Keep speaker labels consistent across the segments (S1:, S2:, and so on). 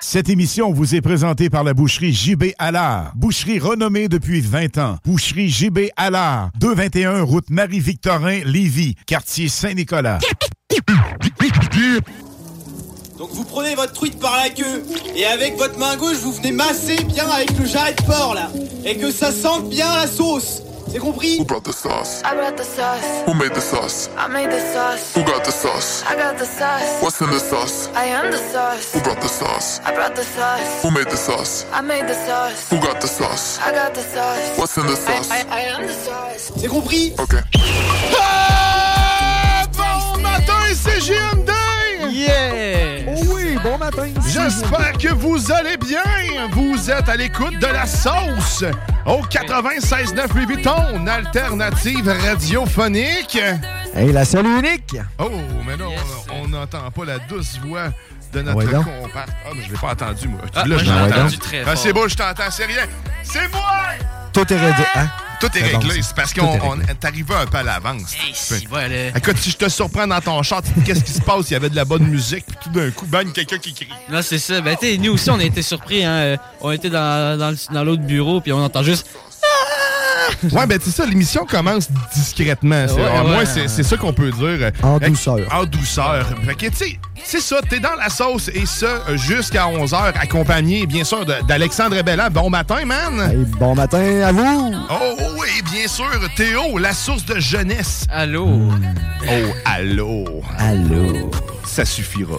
S1: Cette émission vous est présentée par la boucherie JB Allard. Boucherie renommée depuis 20 ans. Boucherie JB Allard. 221 route Marie-Victorin, Lévis, quartier Saint-Nicolas.
S2: Donc vous prenez votre truite par la queue et avec votre main gauche vous venez masser bien avec le jarret de porc là et que ça sente bien la sauce. C'est compris
S3: Who brought the sauce?
S4: I brought the sauce.
S3: Who made the sauce?
S4: I made the sauce.
S3: Who got the sauce?
S4: I got the sauce.
S3: What's in the sauce?
S4: I am the sauce.
S3: Who brought the sauce?
S4: I brought the sauce.
S3: Who made the sauce?
S4: I made the sauce.
S3: Who got the sauce?
S4: I got the sauce.
S3: What's in the
S4: I,
S3: sauce?
S4: I, I am the sauce.
S2: C'est compris
S3: Okay.
S5: Bon matin, c'est JMD!
S6: Yeah!
S5: Oui, bon matin. J'espère que vous allez bien. Vous êtes à l'écoute de la sauce au 96.9 Louis Vuitton, une alternative radiophonique.
S6: Hey, la seule et unique!
S5: Oh, mais non, on on n'entend pas la douce voix de notre
S6: Ouais, donc.
S5: compère. Ah, mais je l'ai pas entendu, moi.
S6: Ah,
S5: Là,
S6: moi,
S5: je
S6: je l'ai
S5: l'entends.
S6: entendu
S5: Ah,
S6: très
S5: c'est beau, je t'entends, c'est rien. C'est moi!
S6: Tout est réglé. Hein?
S5: Tout est
S6: Pardon,
S5: réglé,
S6: ça.
S5: c'est parce
S6: Tout
S5: qu'on
S6: est réglé.
S5: on- t'es arrivé un peu à l'avance.
S6: Hey, si, voilà.
S5: Écoute, si je te surprends dans ton char, tu te dis, qu'est-ce qui se passe? Il y avait de la bonne musique, puis tout d'un coup, bang, quelqu'un qui crie.
S6: Non, c'est ça. Ben, tu nous aussi, on a été surpris. Hein. Euh, On était dans, dans, le- dans l'autre bureau, puis on entend juste.
S5: Ouais, ben c'est ça, l'émission commence discrètement. C'est,
S6: Ouais,
S5: au moins,
S6: ouais.
S5: c'est, c'est ça qu'on peut dire.
S6: En
S5: Fait-
S6: douceur.
S5: En douceur. Fait que, tu sais, c'est ça, t'es dans la sauce, et ça, jusqu'à 11h, accompagné, bien sûr, de- d'Alexandre Belland. Bon matin, man!
S6: Hey, bon matin à vous!
S5: Oh, oh, et bien sûr, Théo, la source de jeunesse.
S6: Allô?
S5: Oh, allô!
S6: Allô?
S5: ça suffira.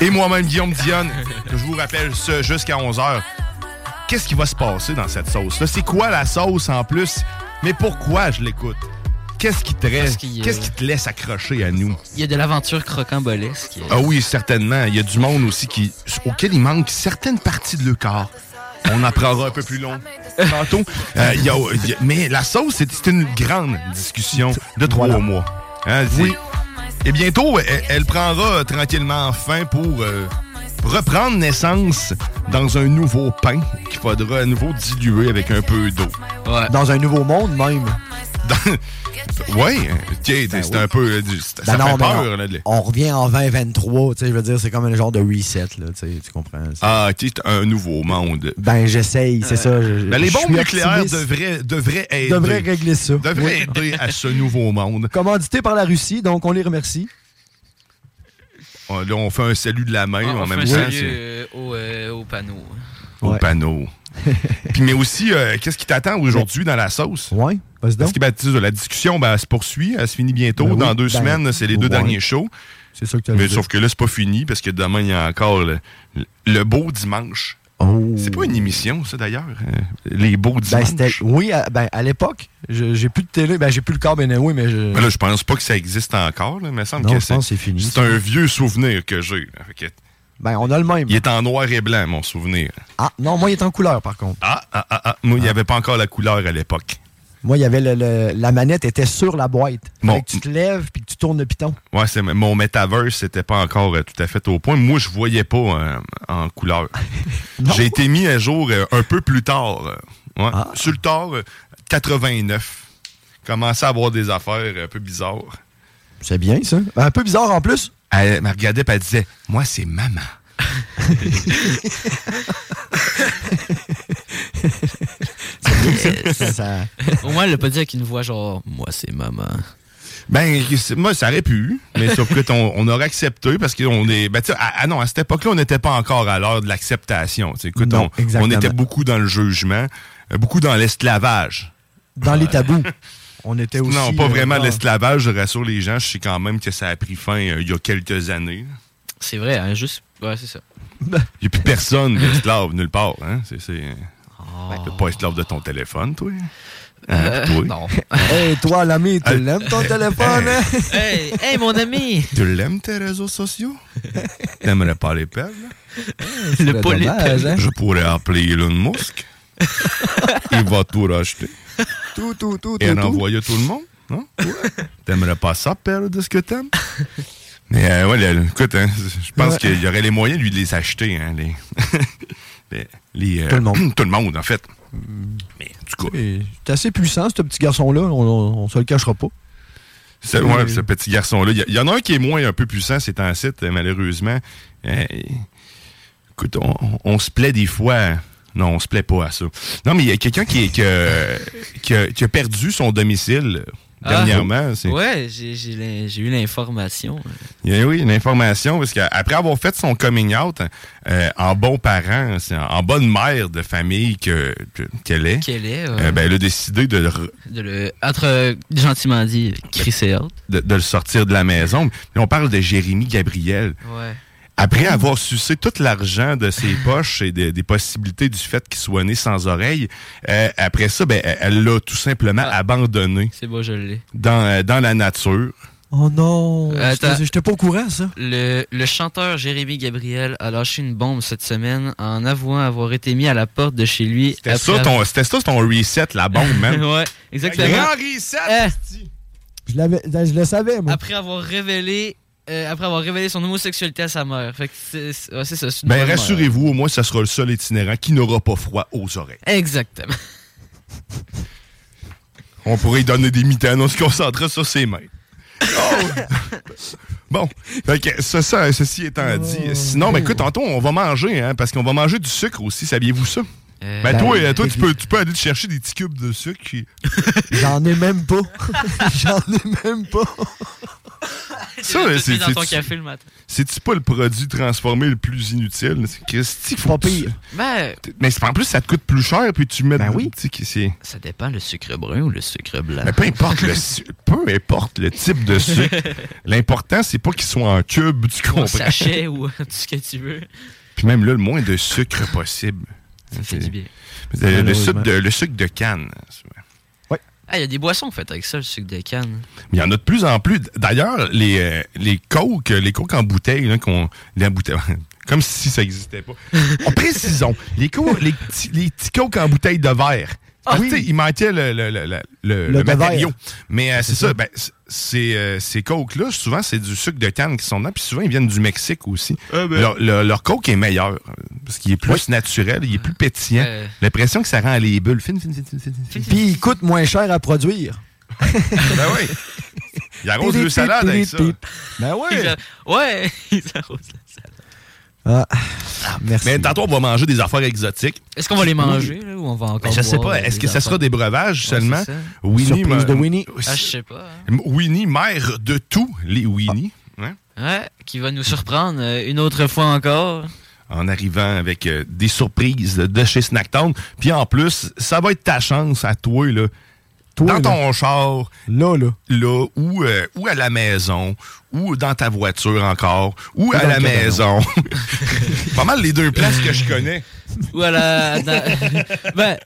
S5: Et moi-même, Guillaume Dionne, je vous rappelle ce jusqu'à 11h. Qu'est-ce qui va se passer dans cette sauce-là? C'est quoi la sauce en plus? Mais pourquoi je l'écoute? Qu'est-ce qui te
S6: Parce
S5: reste?
S6: qu'il euh, y a-
S5: Qu'est-ce qui euh, te laisse accrocher à nous?
S6: Il y a de l'aventure croquambolesque.
S5: Ah oui, certainement. Il y a du monde aussi qui, auquel il manque certaines parties de leur corps. On apprendra un peu plus long tantôt. Euh, il y a- il y a- mais la sauce, c'est c'est une grande discussion de trois mois. Hein, c'est- Et bientôt, elle, elle prendra euh, tranquillement fin pour euh, reprendre naissance dans un nouveau pain qu'il faudra à nouveau diluer avec un peu d'eau.
S7: Dans un nouveau monde, même.
S5: Oui, c'est un peu... euh, du- Ça
S7: Ben non,
S5: fait
S7: mais
S5: peur,
S7: on,
S5: là, de-
S7: on revient en 2023, tu sais, je veux dire, c'est comme un genre de reset, là, tu sais, tu comprends? C'est-
S5: Ah, OK, c'est un nouveau monde.
S7: Ben, j'essaye, c'est ça. je-
S5: Ben, les
S7: je
S5: bombes
S7: suis
S5: nucléaires
S7: optimiste.
S5: devraient, devraient aider.
S7: devraient régler ça.
S5: devraient
S7: Oui.
S5: aider à ce nouveau monde.
S7: Commandité par la Russie, donc on les remercie.
S5: On- Ah, Là, Ah, on fait un salut de la main en même temps. c'est
S6: Euh, au, panneau.
S5: Au
S7: Ouais.
S5: panneau. Puis, mais aussi, euh, qu'est-ce qui t'attend aujourd'hui dans la sauce?
S7: Ouais, vas-y
S5: Parce
S7: donc.
S5: que ben, tu sais, la discussion ben, elle se poursuit, elle se finit bientôt.
S7: Ben oui,
S5: dans deux
S7: ben,
S5: semaines, c'est les deux
S7: ouais.
S5: derniers shows.
S7: C'est ça que tu as
S5: Mais
S7: dit.
S5: sauf que là, c'est pas fini parce que demain, il y a encore le, le beau dimanche.
S7: Oh.
S5: C'est pas une émission, ça d'ailleurs. euh, les beaux
S7: Ben,
S5: dimanches.
S7: c'était. Oui, à, ben, à l'époque, je- j'ai plus de télé, ben, j'ai plus le câble, mais oui, mais je.
S5: Ben là, je pense pas que ça existe encore. Là, mais il me semble
S7: Mm. Non,
S5: que
S7: je pense que c'est fini.
S5: C'est un vieux souvenir que j'ai. là. Fait que-
S7: Ben, on a le même.
S5: Il est en noir et blanc, mon souvenir.
S7: Ah, non, moi, il est en couleur, par contre.
S5: Ah, ah, ah, ah. Moi, il n'y avait pas encore la couleur à l'époque.
S7: Moi, il y avait le, le- la manette était sur la boîte.
S5: Bon.
S7: Fait que tu te lèves puis que tu tournes le piton.
S5: Ouais, c'est mon metaverse, c'était pas encore euh, tout à fait au point. Moi, je voyais pas euh, en couleur.
S7: Non. Ah.
S5: J'ai été mis à jour euh, un peu plus tard. euh, ouais. Sur le tard, euh, 89. Commençait à avoir des affaires euh, un peu bizarres.
S7: C'est bien, ça. Un peu bizarre en plus.
S5: Elle me regardait et elle disait Moi, c'est maman.
S7: Ça- ça-
S6: au moins, elle l'a pas dit avec une voix genre Moi, c'est maman.
S5: Ben, c'est- moi, ça aurait pu, mais sauf que ton- on aurait accepté parce qu'on est. Ben, tu sais, ah, ah non, à cette époque-là, on n'était pas encore à l'heure de l'acceptation. Tu sais, Écoute,
S7: Non,
S5: on, on
S7: exactement.
S5: était beaucoup dans le jugement, euh, beaucoup dans l'esclavage.
S7: Dans les tabous. On était aussi.
S5: Non, pas
S7: euh,
S5: vraiment
S7: dans-
S5: l'esclavage, je rassure les gens, je sais quand même que ça a pris fin euh, il y a quelques années.
S6: C'est vrai, hein, juste. Ouais, c'est ça.
S5: Il n'y a plus personne d'esclave nulle part. Hein? C'est, c'est...
S6: Ah.
S5: T'es pas esclave de ton téléphone, toi? Hein, toi?
S6: Euh, Non.
S7: Hey, toi, l'ami, tu l'aimes ton téléphone, hein?
S6: hey, hey, mon ami!
S5: Tu l'aimes, tes réseaux sociaux? T'aimerais pas les perdre?
S6: Le
S7: C'est Eh, dommage, hein?
S5: Je pourrais appeler Elon Musk. Il va tout racheter
S7: Tout, tout, tout, tout.
S5: et en
S7: tout.
S5: envoyer tout le monde. Non? T'aimerais pas ça, perdre de ce que t'aimes? Mais euh, ouais, le- écoute, hein, je pense
S7: Ouais.
S5: qu'il y aurait les moyens, lui, de les acheter. Hein, les, les- les, euh,
S7: Tout le monde.
S5: tout le monde, en fait. Mais en tout cas,
S7: Et C'est assez puissant, ce petit garçon-là. On, on- on se le cachera pas.
S5: Ce, ouais, ce petit garçon-là. Il y a- il y, en a un qui est moins un peu puissant, c'est un site, euh, malheureusement. Euh, écoute, on, on se plaît des fois. hein. Non, on se plaît pas à ça. Non, mais il y a quelqu'un qui, est- qui a- qui a- qui a perdu son domicile
S6: Ah.
S5: dernièrement. C'est-
S6: Ouais, j'ai- j'ai l'in- j'ai eu l'information.
S5: il y a, Eh oui, une information, parce qu'après avoir fait son coming out euh, en bon parent, c'est en, en bonne mère de famille que- que- qu'elle est,
S6: Quel est. ouais.
S5: euh, ben, elle a décidé de le re-
S6: de le. Entre, euh, gentiment dit, Chris et Held.
S5: de, de le sortir de la maison. Puis on parle de Jérémy Gabriel.
S6: Ouais.
S5: Après avoir sucé tout l'argent de ses poches et de- des possibilités du fait qu'il soit né sans oreille, euh, après ça, ben, elle- elle l'a tout simplement
S6: Ah.
S5: abandonné
S6: C'est bon, je l'ai.
S5: dans, euh, dans la nature.
S7: Oh non!
S6: Attends.
S7: J'étais- J'étais pas au courant, ça.
S6: Le, le chanteur Jérémy Gabriel a lâché une bombe cette semaine en avouant avoir été mis à la porte de chez lui.
S5: C'était ça,
S6: après-
S5: ton, c'était ça ton reset, la bombe, même.
S6: ouais, exactement.
S5: reset!
S6: Eh,
S7: Je, l'avais- je le savais, moi.
S6: après avoir révélé euh, après avoir révélé son homosexualité à sa mère. Fait que c'est c'est- ouais, c'est ça. c'est une
S5: Ben,
S6: bonne mère.
S5: rassurez-vous,
S7: euh,
S5: au moins, ça sera le seul itinérant qui n'aura pas froid aux oreilles.
S6: Exactement.
S5: On pourrait lui donner des mitaines, on se concentrera sur ses mains. Oh! bon, Fait que ce- ça, ceci
S7: Oh.
S5: étant dit, sinon, ben, écoute, tantôt, on va manger, hein, parce qu'on va manger du sucre aussi, saviez-vous ça?
S6: Euh,
S5: Ben,
S7: Ben,
S5: toi,
S7: oui.
S5: euh, toi tu, peux, tu peux aller te chercher des petits cubes de sucre. qui-
S7: J'en ai même pas. J'en ai même pas.
S5: Ça,
S6: tu l'as tout
S5: c'est-
S6: mis dans ton
S5: c'est-
S6: café le matin.
S5: C'est-tu pas le produit transformé le plus inutile? C'est- Christy, faut
S7: Pas
S5: que tu-
S7: pire.
S6: Ben,
S5: Mais c'est- en plus, ça te coûte plus cher, puis tu mets...
S7: Ben oui.
S5: tu sais, que c'est-
S6: ça dépend le sucre brun ou le sucre blanc.
S5: Mais peu importe, le, su- peu importe le type de sucre, l'important, c'est pas qu'il soit en cube, tu
S6: Ou en
S5: comprends?
S6: sachet ou tout ce que tu veux.
S5: Puis même là, le moins de sucre possible.
S6: Ça fait
S5: C'est-
S6: du bien.
S5: Le, le sucre
S7: Malheureusement.
S5: de, le sucre de canne. c'est vrai.
S6: Ah, il y a des boissons faites avec ça, le sucre de canne.
S5: Mais il y en a de plus en plus. D'ailleurs, les, euh, les coques, les coques en bouteille, là, qu'on, les bouteille, comme si ça n'existait pas. En précisons, les, co- les, petits- les petits coques en bouteille de verre. Parce que, tu sais, Il manquait le, le, le, le- le- le
S7: de
S5: matériau.
S7: verre.
S5: Mais euh, c'est ça, ben, c- c'est, euh, ces coques-là, souvent, c'est du sucre de canne qui sont dedans, puis souvent, ils viennent du Mexique aussi. Leur, leur- leur coke est meilleur, euh, parce qu'il est plus naturel, il est plus pétillant.
S6: Euh.
S5: L'impression que ça rend les bulles fines, fines, fines, fines, fines. fines.
S7: Puis il coûte moins cher à produire.
S5: Ben oui. Il arrose deux salades avec ça.
S7: Ben oui.
S6: Ouais, ils arrosent la salade.
S7: Ah, merci.
S5: Mais tantôt, on va manger des affaires exotiques.
S6: Est-ce qu'on va les manger là, ou on va encore
S5: Ben, je sais
S6: boire,
S5: pas,
S6: euh,
S5: est-ce
S6: des
S5: que ça sera
S6: affaires?
S5: des breuvages
S6: Ouais,
S5: seulement?
S6: c'est ça.
S5: Winnie,
S7: Surprise
S5: ma-
S7: de Winnie.
S6: Ah, je sais pas. hein.
S5: Winnie, mère de tous les Winnie,
S7: Ah.
S5: hein,
S6: Ouais, qui va nous surprendre euh, une autre fois encore.
S5: en arrivant avec euh, des surprises de chez Snacktown. Puis en plus, ça va être ta chance à toi, là,
S7: Toi,
S5: dans
S7: là.
S5: ton char,
S7: Là, là.
S5: là, ou, euh, ou à la maison, ou dans ta voiture encore, ou à
S7: dans
S5: la
S7: le cabanon.
S5: maison. Pas mal les deux places que je connais.
S6: Ou à la. dans- ben.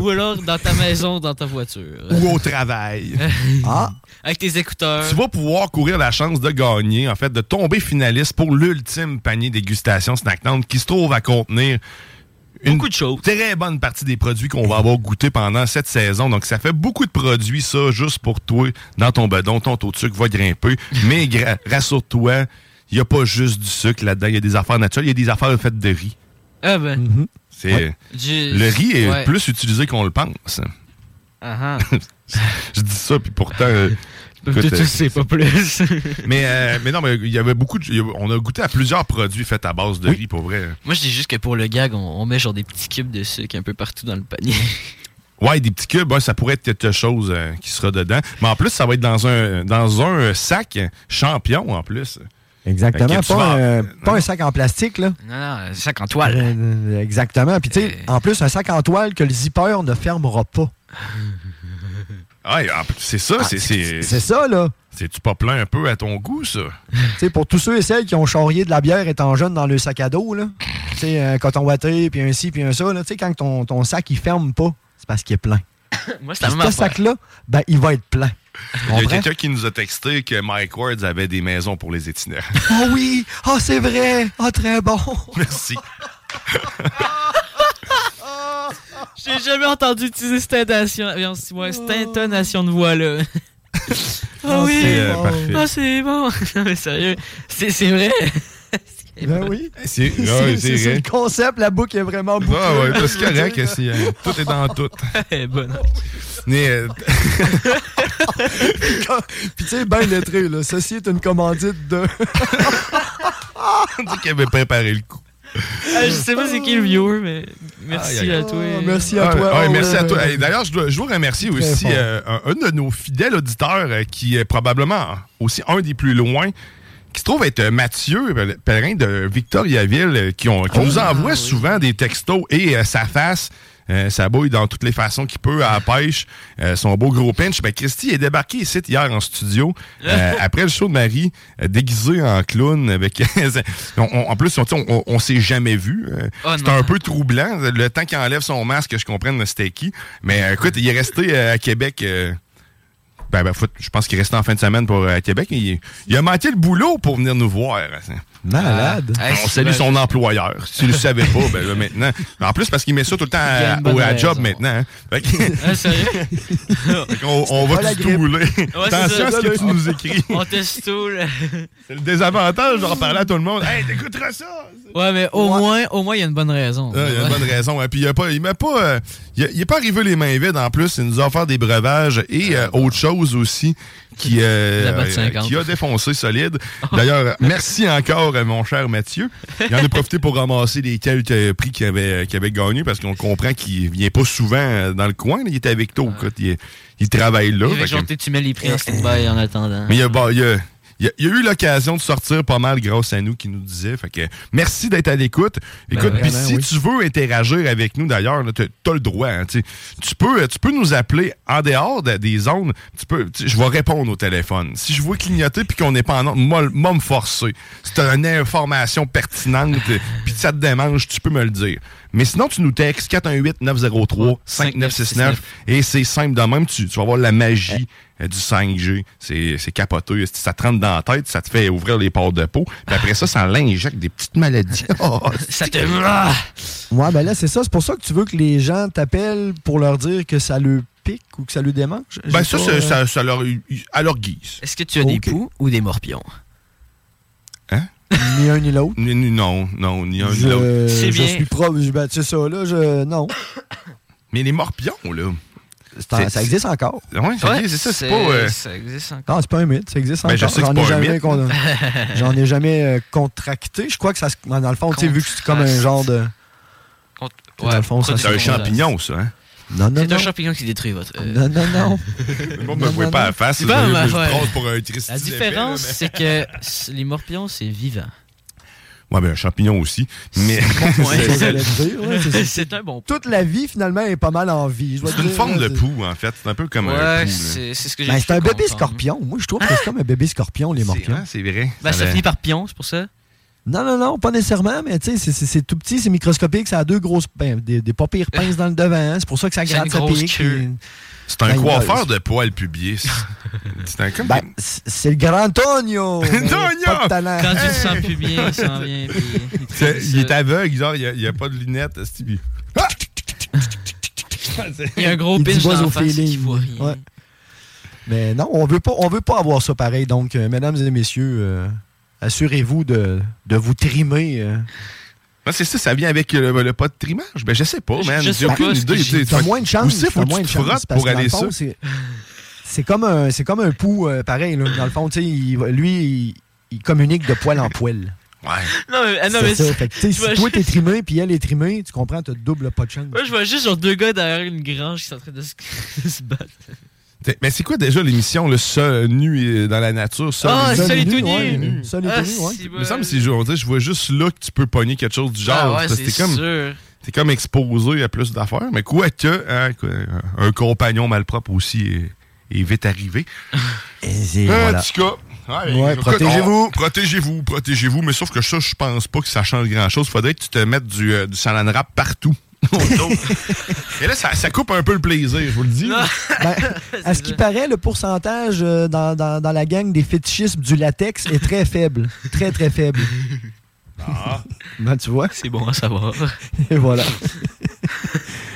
S6: ou alors dans ta maison, dans ta voiture.
S5: Ou au travail.
S7: Ah,
S6: Avec tes écouteurs.
S5: Mhm. Tu vas pouvoir courir la chance de gagner, en fait, de tomber finaliste pour l'ultime panier dégustation Snacktown qui se trouve à contenir une
S6: Beaucoup de choses.
S5: très bonne partie des produits qu'on va avoir goûté pendant cette saison. Donc, ça fait beaucoup de produits, ça, juste pour toi, dans ton bedon. Ton taux de sucre va grimper. Mais gra- rassure-toi, il n'y a pas juste du sucre là-dedans. Il y a des affaires naturelles. Il y a des affaires faites de riz.
S6: Ah ben.
S7: Mm-hmm.
S5: C'est-
S6: du-
S5: Le riz est
S6: ouais.
S5: plus utilisé qu'on le pense.
S6: Ah, ah.
S5: Je dis ça, puis pourtant... euh,
S6: Tu tu sais pas plus.
S5: Mais, euh, mais non, mais il y avait beaucoup de, il y avait- On a goûté à plusieurs produits faits à base de riz, pour vrai.
S6: Moi, je dis juste que pour le gag, on, on met genre des petits cubes de sucre un peu partout dans le panier.
S5: Ouais, des petits cubes, ouais, ça pourrait être quelque chose euh, qui sera dedans. Mais en plus, ça va être dans un, dans un sac champion, en plus.
S7: Exactement.
S5: Fait que tu
S7: Pas,
S5: vas-
S7: un,
S5: non,
S7: pas un
S5: non.
S7: sac en plastique, là.
S6: Non, non, sac en toile. Euh.
S7: Euh, Exactement. Puis, tu sais, en plus, un sac en toile que le zipper ne fermera pas.
S5: Ouais, en plus, c'est ça, c'est- c'est...
S7: Ah, C'est ça, là.
S5: C'est-tu pas plein un peu à ton goût, ça?
S7: Tu sais, pour tous ceux et celles qui ont charrié de la bière étant jeune dans le sac à dos, là. Tu sais, un coton watté, puis un ci, puis un ça, là. Tu sais, quand ton, ton sac, il ferme pas, c'est parce qu'il est plein.
S6: Moi, c'est la même
S7: Puis ce
S6: affaire.
S7: sac-là, ben, il va être plein. Tu
S5: Il y a
S7: comprends?
S5: quelqu'un qui nous a texté que Mike Ward avait des maisons pour les itinérants.
S7: Ah oui! Ah, c'est vrai! Ah, très bon!
S5: Merci.
S6: J'ai jamais entendu utiliser cette intonation, ouais,
S7: Oh.
S6: cette intonation de voix-là. Ah oui!
S5: C'est euh, parfait.
S6: Ah, c'est bon! Non, mais sérieux, c'est c'est vrai!
S7: Ben oui!
S5: C'est
S7: C'est
S5: ouais,
S7: c'est-
S5: c'est
S7: c'est
S5: vrai.
S7: le concept, la boucle est vraiment bouclée.
S5: Ah ouais, c'est correct. c'est, euh, tout est dans tout.
S6: Eh, bonne.
S5: Mais, euh,
S7: Puis tu sais, ben lettré, là. Ceci est une commandite de...
S5: on dit qu'il avait préparé le coup.
S6: Ah, je sais pas c'est qui le viewer, mais merci
S5: Aïe, aïe.
S6: à toi.
S7: Ah, merci à
S5: Ah,
S7: toi.
S5: ouais,
S7: Oh,
S5: merci
S7: là,
S5: à toi.
S7: là,
S5: Hey, D'ailleurs, je, dois- je vous remercie aussi
S7: fort.
S5: euh, un, un de nos fidèles auditeurs euh, qui est probablement aussi un des plus loin, qui se trouve être euh, Mathieu euh, Pellerin de Victoriaville, euh, qui, ont-
S7: Oh,
S5: qui nous
S7: ah,
S5: envoie souvent des textos et euh, sa face. euh, sa bouille dans toutes les façons qu'il peut à la pêche, euh, son beau gros pinch. Ben, Christy est débarqué ici hier en studio euh, après le show de Marie, euh, déguisé en clown. Avec, on- on- en plus, on, on, on s'est jamais vu. euh,
S6: Oh,
S5: c'est
S6: non.
S5: un peu troublant. Le temps qu'il enlève son masque, que je comprenne c'était qui. Mais euh, écoute, il est resté euh, à Québec. euh, ben, ben, foot, je pense qu'il est resté en fin de semaine pour euh, à Québec. Il, il a manqué le boulot pour venir nous voir. hein.
S7: Malade.
S6: Ah,
S5: on
S6: c'est
S5: salue
S6: vrai.
S5: son employeur. Si tu le savais pas, ben là, maintenant. En plus, parce qu'il met ça tout le temps
S6: Il y a
S5: à,
S6: une bonne
S5: au- à
S6: raison.
S5: job maintenant. hein. Fait que-
S6: Ah, sérieux?
S5: fait qu'on- on,
S7: pas
S5: va
S7: la
S5: tout
S7: grippe.
S5: douler. Attention
S6: ça.
S5: à ce que tu nous écris.
S6: On teste tout, là.
S5: C'est le désavantage d'en parler à tout le monde. Hey, t'écouteras ça!
S6: Ouais, mais au moins, au moins, il y a une bonne raison.
S5: Ah, Il y a une bonne raison. hein. Puis il n'est pas, il m'a pas, euh, il a- il est pas arrivé les mains vides en plus. Il nous a offert des breuvages et euh, autre chose aussi qui, euh,
S6: Ah. La botte
S5: euh,
S6: 50.
S5: qui a défoncé solide. D'ailleurs, merci encore, euh, mon cher Mathieu. Il en a profité pour ramasser les quelques euh, prix qu'il avait, qu'il avait gagnés parce qu'on comprend qu'il vient pas souvent euh, dans le coin. là. Il était avec toi. écoute, Il, il travaille là.
S6: Ah. Il fait
S5: Fait
S6: que
S5: que-
S6: genre, tu mets les prix
S5: Eh.
S6: en stand-by en
S7: hein.
S6: attendant.
S5: mais il y a, bon, il y a- il y a- il y a eu l'occasion de sortir pas mal grâce à nous qui nous disait. Fait que merci d'être à l'écoute. Écoute,
S6: Ben,
S5: puis
S7: vraiment,
S5: si
S7: oui.
S5: tu veux interagir avec nous d'ailleurs, là, t'as t'as le droit. hein, tu sais. tu peux, tu peux nous appeler en dehors de- des zones. Tu peux, tu sais, je vais répondre au téléphone. Si je vois clignoter puis qu'on n'est pas en ordre, moi, moi, me forcer. Si t'as une information pertinente euh, puis que ça te démange, tu peux me le dire. Mais sinon, tu nous textes 418 903 5969 et c'est simple de même, tu, tu vas voir la magie
S6: Eh.
S5: euh, du 5G. C'est c'est capoté. Ça te rentre dans la tête, ça te fait ouvrir les portes de peau. Puis après ça, ça l'injecte des petites maladies. Oh,
S6: Ça te. Ah!
S7: Ouais, ben là, c'est ça. C'est pour ça que tu veux que les gens t'appellent pour leur dire que ça le pique ou que ça le démange?
S5: ben
S7: J'ai
S5: ça,
S7: pas,
S5: c'est-
S7: euh,
S5: ça, ça leur, à leur guise.
S6: Est-ce que tu as des
S7: Ok.
S6: poux ou des morpions?
S7: Ni un ni l'autre.
S5: Hein? Ni- ni- Non, non, ni un ni
S7: Je-
S5: l'autre.
S6: C'est
S7: je
S6: bien.
S7: suis propre. je- ben, tu sais ça, là, je. Non.
S5: Mais les morpions, là.
S7: C'est en-
S5: C'est-
S7: ça existe encore.
S5: Ouais, c'est c'est ça, c'est pas. euh,
S6: Ça existe encore.
S7: Non, Ah, c'est pas un mythe, ça existe
S5: Ben, je
S7: encore.
S5: sais que c'est
S7: ai
S5: pas un
S7: jamais
S5: mythe.
S7: con- J'en ai jamais euh, contracté. Je crois que ça se. Dans le fond, tu sais, vu que c'est comme un
S6: Contraste.
S7: genre de.
S6: Contre-
S7: Dans le fond, ça,
S6: produit
S5: c'est un
S6: secondaire.
S5: champignon, ça. Hein?
S7: Non, non,
S6: C'est
S7: non.
S6: un champignon qui détruit votre. euh,
S7: Non, non, non.
S5: Moi, me
S7: Non,
S5: voyez pas
S7: non, non.
S5: à la face.
S6: C'est
S5: là,
S6: pas
S5: je-
S6: ma-
S5: je
S6: ouais.
S5: prends pour un Christy
S6: La
S5: d'épais, là,
S6: différence,
S5: mais-
S6: c'est que s- les morpions, c'est vivant.
S5: Ouais, ben un champignon aussi. Mais
S6: Ouais.
S7: C'est ça que j'allais te dire, là, c'est-
S6: c'est un bon
S7: Toute la vie, finalement, est pas mal en vie. je dois
S5: c'est
S7: te
S5: une
S7: dire,
S5: forme
S7: là,
S5: de
S7: c'est-
S5: poux, en fait. C'est un peu comme un
S6: Ouais,
S5: pou, là.
S6: c'est c'est ce que j'ai
S7: Ben, c'est un
S6: cru
S7: bébé
S6: comprendre.
S7: scorpion. Moi, je trouve que c'est comme un bébé scorpion, les
S5: C'est-
S7: morpions.
S5: ah, C'est vrai.
S6: Ben, ça
S5: avait-
S6: finit par pion, c'est pour ça.
S7: Non, non, non, pas nécessairement, mais tu sais, c'est- c'est- c'est tout petit, c'est microscopique, ça a deux grosses ben, des, des pas pires pinces dans le devant, hein, c'est pour ça que ça
S6: Ça a
S7: gratte,
S6: une
S7: ça
S6: grosse
S7: pique.
S6: queue.
S7: et-
S5: C'est un
S7: Ben,
S5: coiffeur
S7: il-
S5: de poils pubis. C'est un comme.
S7: Ben, c- c'est le grand Antonio! mais
S5: Antonio!
S7: Pas de talent.
S6: Quand tu te sens plus bien, il s'en vient. puis il trouve
S5: C'est- il est
S6: ça.
S5: aveugle, genre, il y a- il y a, pas de lunettes. c'est- puis- Ah!
S6: Il y a un gros
S7: Il
S6: pinch
S7: dit boise
S6: dans
S7: au
S6: la face
S7: feeling.
S6: qui voit rien.
S7: Ouais. Mais non, on veut pas, on veut pas avoir ça pareil. Donc, euh, mesdames et messieurs, euh, assurez-vous de, de vous trimer. euh.
S5: Ben, c'est ça, ça vient avec le, le pas de trimage. Ben, je sais
S7: Oh,
S5: pas,
S6: Je-
S5: man.
S6: je sais
S5: J'ai aucune
S6: pas ce que
S5: idée.
S6: j'ai-
S5: tu sais,
S7: T'as
S5: tu-
S7: moins de chance.
S5: Où c'est,
S7: t'as
S5: faut que
S7: moins
S5: tu
S7: de
S5: te
S7: chance,
S5: frottes
S7: parce
S5: pour
S7: que dans
S5: aller
S7: le
S5: ça.
S7: fond, c'est- C'est comme un, c'est comme un pou euh, pareil là. Dans le fond, tu sais, il va- lui, il, il communique de poil en poil.
S5: Ouais.
S6: Non, mais, ah, non, mais
S7: C'est ça. Fait que, tu sais,
S6: tu vois,
S7: si toi
S6: je-
S7: t'es trimé puis elle est trimée, tu comprends, t'as double pas de chance.
S6: Moi, je vois juste genre deux gars derrière une grange qui sont en train de se, de se battre.
S5: T'es- Mais c'est quoi déjà l'émission, le seul nu euh, dans la nature, seul
S6: Ah,
S5: nu?
S6: seul
S7: Seul
S6: et
S7: et
S6: tout
S7: nu, ouais,
S6: nu.
S7: seul et
S6: Ah,
S7: tout nu, ouais.
S6: si,
S5: Il me semble que c'est genre, tu sais, je vois juste là que tu peux pogner quelque chose du genre.
S6: Ah ouais,
S5: parce que
S6: c'est
S5: t'es comme,
S6: sûr.
S5: t'es comme exposé à plus d'affaires. Mais quoi que, hein, quoi, un compagnon malpropre aussi est, est vite arrivé.
S7: Et
S5: En tout cas. ouais,
S7: Ouais,
S5: écoute,
S7: protégez-vous.
S5: on- Protégez-vous, protégez-vous. Mais sauf que ça, je pense pas que ça change grand-chose. Faudrait que tu te mettes du, euh, du saran wrap partout. Autour. Et là, ça, ça coupe un peu le plaisir, je vous le dis.
S6: Non.
S7: Ben, à ce qui paraît, le pourcentage euh, dans, dans- dans la gang des fétichismes du latex est très faible. Très, très faible.
S5: Ah.
S7: Ben, tu vois,
S6: C'est bon à savoir.
S7: et voilà.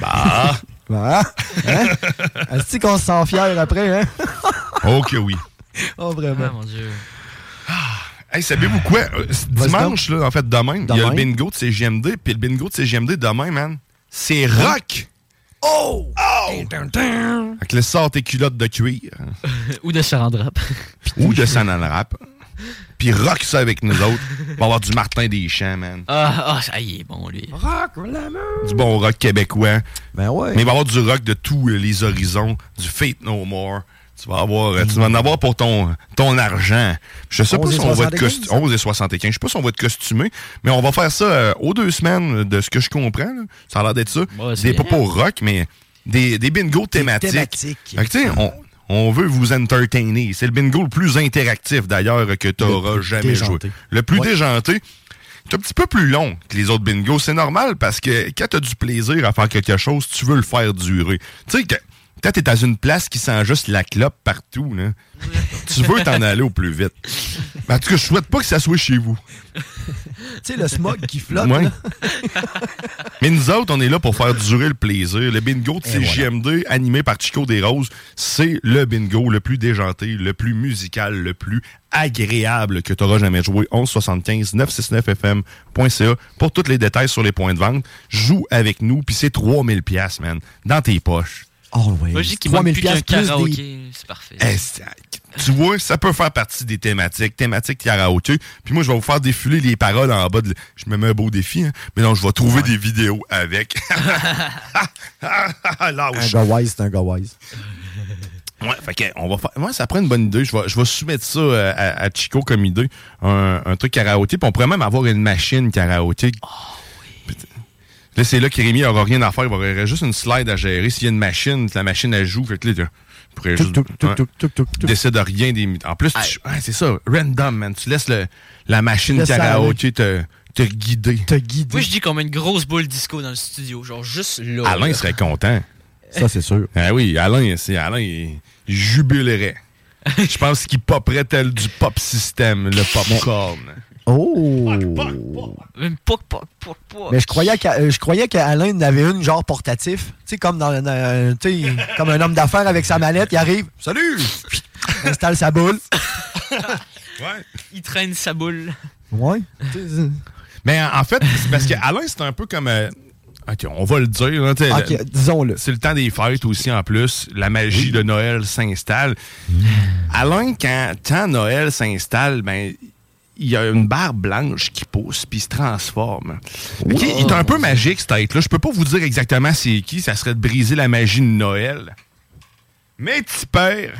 S5: Bah,
S7: Ben, hein? Est-ce qu'on se sent fier après, hein?
S5: ok, oui.
S7: Oh,
S6: Ah,
S7: vraiment.
S6: mon dieu.
S5: Ah. Hey, savez-vous quoi? Euh, c-
S7: Vas-y
S5: Dimanche, là, en fait, demain, il y a
S7: Demain.
S5: le bingo de CGMD, puis le bingo de CGMD demain, man, c'est rock! Oh! Oh! Fait que le sort tes culottes de cuir
S6: Ou de Sarandrap.
S5: ou de sanan rap. Puis rock ça avec nous autres. On va avoir du Martin Deschamps, man.
S6: Ah, ah, ça y est, bon, lui.
S5: Du bon rock québécois.
S7: Ben ouais.
S5: Mais il va y avoir du rock de tous euh, les horizons, du Fate No More. Tu vas, avoir, euh, tu vas en avoir pour ton, ton argent. Je sais pas
S7: 11 et
S5: si on va être
S7: 75.
S5: costu- 11 et 75. Je sais pas si on va être costumé, mais on va faire ça euh, aux deux semaines de ce que je comprends. là. Ça a l'air d'être ça.
S6: Ouais, c'est
S5: des
S6: bien.
S5: pas pour rock, mais des, des bingos thématiques.
S7: thématiques.
S5: Fait que, tu sais, on, on veut vous entertainer. C'est le bingo le plus interactif d'ailleurs que tu auras
S7: plus
S5: jamais
S7: déjanté.
S5: joué. Le plus
S7: Ouais.
S5: déjanté. C'est un petit peu plus long que les autres bingos. C'est normal parce que quand t'as du plaisir à faire quelque chose, tu veux le faire durer. Tu sais, que quand t'es dans une place qui sent juste la clope partout, là, tu veux t'en aller au plus vite. Mais Ben, en tout cas, je souhaite pas que ça soit chez vous.
S7: Tu sais, le smog qui flotte,
S5: Ouais.
S7: là.
S5: Mais nous autres, on est là pour faire durer le plaisir. Le bingo de
S7: Et voilà.
S5: CJMD, animé par Chico des Roses, c'est le bingo le plus déjanté, le plus musical, le plus agréable que tu auras jamais joué. 1175 969fm.ca pour tous les détails sur les points de vente. Joue avec nous, puis c'est 3000 pièces, man, dans tes poches.
S7: Always.
S6: Moi, je dis qu'il manque
S7: 3000
S6: plus qu'un
S7: piastres plus des-
S6: karaoké. C'est parfait.
S5: Eh, c'est- tu vois, ça peut faire partie des thématiques, thématiques karaoké. Puis moi, je vais vous faire défiler les paroles en bas. De... Je me mets un beau défi, hein. mais non, je vais trouver des vidéos avec.
S7: Un
S5: Ah, Lâche.
S7: gars wise, c'est un gars wise.
S5: Ouais, fait que, on va faire. Moi, ça prend une bonne idée. Je vais, je vais soumettre ça euh, à, à Chico comme idée. Un, un truc karaoké. Puis on pourrait même avoir une machine karaoké. Putain. Là, c'est là que Rémi aura rien à faire. Il aura juste une slide à gérer. S'il y a une machine, la machine, elle joue. Fait que là, tu- tu pourrais
S7: Tuk,
S5: juste-
S7: tuk,
S5: ouais.
S7: tuk, tuk, tuk, tuk,
S5: Tu
S7: tuk.
S5: décides de rien des. En plus, tu- ouais, c'est ça. Random, man. Tu laisses le, la machine
S7: Laisse ça
S5: karaoké te, te guider.
S7: Te guider.
S6: Moi, je dis qu'on met une grosse boule disco dans le studio. Genre, juste là.
S5: Alain
S6: là.
S5: serait content.
S7: Ça, c'est sûr.
S5: Ah oui, Alain, c'est Alain, il, il jubilerait. Je pense qu'il popperait tel du pop système, le popcorn.
S7: Oh!
S6: Même poc, poc, poc, poc.
S7: Mais je croyais qu'à- euh, je croyais qu'Alain en avait une genre portatif. Tu sais, comme dans euh, tu sais, comme un homme d'affaires avec sa mallette, il arrive,
S5: Salut!
S7: installe sa boule.
S5: Ouais.
S6: Il traîne sa boule.
S7: Ouais.
S5: Mais en en fait, c'est parce que Alain, c'est un peu comme. euh, ok, on va le dire. hein, t'sais,
S7: Ok,
S5: le-
S7: disons-le.
S5: C'est le temps des fêtes aussi en plus. La magie de Noël s'installe. Alain, quand, quand Noël s'installe, ben il y a une barbe blanche qui pousse puis il se transforme. Ok, Il est un peu magique, cette tête-là. Je peux pas vous dire exactement c'est qui. Ça serait de briser la magie de Noël. Mais tu perds.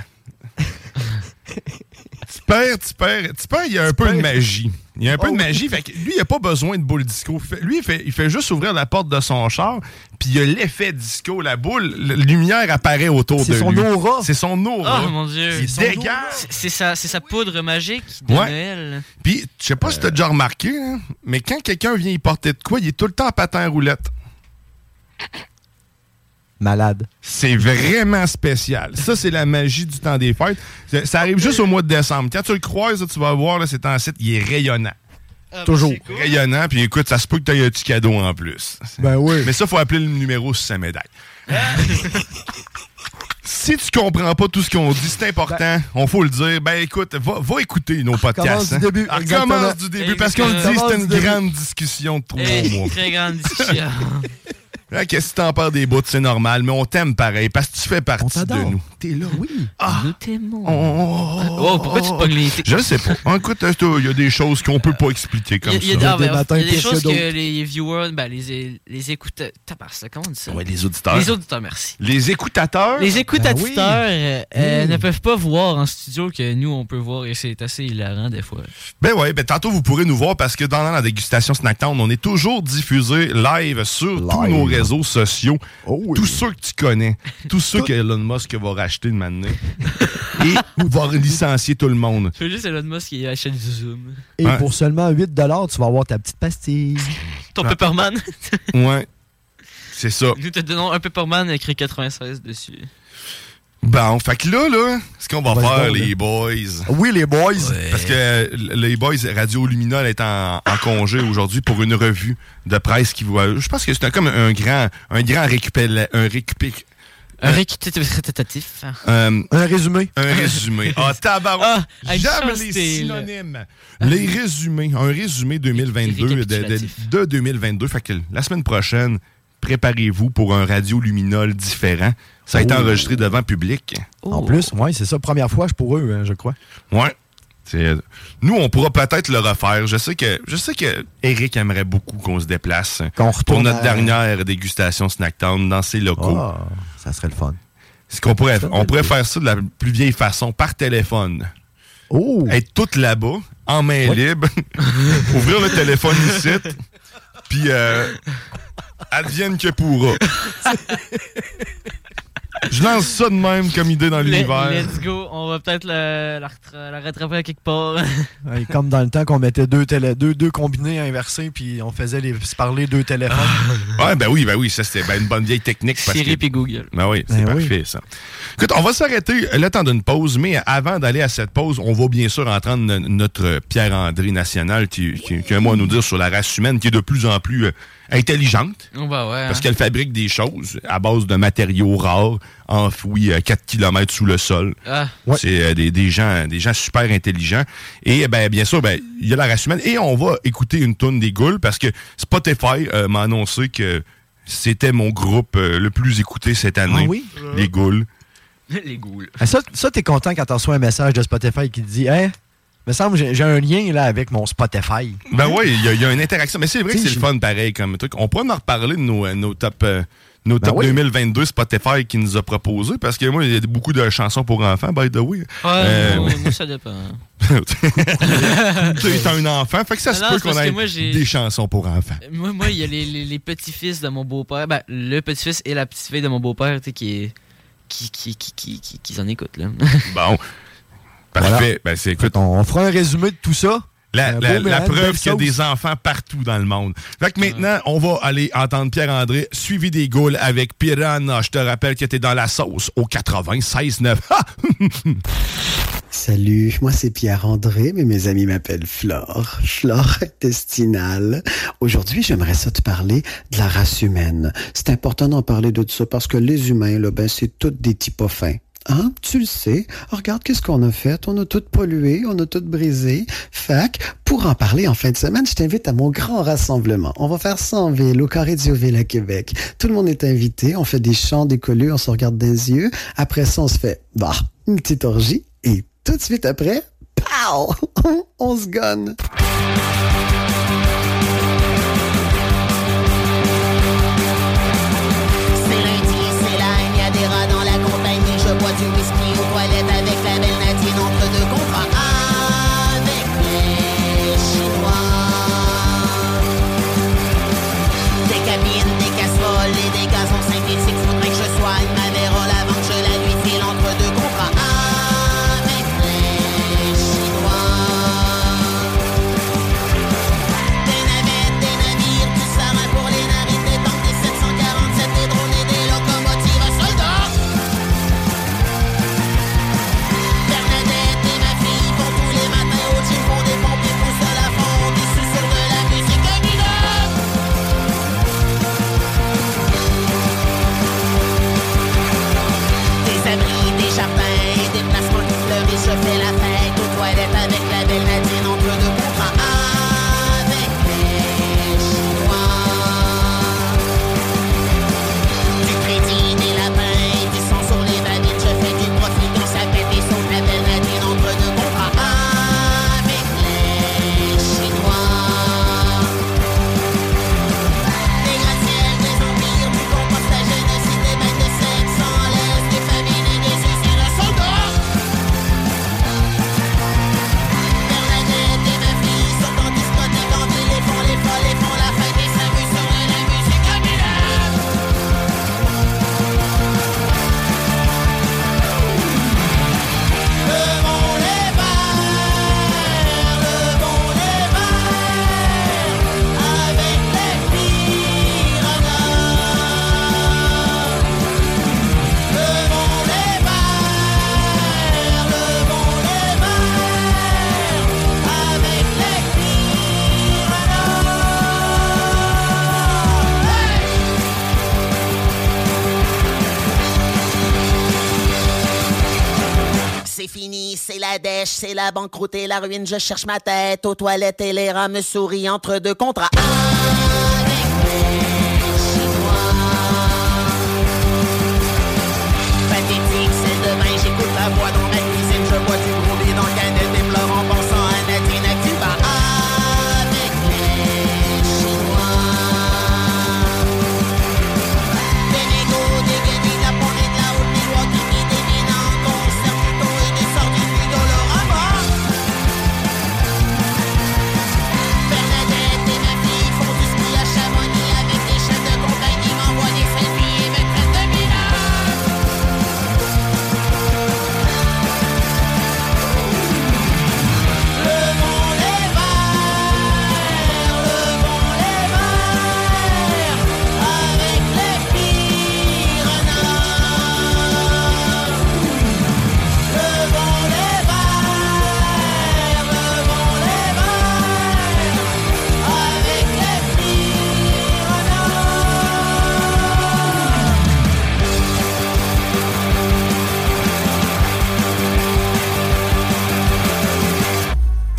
S5: Tu perds, tu perds. Tu perds, il y a un peu de magie. Il y a un peu
S7: Oh
S5: de magie. Fait que lui, il n'a pas besoin de boule disco. Fait- Lui, il fait, il fait juste ouvrir la porte de son char, puis il y a l'effet disco. La boule, la lumière apparaît autour
S7: C'est
S5: de
S7: son
S5: lui.
S7: aura.
S5: C'est son aura.
S6: Oh, mon Dieu.
S5: Il
S6: C'est son
S5: dégage.
S6: C'est sa, c'est sa poudre magique de
S5: Ouais.
S6: Noël.
S5: Puis, je sais pas si
S7: Euh.
S5: t'as déjà remarqué, hein, mais quand quelqu'un vient y porter de quoi, il est tout le temps en patin à roulette.
S7: Malade.
S5: C'est vraiment spécial. Ça, c'est la magie du temps des fêtes. Ça- Ça arrive juste au mois de décembre. Quand tu le croises, là, tu vas voir, là, c'est un site, il est rayonnant.
S7: Toujours.
S5: Rayonnant, puis écoute, ça se peut que tu aies un petit cadeau en plus.
S7: Ben oui.
S5: Mais ça, faut appeler le numéro sur sa médaille. si tu comprends pas tout ce qu'on dit, c'est important. on faut le dire. Ben écoute, va, va écouter nos podcasts.
S7: du début,
S5: Ah,
S7: exactement.
S5: Recommence du début. Parce qu'on le dit,
S6: Exactement.
S5: c'est une
S7: Recommence du
S5: grande discussion de trois
S6: Eh,
S5: mois.
S6: très grande discussion.
S5: Là, Ah, Qu'est-ce que t'en parles des bouts, c'est normal, mais on t'aime pareil parce que tu fais partie de nous.
S1: T'es là, oui.
S6: Nous t'aimons.
S5: Oh,
S6: Oh, pourquoi tu te pognes les...
S5: Je sais pas. En, écoute, euh, il y a des choses qu'on peut pas expliquer comme
S6: Il y a, il y a-
S5: ça.
S6: ah, ben,
S7: Des matins,
S6: il y a des
S7: qu'est-ce
S6: choses
S7: qu'il y a
S6: que les viewers, ben, les, les écouteurs... Tabar, c'est comment on dit ça?
S5: Ouais, les auditeurs.
S6: Les auditeurs, merci.
S5: Les écoutateurs.
S6: Les écoutateurs
S7: Ben oui.
S6: euh, euh,
S7: Oui.
S6: ne peuvent pas voir en studio que nous, on peut voir et c'est assez hilarant des fois.
S5: Ben ouais, ben tantôt vous pourrez nous voir parce que dans la dégustation Snacktown, on est toujours diffusé live sur tous nos réseaux sociaux.
S1: Oh oui.
S5: Tous ceux que tu connais, tous ceux que Elon Musk va racheter de maintenant et va licencier tout le monde.
S6: C'est juste Elon Musk qui achète du Zoom.
S7: Et
S5: Ouais.
S7: pour seulement 8 tu vas avoir ta petite pastille. Ah.
S6: Ton Pepperman.
S5: Ouais. C'est ça.
S6: Nous te donnons un Pepperman écrit 96 dessus.
S5: Bon, fait que là, là, ce qu'on va
S7: Vas-y
S5: faire,
S7: donc, là.
S5: les boys.
S7: Oui, les boys.
S5: Parce que euh, les boys, Radio Luminol est en, en congé aujourd'hui pour une revue de presse qui va. Je pense que c'est un- comme un grand, un grand récupé, un récupé,
S6: Un récapitulatif.
S5: euh,
S7: Un résumé.
S5: un résumé. Ah, tabarouette.
S6: Ah, avec
S5: J'aime
S6: Charles
S5: les
S6: Steele.
S5: synonymes. Les résumés. Un résumé 2022 de, de,
S6: Récapitulatif.
S5: de 2022. Fait que la semaine prochaine, préparez-vous pour un radio luminol différent. Ça a été
S7: Oh.
S5: enregistré devant public.
S7: En plus, oui, c'est ça. Première fois pour eux, hein, je crois.
S5: Ouais. C'est- euh, Nous, on pourra peut-être le refaire. Je sais que, je sais que Eric aimerait beaucoup qu'on se déplace
S7: Qu'on
S5: pour
S7: retourne
S5: notre
S7: à-
S5: dernière dégustation Snacktown dans ses locaux.
S7: Ah, ça serait le fun.
S5: Ce qu'on pourrait,
S7: Ça va
S5: on
S7: être
S5: pourrait
S7: bien.
S5: faire ça de la plus vieille façon, par téléphone.
S7: Oh!
S5: Être toutes là-bas, en main libre, ouvrir le téléphone ici, puis euh, advienne que pourra. Je lance ça de même comme idée dans
S6: Le-
S5: l'univers.
S6: Let's go, on va peut-être le- la, retra- la rattraper à quelque part.
S7: Ouais, comme dans le temps qu'on mettait deux, télé- deux, deux combinés inversés, puis on faisait les, se parler deux téléphones.
S5: Ouais, ben oui, ben oui, ça c'était ben, une bonne vieille technique. parce que-
S6: Siri puis Google.
S5: Ben oui, c'est
S7: Ben oui.
S5: parfait, ça. Écoute, on va s'arrêter euh, le temps d'une pause, mais avant d'aller à cette pause, on va bien sûr entendre no- notre Pierre-André National qui, qui- qui a un mot à nous dire sur la race humaine qui est de plus en plus euh, intelligente.
S6: Oh, bah ouais.
S5: Parce qu'elle fabrique des choses à base de matériaux rares enfouis à 4 km sous le sol.
S6: Ah,
S7: Ouais.
S5: C'est euh, des, des gens, des gens super intelligents. Et ben, bien sûr, ben, il y a la race humaine. Et on va écouter une tonne des goules parce que Spotify euh, m'a annoncé que c'était mon groupe euh, le plus écouté cette année.
S7: Ah oui?
S5: Les goules.
S6: les ghouls.
S7: Ah, Ça, ça t'es content quand t'en reçois un message de Spotify qui te dit Hey, me semble j'ai j'ai un lien là avec mon Spotify.
S5: Ben oui, il y, a- il y a une interaction. Mais c'est vrai que
S7: T'sais,
S5: c'est le
S7: je-
S5: fun pareil comme truc. On pourrait en reparler de nos, euh, nos top, euh, nos
S7: Ben
S5: top
S7: oui.
S5: 2022 Spotify qui nous a proposé parce que moi, il y a beaucoup de chansons pour enfants, by the way.
S6: Ouais,
S5: Euh,
S6: moi, moi, ça dépend. hein.
S5: tu es un enfant, fait que ça
S6: Non,
S5: se
S6: non,
S5: peut
S6: c'est parce
S5: qu'on
S6: que
S5: ait
S6: moi, j'ai-
S5: des chansons pour enfants.
S6: Moi, moi, il y a les, les- les petits-fils de mon beau-père. Ben, le petit-fils et la petite-fille de mon beau-père, tu sais, qui est. Qui, qui, qui, qui, qui, qui s'en écoute, là.
S5: Bon. Parfait. Ben, c'est, écoute,
S7: Écoute, on, on fera un résumé de tout ça.
S5: la, la-
S7: un beau
S5: la
S7: mélange,
S5: preuve
S7: belle
S5: qu'il y a
S7: sauce.
S5: des enfants partout dans le monde. Fait que maintenant, on va aller entendre Pierre-André, suivi des Gaules avec Piranha. Je te rappelle que t'es dans la sauce au 96-9. Ah!
S8: Salut, moi c'est Pierre-André, mais mes amis m'appellent Flore, Flore intestinale. Aujourd'hui, j'aimerais ça te parler de la race humaine. C'est important d'en parler de ça parce que les humains, là, ben, c'est toutes des types pas fins. Hein? Tu le sais. Regarde qu'est-ce qu'on a fait. On a tout pollué, on a tout brisé. Fac, pour en parler en fin de semaine, je t'invite à mon grand rassemblement. On va faire ça en ville, au Carré d'Youville à Québec. Tout le monde est invité. On fait des chants, des collus, on se regarde des yeux. Après ça, on se fait, bah, une petite orgie. Et tout de suite après, pow! on se gonne.
S4: C'est lundi, c'est la Niagara dans la compagnie. Je bois du whisky aux toilettes avec la belle Nadine. Entre deux contrats avec les Chinois. Des cabines, des casseroles et des gazons 5006. Faudrait que je soigne ma vérole avant que je la lui file. Entre deux contrats avec les Chinois. dèche, c'est la banqueroute et la ruine. Je cherche ma tête aux toilettes et les rats me sourient entre deux contrats. Avec mes Chinois. Pathétique, c'est demain, j'écoute la voix dans ma cuisine. Je bois du gros bidon, canette et pleure en pensant à Nadine Cuba. Avec les Chinois. Vénégo, dégainé, la pointe de la haute Milwaukee qui démine en concert plutôt et des sorties du Dolorama. Bernadette et ma fille font du ski à Chamonix avec des chefs de compagnie, m'envoient des selfies et me traitent de minable. Le vent les verts, le vent les verts, avec les piranhas. Le vent les verts, le vent les verts, avec les piranhas.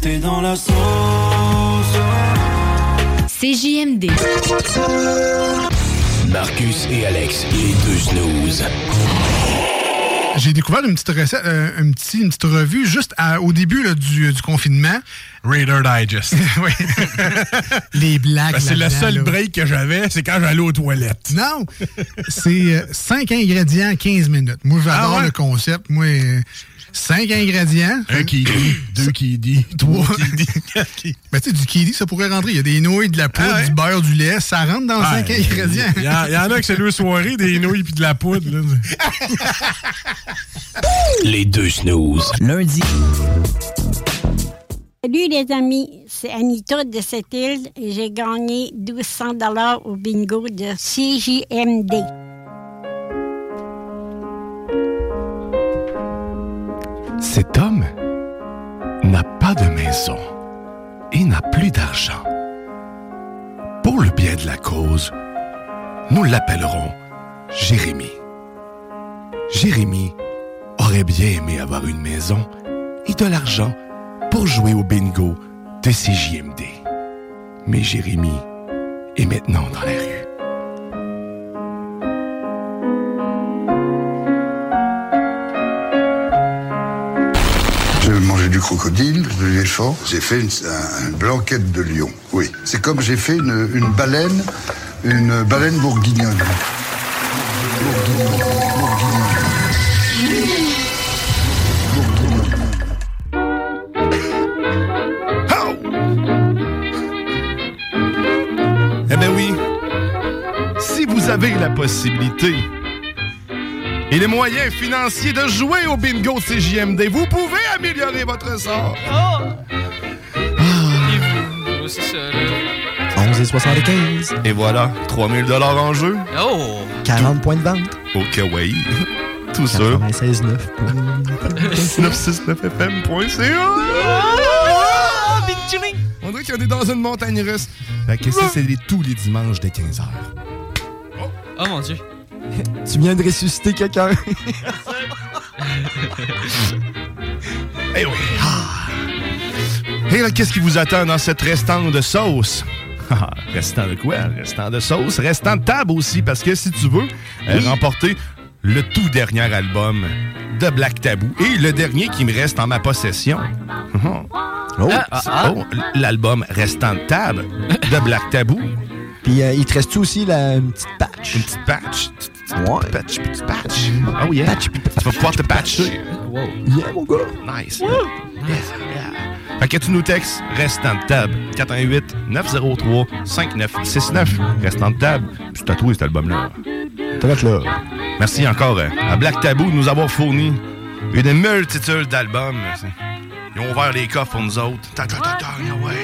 S2: T'es dans la sauce.
S9: CJMD.
S10: Marcus et Alex, les deux snooze.
S11: J'ai découvert une petite recette, euh, un petit- une petite revue juste à- au début là, du, du confinement.
S5: Raider Digest.
S11: oui.
S5: Les blagues. Ben, c'est le
S11: là-dedans,
S5: seul
S11: là.
S5: break que j'avais, c'est quand j'allais aux toilettes.
S11: Non! C'est 5 ingrédients, 15 minutes. Moi, j'adore
S5: Ah ouais?
S11: le concept. Moi, 5 ingrédients.
S5: Un qui dit, deux qui dit, trois qui dit, quatre qui
S11: Mais tu sais, du kiwi, ça pourrait rentrer. Il y a des nouilles, de la poudre, du beurre, du lait. Ça rentre dans 5
S5: Ouais,
S11: ingrédients.
S5: Ah Il y, en- il y en a que c'est deux soirées, des nouilles puis de la poudre. là.
S10: Les deux snooze. Lundi.
S12: Salut les amis, c'est Anita de cette île et j'ai gagné 1200 dollars au bingo de CJMD.
S5: Cet homme n'a pas de maison et n'a plus d'argent. Pour le bien de la cause, nous l'appellerons Jérémy. Jérémy aurait bien aimé avoir une maison et de l'argent pour jouer au bingo de CJMD. Mais Jérémy est maintenant dans la rue.
S13: J'ai mangé du crocodile, de l'éléphant. J'ai fait une, un- une blanquette de lion. Oui. C'est comme j'ai fait une, une baleine, une baleine bourguignonne.
S5: Eh ben oui. Si vous avez la possibilité et les moyens financiers de jouer au bingo CJMD, vous pouvez améliorer votre sort.
S6: Oh, c'est ça, là.
S5: 11 et 75. Et voilà, 3000 dollars en jeu.
S6: Oh!
S7: 40 points de vente.
S5: Au Kawaii. Tout ça.
S7: 96.9.
S5: 969
S6: Ah, Big Chilling!
S5: E. On dirait qu'on est dans une montagne russe. Fait que ça, c'est les- tous les dimanches dès 15h.
S6: Oh mon dieu.
S7: Tu viens de ressusciter quelqu'un.
S5: Eh oui. Ah. Et là, qu'est-ce qui vous attend dans cette restant de sauce? Ah, restant de quoi? Restant de sauce, restant de table aussi, parce que si tu veux euh, remporter le tout dernier album de Black Tabou et le dernier qui me reste en ma possession. Oh,
S7: ah, ah.
S5: oh, l'album Restant de table de Black Tabou.
S7: Puis euh, il te reste-tu aussi la, une petite patch? Une
S5: petite patch? Ouais. Patch, petite patch. Oh yeah. tu vas pouvoir te patcher. Wow.
S7: Yeah, mon gars.
S5: Nice. Yes. Fait que tu nous textes Restant de table 418 903 5969 Restant de table Tu tatoué cet album-là là Merci encore euh, à Black Tabou de nous avoir fourni une multitude d'albums Ils ont ouvert les coffres pour nous autres Ta, ta,
S14: Ah,
S5: ta, ta, no way.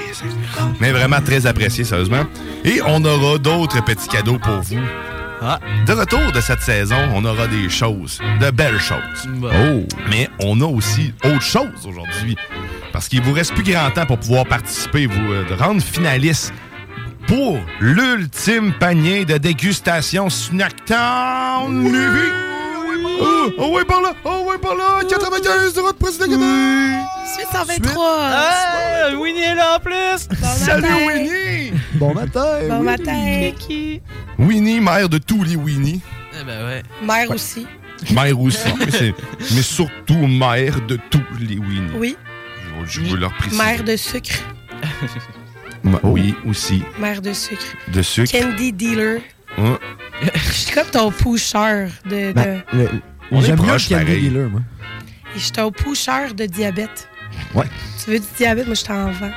S5: Mais vraiment très apprécié sérieusement Et on aura d'autres petits cadeaux pour vous de retour de cette saison, on aura des choses, de belles choses. Mais on a aussi autre chose aujourd'hui. Parce qu'il vous reste plus grand temps pour pouvoir participer, vous euh, de rendre finaliste pour l'ultime panier de dégustation Snacktown Lévis. Oh, oh ouais, par là! Oh ouais, par là! 95, droit de président Québec!
S6: Suite 123! Hey, Ah, Winnie est là en plus!
S5: Salut,
S6: matin.
S5: Winnie!
S7: Bon matin!
S9: Bon matin.
S5: Winnie, mère de tous les Winnie.
S6: Eh ben ouais.
S9: Mère
S5: Ouais.
S9: aussi.
S5: Mère aussi, mais, c'est- mais surtout mère de tous les Winnie.
S9: Oui.
S5: Je veux leur préciser.
S9: Mère de sucre.
S5: Ma- Oui, aussi.
S9: Mère de sucre.
S5: De sucre.
S9: Candy dealer.
S5: Hein?
S9: Je suis comme ton pusher de. de...
S6: Euh,
S7: Ben, le-
S5: On est
S7: J'aime mieux
S5: proches,
S7: le Candy
S5: pareil.
S7: Dealer, moi.
S9: Je suis ton pusher de diabète.
S5: Ouais.
S9: Tu veux du diabète, moi je t'en vends.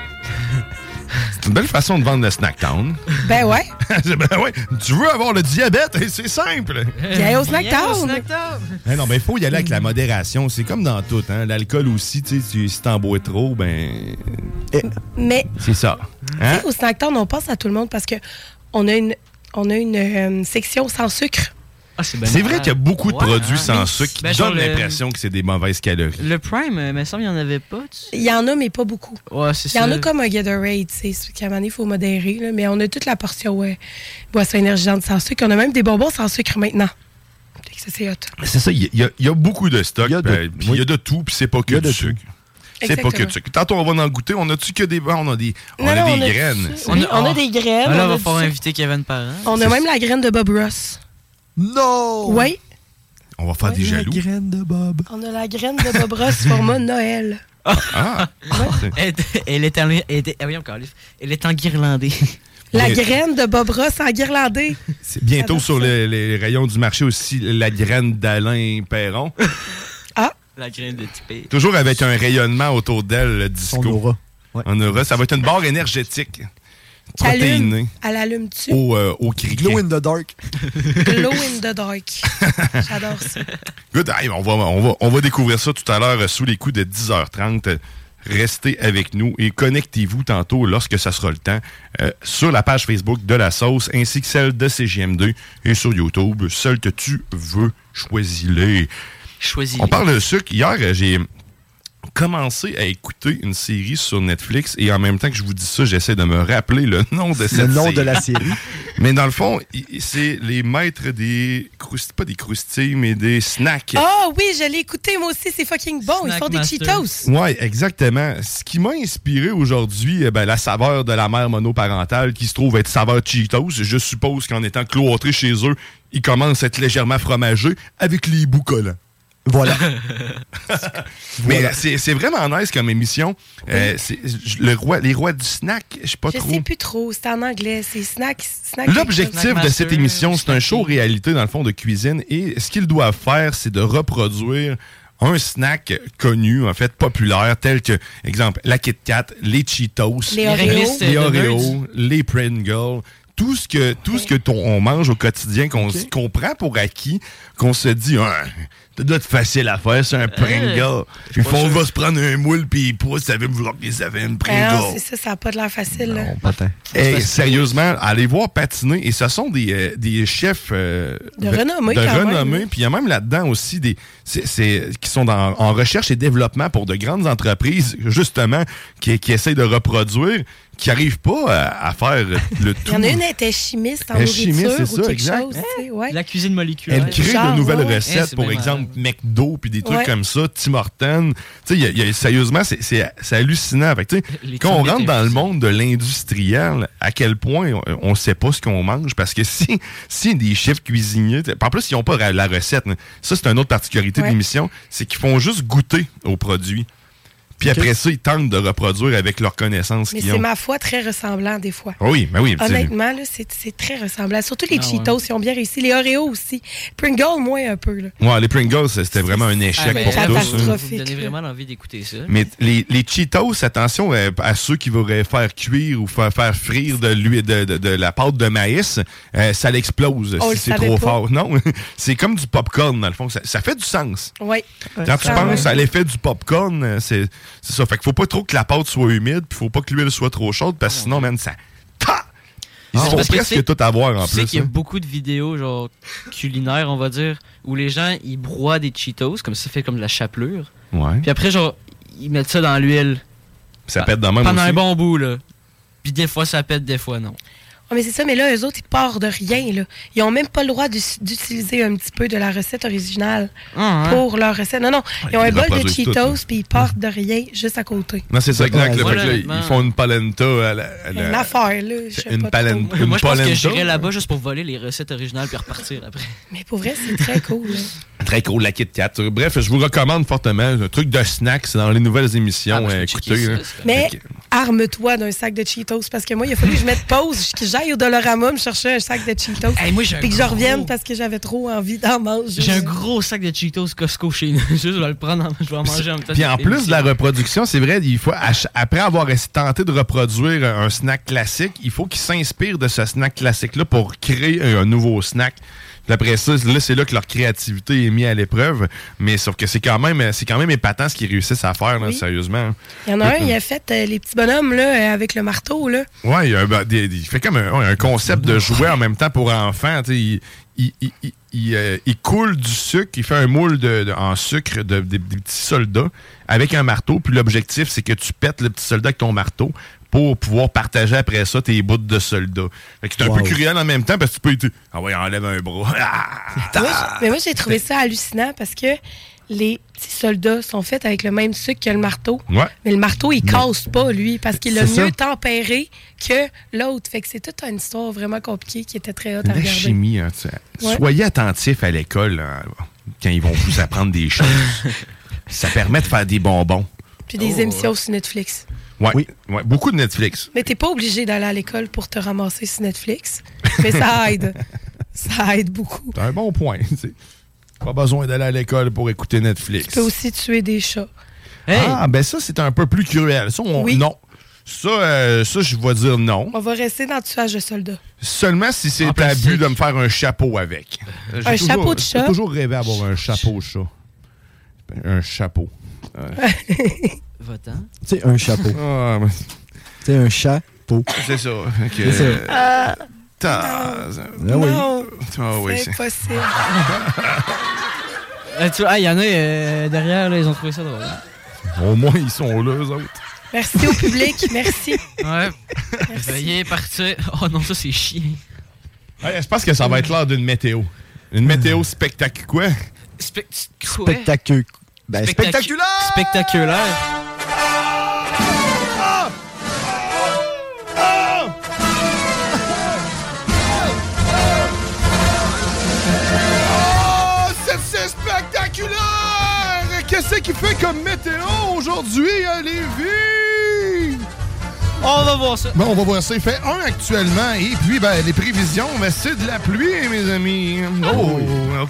S5: C'est une belle façon de vendre le Snack Town.
S9: Ben ouais.
S5: ben ouais, tu veux avoir le diabète, et c'est simple.
S9: Viens au snack
S6: Viens au
S9: town.
S6: snack town.
S5: Eh non, mais il faut y aller avec la modération. C'est comme dans tout. Hein? L'alcool aussi, tu sais, tu- si t'en bois trop, ben.
S7: Eh.
S9: Mais
S5: C'est ça. Hein?
S9: au snack town, on pense à tout le monde parce que on a une, on a une euh, section sans sucre.
S6: Ah,
S5: C'est vrai qu'il y a beaucoup de
S6: Ouais,
S5: produits sans
S6: mais-
S5: sucre qui
S6: ben, genre
S5: donnent
S6: le-
S5: l'impression que c'est des mauvaises calories.
S6: Le Prime, euh, mais ça, il n'y en avait pas. tu-
S9: Il y en a, mais pas beaucoup.
S6: Ouais, c'est
S9: Il y
S6: ça.
S9: en a comme un Gatorade, tu sais, qu'à un moment donné, il faut modérer, là, mais on a toute la portion ouais, boisson énergisante sans sucre. On a même des bonbons sans sucre maintenant. Fait que Ça, c'est hot.
S5: C'est ça, il y, a- il y a beaucoup de stock, puis euh, puis il y a de tout, puis c'est pas que du sucre. C'est pas que
S9: Exactement.
S5: du sucre. Tantôt, on va en goûter. On a-tu que des. ah, On a des, on
S9: Non,
S5: a
S9: non, on
S5: des
S9: a-
S5: graines.
S9: On a- on a des graines,
S6: Ah, là,
S9: on a
S6: on va
S9: du
S6: falloir
S9: sucre.
S6: inviter Kevin Parent.
S5: Hein?
S9: On a même la graine de Bob Ross.
S7: Non!
S9: Oui,
S5: On va faire des jaloux.
S7: graine de Bob.
S9: on a la graine de Bob Ross format Noël.
S5: Ah!
S6: elle, elle est en, elle est- ah oui, encore, elle est en guirlandais.
S9: La
S5: Mais-
S9: graine de Bob Ross en guirlandais.
S5: C'est bientôt sur le- les rayons du marché aussi la graine d'Alain Perron.
S6: La graine de Tipé.
S5: Toujours avec un rayonnement autour d'elle, le disco. En aura. Ça va être une barre énergétique.
S9: T'allumes. Ah,
S5: Protéinée.
S9: Elle allume-tu?
S5: Au, euh, au criquet. Glow in
S7: the dark.
S9: Glow in the dark. J'adore ça.
S5: Good. Hey, on, va, on, va, on va découvrir ça tout à l'heure euh, sous les coups de 10h30. Euh, Restez avec nous et connectez-vous tantôt lorsque ça sera le temps euh, sur la page Facebook de La Sauce ainsi que celle de CGM2 et sur YouTube. Seul que tu veux, choisis-les.
S6: Choisis.
S5: On parle de sucre. Hier, euh, j'ai commencé à écouter une série sur Netflix et en même temps que je vous dis ça, j'essaie de me rappeler le nom de cette série.
S7: Le nom de la série.
S5: Mais dans le fond, i- i- c'est les maîtres des croustilles, pas des croustilles, mais des snacks.
S7: Ah,
S9: Oh oui, je l'ai écouté, moi aussi, c'est fucking bon. Ils
S6: Snack
S9: font des
S6: Master.
S9: Cheetos.
S5: Ouais, exactement. Ce qui m'a inspiré aujourd'hui, eh ben, la saveur de la mère monoparentale qui se trouve être saveur Cheetos. Je suppose qu'en étant cloîtré chez eux, ils commencent à être légèrement fromagés avec les bouts collants.
S7: Voilà.
S5: Mais c'est c'est vraiment nice comme émission. Euh, c'est- j- le roi, les rois du snack, je sais pas
S9: je
S5: trop.
S9: sais plus trop, c'est en anglais, c'est snack, snack. euh,
S5: L'objectif de cette émission, c'est un show réalité dans le fond de cuisine et ce qu'ils doivent faire, c'est de reproduire un snack connu, en fait populaire, tel que, exemple, la Kit Kat, les Cheetos,
S9: Les Oreos.
S5: les,
S9: Les
S5: Oreos, les Pringles, tout ce que tout ce que ton- on mange au quotidien qu'on s- qu'on prend pour acquis, qu'on se dit, Ah, ça doit être facile à faire, c'est un
S9: Euh.
S5: Pringle. Puis on va se prendre un moule puis ils poussent, ça veut vouloir qu'ils savaient une Pringle.
S9: Ah non, c'est ça, ça n'a pas de l'air facile. là.
S5: Hey, sérieusement, allez voir patiner. Et ce sont des, euh, des chefs euh,
S9: De renommée,
S5: de
S9: quand même.
S5: renommée. Puis il y a même là-dedans aussi des c'est- c'est- qui sont dans- en recherche et développement pour de grandes entreprises, justement, qui, qui essaient de reproduire, qui n'arrivent pas euh, à, à faire le tout.
S9: Il y en a une, elle était chimiste en
S5: Elle est chimiste,
S9: nourriture
S5: c'est
S9: ou
S5: ça,
S9: quelque
S5: exact.
S9: chose. tu sais, ouais.
S6: La cuisine moléculaire.
S5: Elle crée
S9: Genre,
S5: de nouvelles
S9: ouais, ouais.
S6: Eh,
S5: recettes,
S6: c'est
S5: pour
S6: bien
S5: exemple McDo, puis des trucs
S9: Ouais.
S5: comme ça, Tim Hortons. Tu sais, il y a- il y a- sérieusement, c'est- c'est c'est hallucinant. Fait que, tu sais,
S6: Les
S5: quand on
S6: trucs
S5: rentre dans le monde de l'industriel, à quel point on ne sait pas ce qu'on mange, parce que si, si des chefs cuisiniers, t'sais, en plus, ils n'ont pas ra- la recette. hein. Ça, c'est une autre particularité
S9: Ouais.
S5: de l'émission, c'est qu'ils font juste goûter aux produits. Puis après ça, ils tentent de reproduire avec leurs connaissances
S9: Mais
S5: qu'ils
S9: c'est
S5: ont.
S9: ma foi très ressemblant des fois.
S5: Oui, ben oui, tu sais.
S9: Honnêtement, là, c'est c'est très ressemblant. Surtout les
S5: Ah ouais.
S9: Cheetos, ils ont bien réussi. Les Oreos aussi. Pringle, moins un peu. Là.
S5: Ouais, les Pringles, c'était vraiment un
S9: Ah,
S5: échec
S6: mais
S5: pour tous. hein.
S6: ben, Vous me donnez vraiment l'envie d'écouter ça.
S5: Mais t- les, les Cheetos, attention euh, à ceux qui voudraient faire cuire ou faire, faire frire de, l'huile- de, de, de la pâte de maïs, euh, ça l'explose
S9: On le
S5: si c'est
S9: savait
S5: trop
S9: pas.
S5: fort. Non, c'est comme du popcorn dans le fond. Ça, ça fait du sens.
S9: Oui.
S5: Quand tu penses à l'effet du popcorn, euh, c'est c'est ça. Fait qu'il faut pas trop que la pâte soit humide, puis faut pas que l'huile soit trop chaude, parce que sinon, man, ça. Ta! Ils
S6: Ah,
S5: se font
S6: parce que tu
S5: presque
S6: sais-
S5: tout avoir en
S6: Tu sais
S5: plus.
S6: qu'il y a
S5: hein.
S6: beaucoup de vidéos genre culinaires, on va dire, où les gens ils broient des Cheetos, comme ça fait comme de la chapelure.
S5: Ouais.
S6: Puis après genre ils mettent ça dans l'huile
S5: Ça pète dans même
S6: pendant
S5: aussi.
S6: un bon bout là. Puis des fois ça pète, des fois non.
S9: Ah, mais c'est ça, mais là, eux autres, ils partent de rien. Là. Ils n'ont même pas le droit d'us- d'utiliser un petit peu de la recette originale
S5: Ah, ouais.
S9: pour leur recette. Non, non, ils ont
S5: Ah,
S9: un
S5: ils
S9: bol de
S5: reproduisent tout,
S9: Cheetos,
S5: là.
S9: puis ils partent de rien juste à côté.
S5: Non, c'est ça, exact. là. Fait que là,
S6: Honnêtement.
S5: ils font une polenta à la. à la-
S9: Une affaire, là. je sais
S5: une
S9: pas trop.
S5: palen-
S6: Moi,
S5: une
S6: moi, je pense que
S5: polenta.
S6: j'irais là-bas juste pour voler les recettes originales puis repartir après.
S9: Mais pour vrai, c'est très cool. hein.
S5: Très cool, la Kit Kat. Bref, je vous recommande fortement un truc de snack, c'est dans les nouvelles émissions. euh, écoutez, là.
S9: Mais arme-toi d'un sac de Cheetos parce que moi, il a fallu que je mette pause, que j'aille au Dolorama me chercher un sac de Cheetos.
S6: j'ai un
S9: puis que je
S6: gros-
S9: revienne parce que j'avais trop envie d'en manger.
S6: J'ai un gros sac de Cheetos Costco chez nous. Juste, je vais le prendre, en- je vais en manger en même temps.
S5: Puis en plus de la reproduction, c'est vrai, il faut, ach- après avoir ess- tenté de reproduire euh, un un snack classique, il faut qu'il s'inspire de ce snack classique-là pour créer un un nouveau snack. Puis après ça, là, c'est là que leur créativité est mise à l'épreuve. Mais sauf que c'est quand même, euh, c'est quand même épatant ce qu'ils réussissent à faire, là, sérieusement.
S9: Il y en a un, il a fait euh, les petits bonhommes là, euh, avec le marteau. Là.
S5: Ouais, il, y a, ben, des- des- il fait comme un, ouais, un concept de jouet en même temps pour enfants. tu sais, Il, il, il- il- il, euh, il coule du sucre, il fait un moule de, de- en sucre de, des- des petits soldats avec un marteau. Puis l'objectif, c'est que tu pètes le petit soldat avec ton marteau pour pouvoir partager après ça tes bouts de soldats. Fait que c'est un
S15: Wow.
S5: peu curieux en même temps parce que tu peux être. Ah ouais, enlève un bras. Ah!
S9: Mais moi, j'ai trouvé ça hallucinant parce que les petits soldats sont faits avec le même sucre que le marteau.
S5: Ouais.
S9: Mais le marteau, il casse pas, lui, parce qu'il l'a mieux
S5: C'est ça.
S9: tempéré que l'autre. Fait que c'est toute une histoire vraiment compliquée qui était très haute à
S5: La
S9: regarder.
S5: chimie, hein, tu sais.
S9: Ouais.
S5: soyez attentifs à l'école hein, quand ils vont vous apprendre des choses. Ça permet de faire des bonbons.
S9: Puis des émissions sur Netflix.
S5: Ouais, ouais, beaucoup de Netflix.
S9: Mais t'es pas obligé d'aller à l'école pour te ramasser sur Netflix. Mais ça aide. ça aide beaucoup.
S5: C'est un bon point. tu sais. Pas besoin d'aller à l'école pour écouter
S9: Tu
S5: Netflix.
S9: peux aussi tuer des chats.
S5: Ah, ben ça, c'est un peu plus cruel. Ça, on-
S9: Oui.
S5: non. Ça, euh, ça, je vais dire non.
S9: On va rester dans le tuage de soldats.
S5: Seulement si c'est abus de me faire un chapeau avec. J'ai
S9: Un chapeau de
S5: J'ai
S9: chat?
S5: toujours rêvé d'avoir un chapeau chat. Ben, Un chapeau. Ouais.
S6: Votant.
S7: Tu sais, un chapeau.
S5: Ah, mais-
S7: Tu sais, un chapeau.
S5: c'est ça. Ok.
S7: C'est ça.
S5: T'as-
S7: Ah oui.
S6: Non.
S5: Ah oui,
S6: C'est
S5: c'est-
S9: impossible.
S6: Ah, tu vois, ah, il y en a euh, derrière, là, ils ont trouvé ça drôle.
S5: Au moins, ils sont là, eux autres.
S9: Merci au public. Merci.
S6: Ouais. Veuillez partir. Oh non, ça, c'est chiant.
S5: Hey, je pense que ça va être
S9: Mmh.
S5: l'heure d'une météo. Une météo spectacle quoi?
S7: Spectacu- Ben,
S6: spectaculaire! Spectaculaire!
S5: Oh, c'est- c'est spectaculaire! Qu'est-ce qui fait comme météo aujourd'hui hein, à Lévis?
S6: On va voir ça.
S5: Bon, on va voir ça. Il fait un actuellement. Et puis, ben, les prévisions, mais c'est de la pluie, mes amis.
S6: Ah
S5: Oh,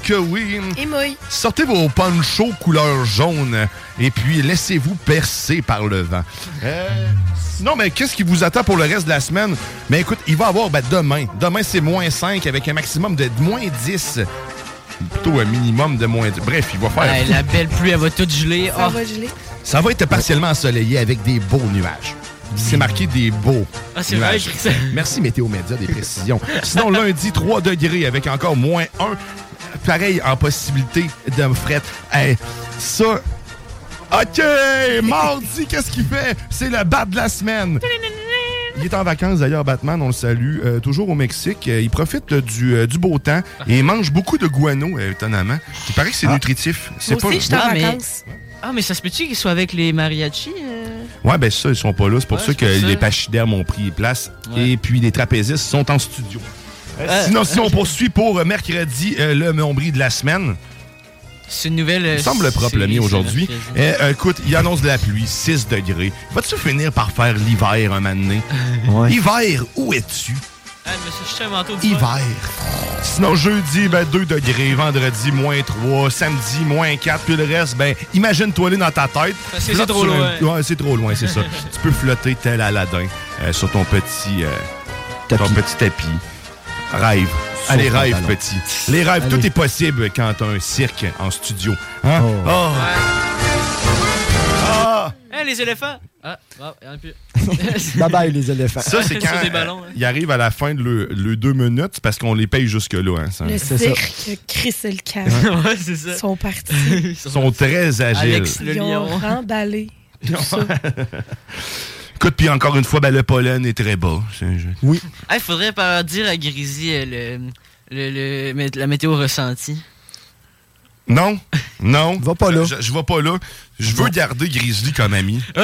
S5: que oui.
S9: Et mouille.
S5: Sortez vos ponchos couleur jaune et puis laissez-vous percer par le vent. Euh, sinon, mais qu'est-ce qui vous attend pour le reste de la semaine? Mais écoute, il va y avoir ben, demain. Demain, c'est moins 5 avec un maximum de moins 10. Plutôt un minimum de moins 10. Bref, il va faire...
S6: Hey, la belle pluie, elle va toute geler.
S9: Ça
S6: Oh.
S9: va geler.
S5: Ça va être partiellement ensoleillé avec des beaux nuages. C'est marqué des beaux.
S6: Mm. Ah, c'est vrai,
S5: nuages.
S6: écrit ça.
S5: Merci Météo Média des précisions. Sinon, lundi, 3 degrés avec encore moins 1. Pareil, en possibilité de fret. Hey, ça. OK! Mardi, qu'est-ce qu'il fait? C'est le bat de la semaine. Il est en vacances d'ailleurs, Batman, on le salue. euh, toujours au Mexique. Euh, il profite euh, du, euh, du beau temps et il mange beaucoup de guano, euh, étonnamment. Il paraît que c'est nutritif. C'est pas
S6: Ah, mais- Ah, mais ça se peut-tu qu'ils soient avec les mariachis? euh?
S5: Ouais, ben ça, ils sont pas là. C'est pour ça que
S6: ça.
S5: les pachydermes ont pris place. Et puis les trapézistes sont en studio. Euh, sinon, si on poursuit pour euh, mercredi, euh, le nombril de la semaine.
S6: C'est une nouvelle. euh,
S5: Il me semble propre Euh, le mien aujourd'hui. Eh, euh, écoute, il annonce de la pluie, 6 degrés. Vas-tu finir par faire l'hiver un moment donné? Hiver, où es-tu?
S6: Ah, mais ça, je suis un manteau du
S5: Hiver. Sinon, jeudi, ben, 2 degrés. Vendredi, moins 3. Samedi, moins 4. Puis le reste, ben, imagine-toi les dans ta tête.
S6: Parce que
S5: Flotte
S6: c'est trop
S5: sur un-
S6: loin.
S5: Ouais, c'est trop loin, c'est ça. tu peux flotter tel Aladdin euh, sur ton petit, euh, Ton petit tapis. Rêve.
S15: Sur
S5: Allez,
S15: ton
S5: rêve,
S15: ballon.
S5: petit. Les rêves, tout est possible quand t'as un cirque en studio. Hein? Oh. Ah!
S6: Hey, les éléphants! Ah, wow, il y en a plus.
S7: Bye bye, les éléphants.
S5: Ça, c'est quand
S6: Sur des ballons, hein.
S5: euh, ils arrivent à la fin de le, le deux minutes c'est parce qu'on les paye jusque-là. Hein, ça.
S9: Le cirque, Chris et le camp.
S6: ouais, c'est ça.
S9: sont partis.
S5: Ils sont très agiles.
S6: Alex le
S9: Ils ont
S6: lion.
S9: remballé.
S5: Écoute, puis encore une fois, ben, le pollen est très bas. C'est- je-
S7: Oui.
S6: Il faudrait pas dire à Grisy euh, le, le- le- mé- la météo ressentie.
S5: Non, non. Va pas là. Je, je vais pas là. Je veux garder Grizzly comme ami.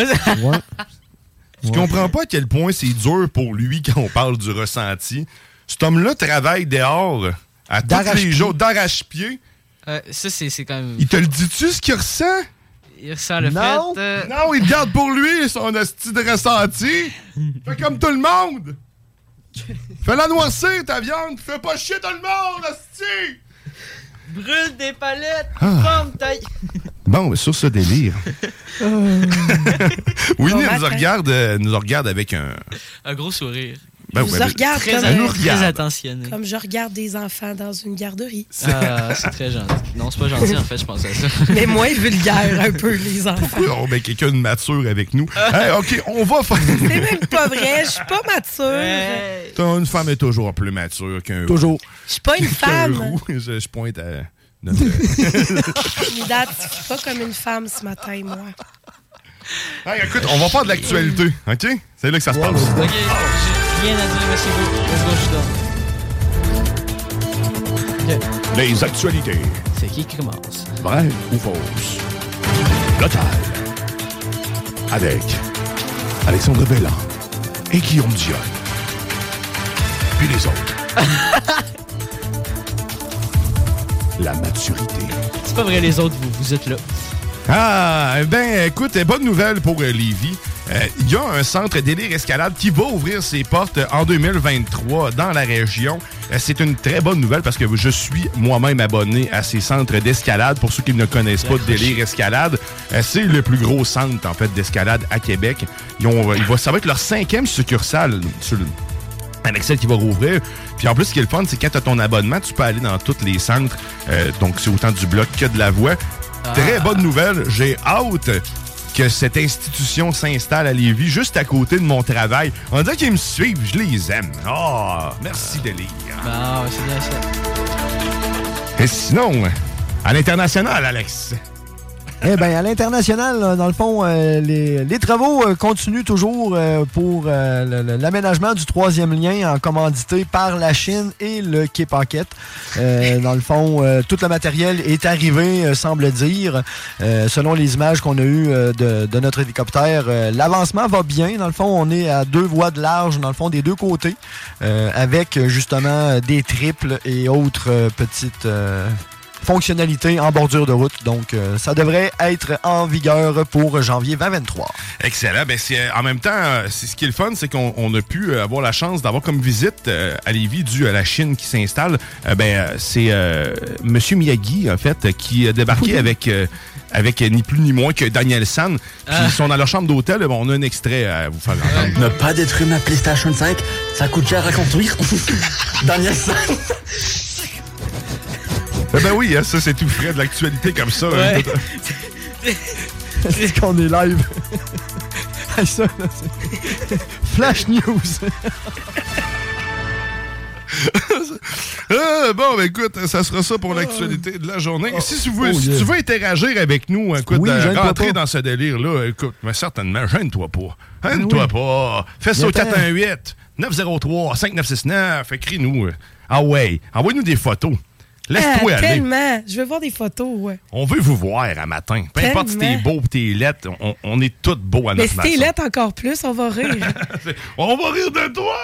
S5: Je comprends pas à quel point c'est dur pour lui quand on parle du ressenti. Cet homme-là travaille dehors à tous les
S6: D'arrache-pied.
S5: jours, d'arrache-pied.
S6: Euh, ça, c'est c'est quand même.
S5: Il te le dit-tu ce qu'il ressent?
S6: Il ressent le
S5: non.
S6: fait. euh,
S5: Non, il garde pour lui son hostie de ressenti. Fais comme tout le monde. Fais-la noircir, ta viande. Fais pas chier tout le monde, hostie.
S6: Brûle des palettes,
S5: Ah.
S6: forme taille.
S5: Bon, sur ce délire. Oui,
S6: Bon
S5: elle nous
S6: matin.
S5: regarde, euh, nous regarde avec un.
S6: Un gros sourire.
S5: Ben
S9: Je
S5: ouais,
S9: vous
S5: ben-
S9: regarde
S6: Très,
S9: comme,
S6: a-
S5: Elle nous
S6: très
S5: regarde.
S6: attentionné.
S9: comme je regarde des enfants dans une garderie.
S6: Ah, c'est très gentil. Non, c'est pas gentil en fait, je pense à ça.
S9: Mais moins vulgaire un peu, les enfants.
S5: Pourquoi on met quelqu'un de mature avec nous? Hey, OK, on va faire.
S9: C'est même pas vrai, je suis pas mature.
S5: T'as une femme est toujours plus mature qu'un.
S7: Toujours.
S9: Je suis pas une
S5: qu'un
S9: femme.
S5: roux. Je, je pointe à. non,
S9: Je m'identifie pas comme une femme ce matin, moi.
S5: Hey, écoute, on va faire de l'actualité, OK? C'est là que ça se passe.
S6: Ok, j'ai rien à dire, monsieur Go. Let's go, je dors.
S5: Les actualités.
S6: C'est qui qui commence?
S5: Vrai ou fausse? Total. Avec Alexandre Belland et Guillaume Dion. Puis les autres. La maturité.
S6: C'est pas vrai, les autres, vous, vous êtes là.
S5: Ah, ben écoute, bonne nouvelle pour euh, Lévis. Euh, Il y a un centre délire escalade qui va ouvrir ses portes euh, en 2023 dans la région. Euh, C'est une très bonne nouvelle parce que je suis moi-même abonné à ces centres d'escalade. Pour ceux qui ne connaissent pas délire escalade, euh, c'est le plus gros centre en fait d'escalade à Québec. Ils ont, euh, il va- ça va être leur cinquième succursale sur le- avec celle qui va rouvrir. Puis en plus, ce qui est le fun, c'est quand tu as ton abonnement, tu peux aller dans tous les centres. Euh, donc, c'est autant du bloc que de la voie. Très bonne nouvelle. J'ai hâte que cette institution s'installe à Lévis, juste à côté de mon travail. On dirait qu'ils me suivent, je les aime. Ah, merci de lire.
S6: Ah, ouais, c'est bien ça.
S5: Et sinon, à l'international, Alex.
S7: Eh bien, à l'international, là, dans le fond, euh, les, les travaux euh, continuent toujours euh, pour euh, le- le- l'aménagement du troisième lien en commandité par la Chine et le Québec. Euh, dans le fond, euh, tout le matériel est arrivé, euh, semble dire. Euh, selon les images qu'on a eues euh, de, de notre hélicoptère, euh, l'avancement va bien. Dans le fond, on est à deux voies de large, dans le fond, des deux côtés, euh, avec euh, justement euh, des triples et autres euh, petites... euh, fonctionnalité en bordure de route. Donc, euh, ça devrait être en vigueur pour janvier 2023.
S5: Excellent. Ben, c'est, euh, en même temps, euh, c'est ce qui est le fun, c'est qu'on on a pu euh, avoir la chance d'avoir comme visite euh, à Lévis, due à la Chine qui s'installe, euh, ben, euh, c'est euh, Monsieur Miyagi, en fait, euh, qui a débarqué avec, euh, avec euh, ni plus ni moins que Daniel San. Puis ils sont dans leur chambre d'hôtel. Bon, on a un extrait à vous faire entendre.
S15: Ne pas détruire ma PlayStation 5, ça coûte cher à construire. Daniel San.
S5: Eh ben oui, hein, ça, c'est tout frais de l'actualité comme ça. hein.
S7: Est-ce qu'on est live? Hey, ça, là, c'est- Flash News.
S5: Ah, bon, ben, écoute, ça sera ça pour l'actualité de la journée. si tu veux,
S7: oh,
S5: si
S7: yeah.
S5: tu veux interagir avec nous, écoute,
S7: Oui,
S5: euh,
S7: gêne-toi
S5: rentrer
S7: pas. Ah
S5: dans ce délire-là, écoute, mais certainement, gêne-toi pas. Gêne-toi
S7: Oui.
S5: pas. Fais ça au
S7: Attends.
S5: 418 903 5969. Écris-nous. Ah ouais, envoie-nous des photos. Laisse-toi
S9: Ah,
S5: aller.
S9: Tellement. Je veux voir des photos, ouais.
S5: On veut vous voir à matin. Peu importe si t'es
S9: Tellement.
S5: beau ou t'es lettre, on, on est tous beaux à
S9: Mais
S5: notre
S9: si
S5: façon.
S9: t'es lettre encore plus, on va rire.
S5: On va rire de toi!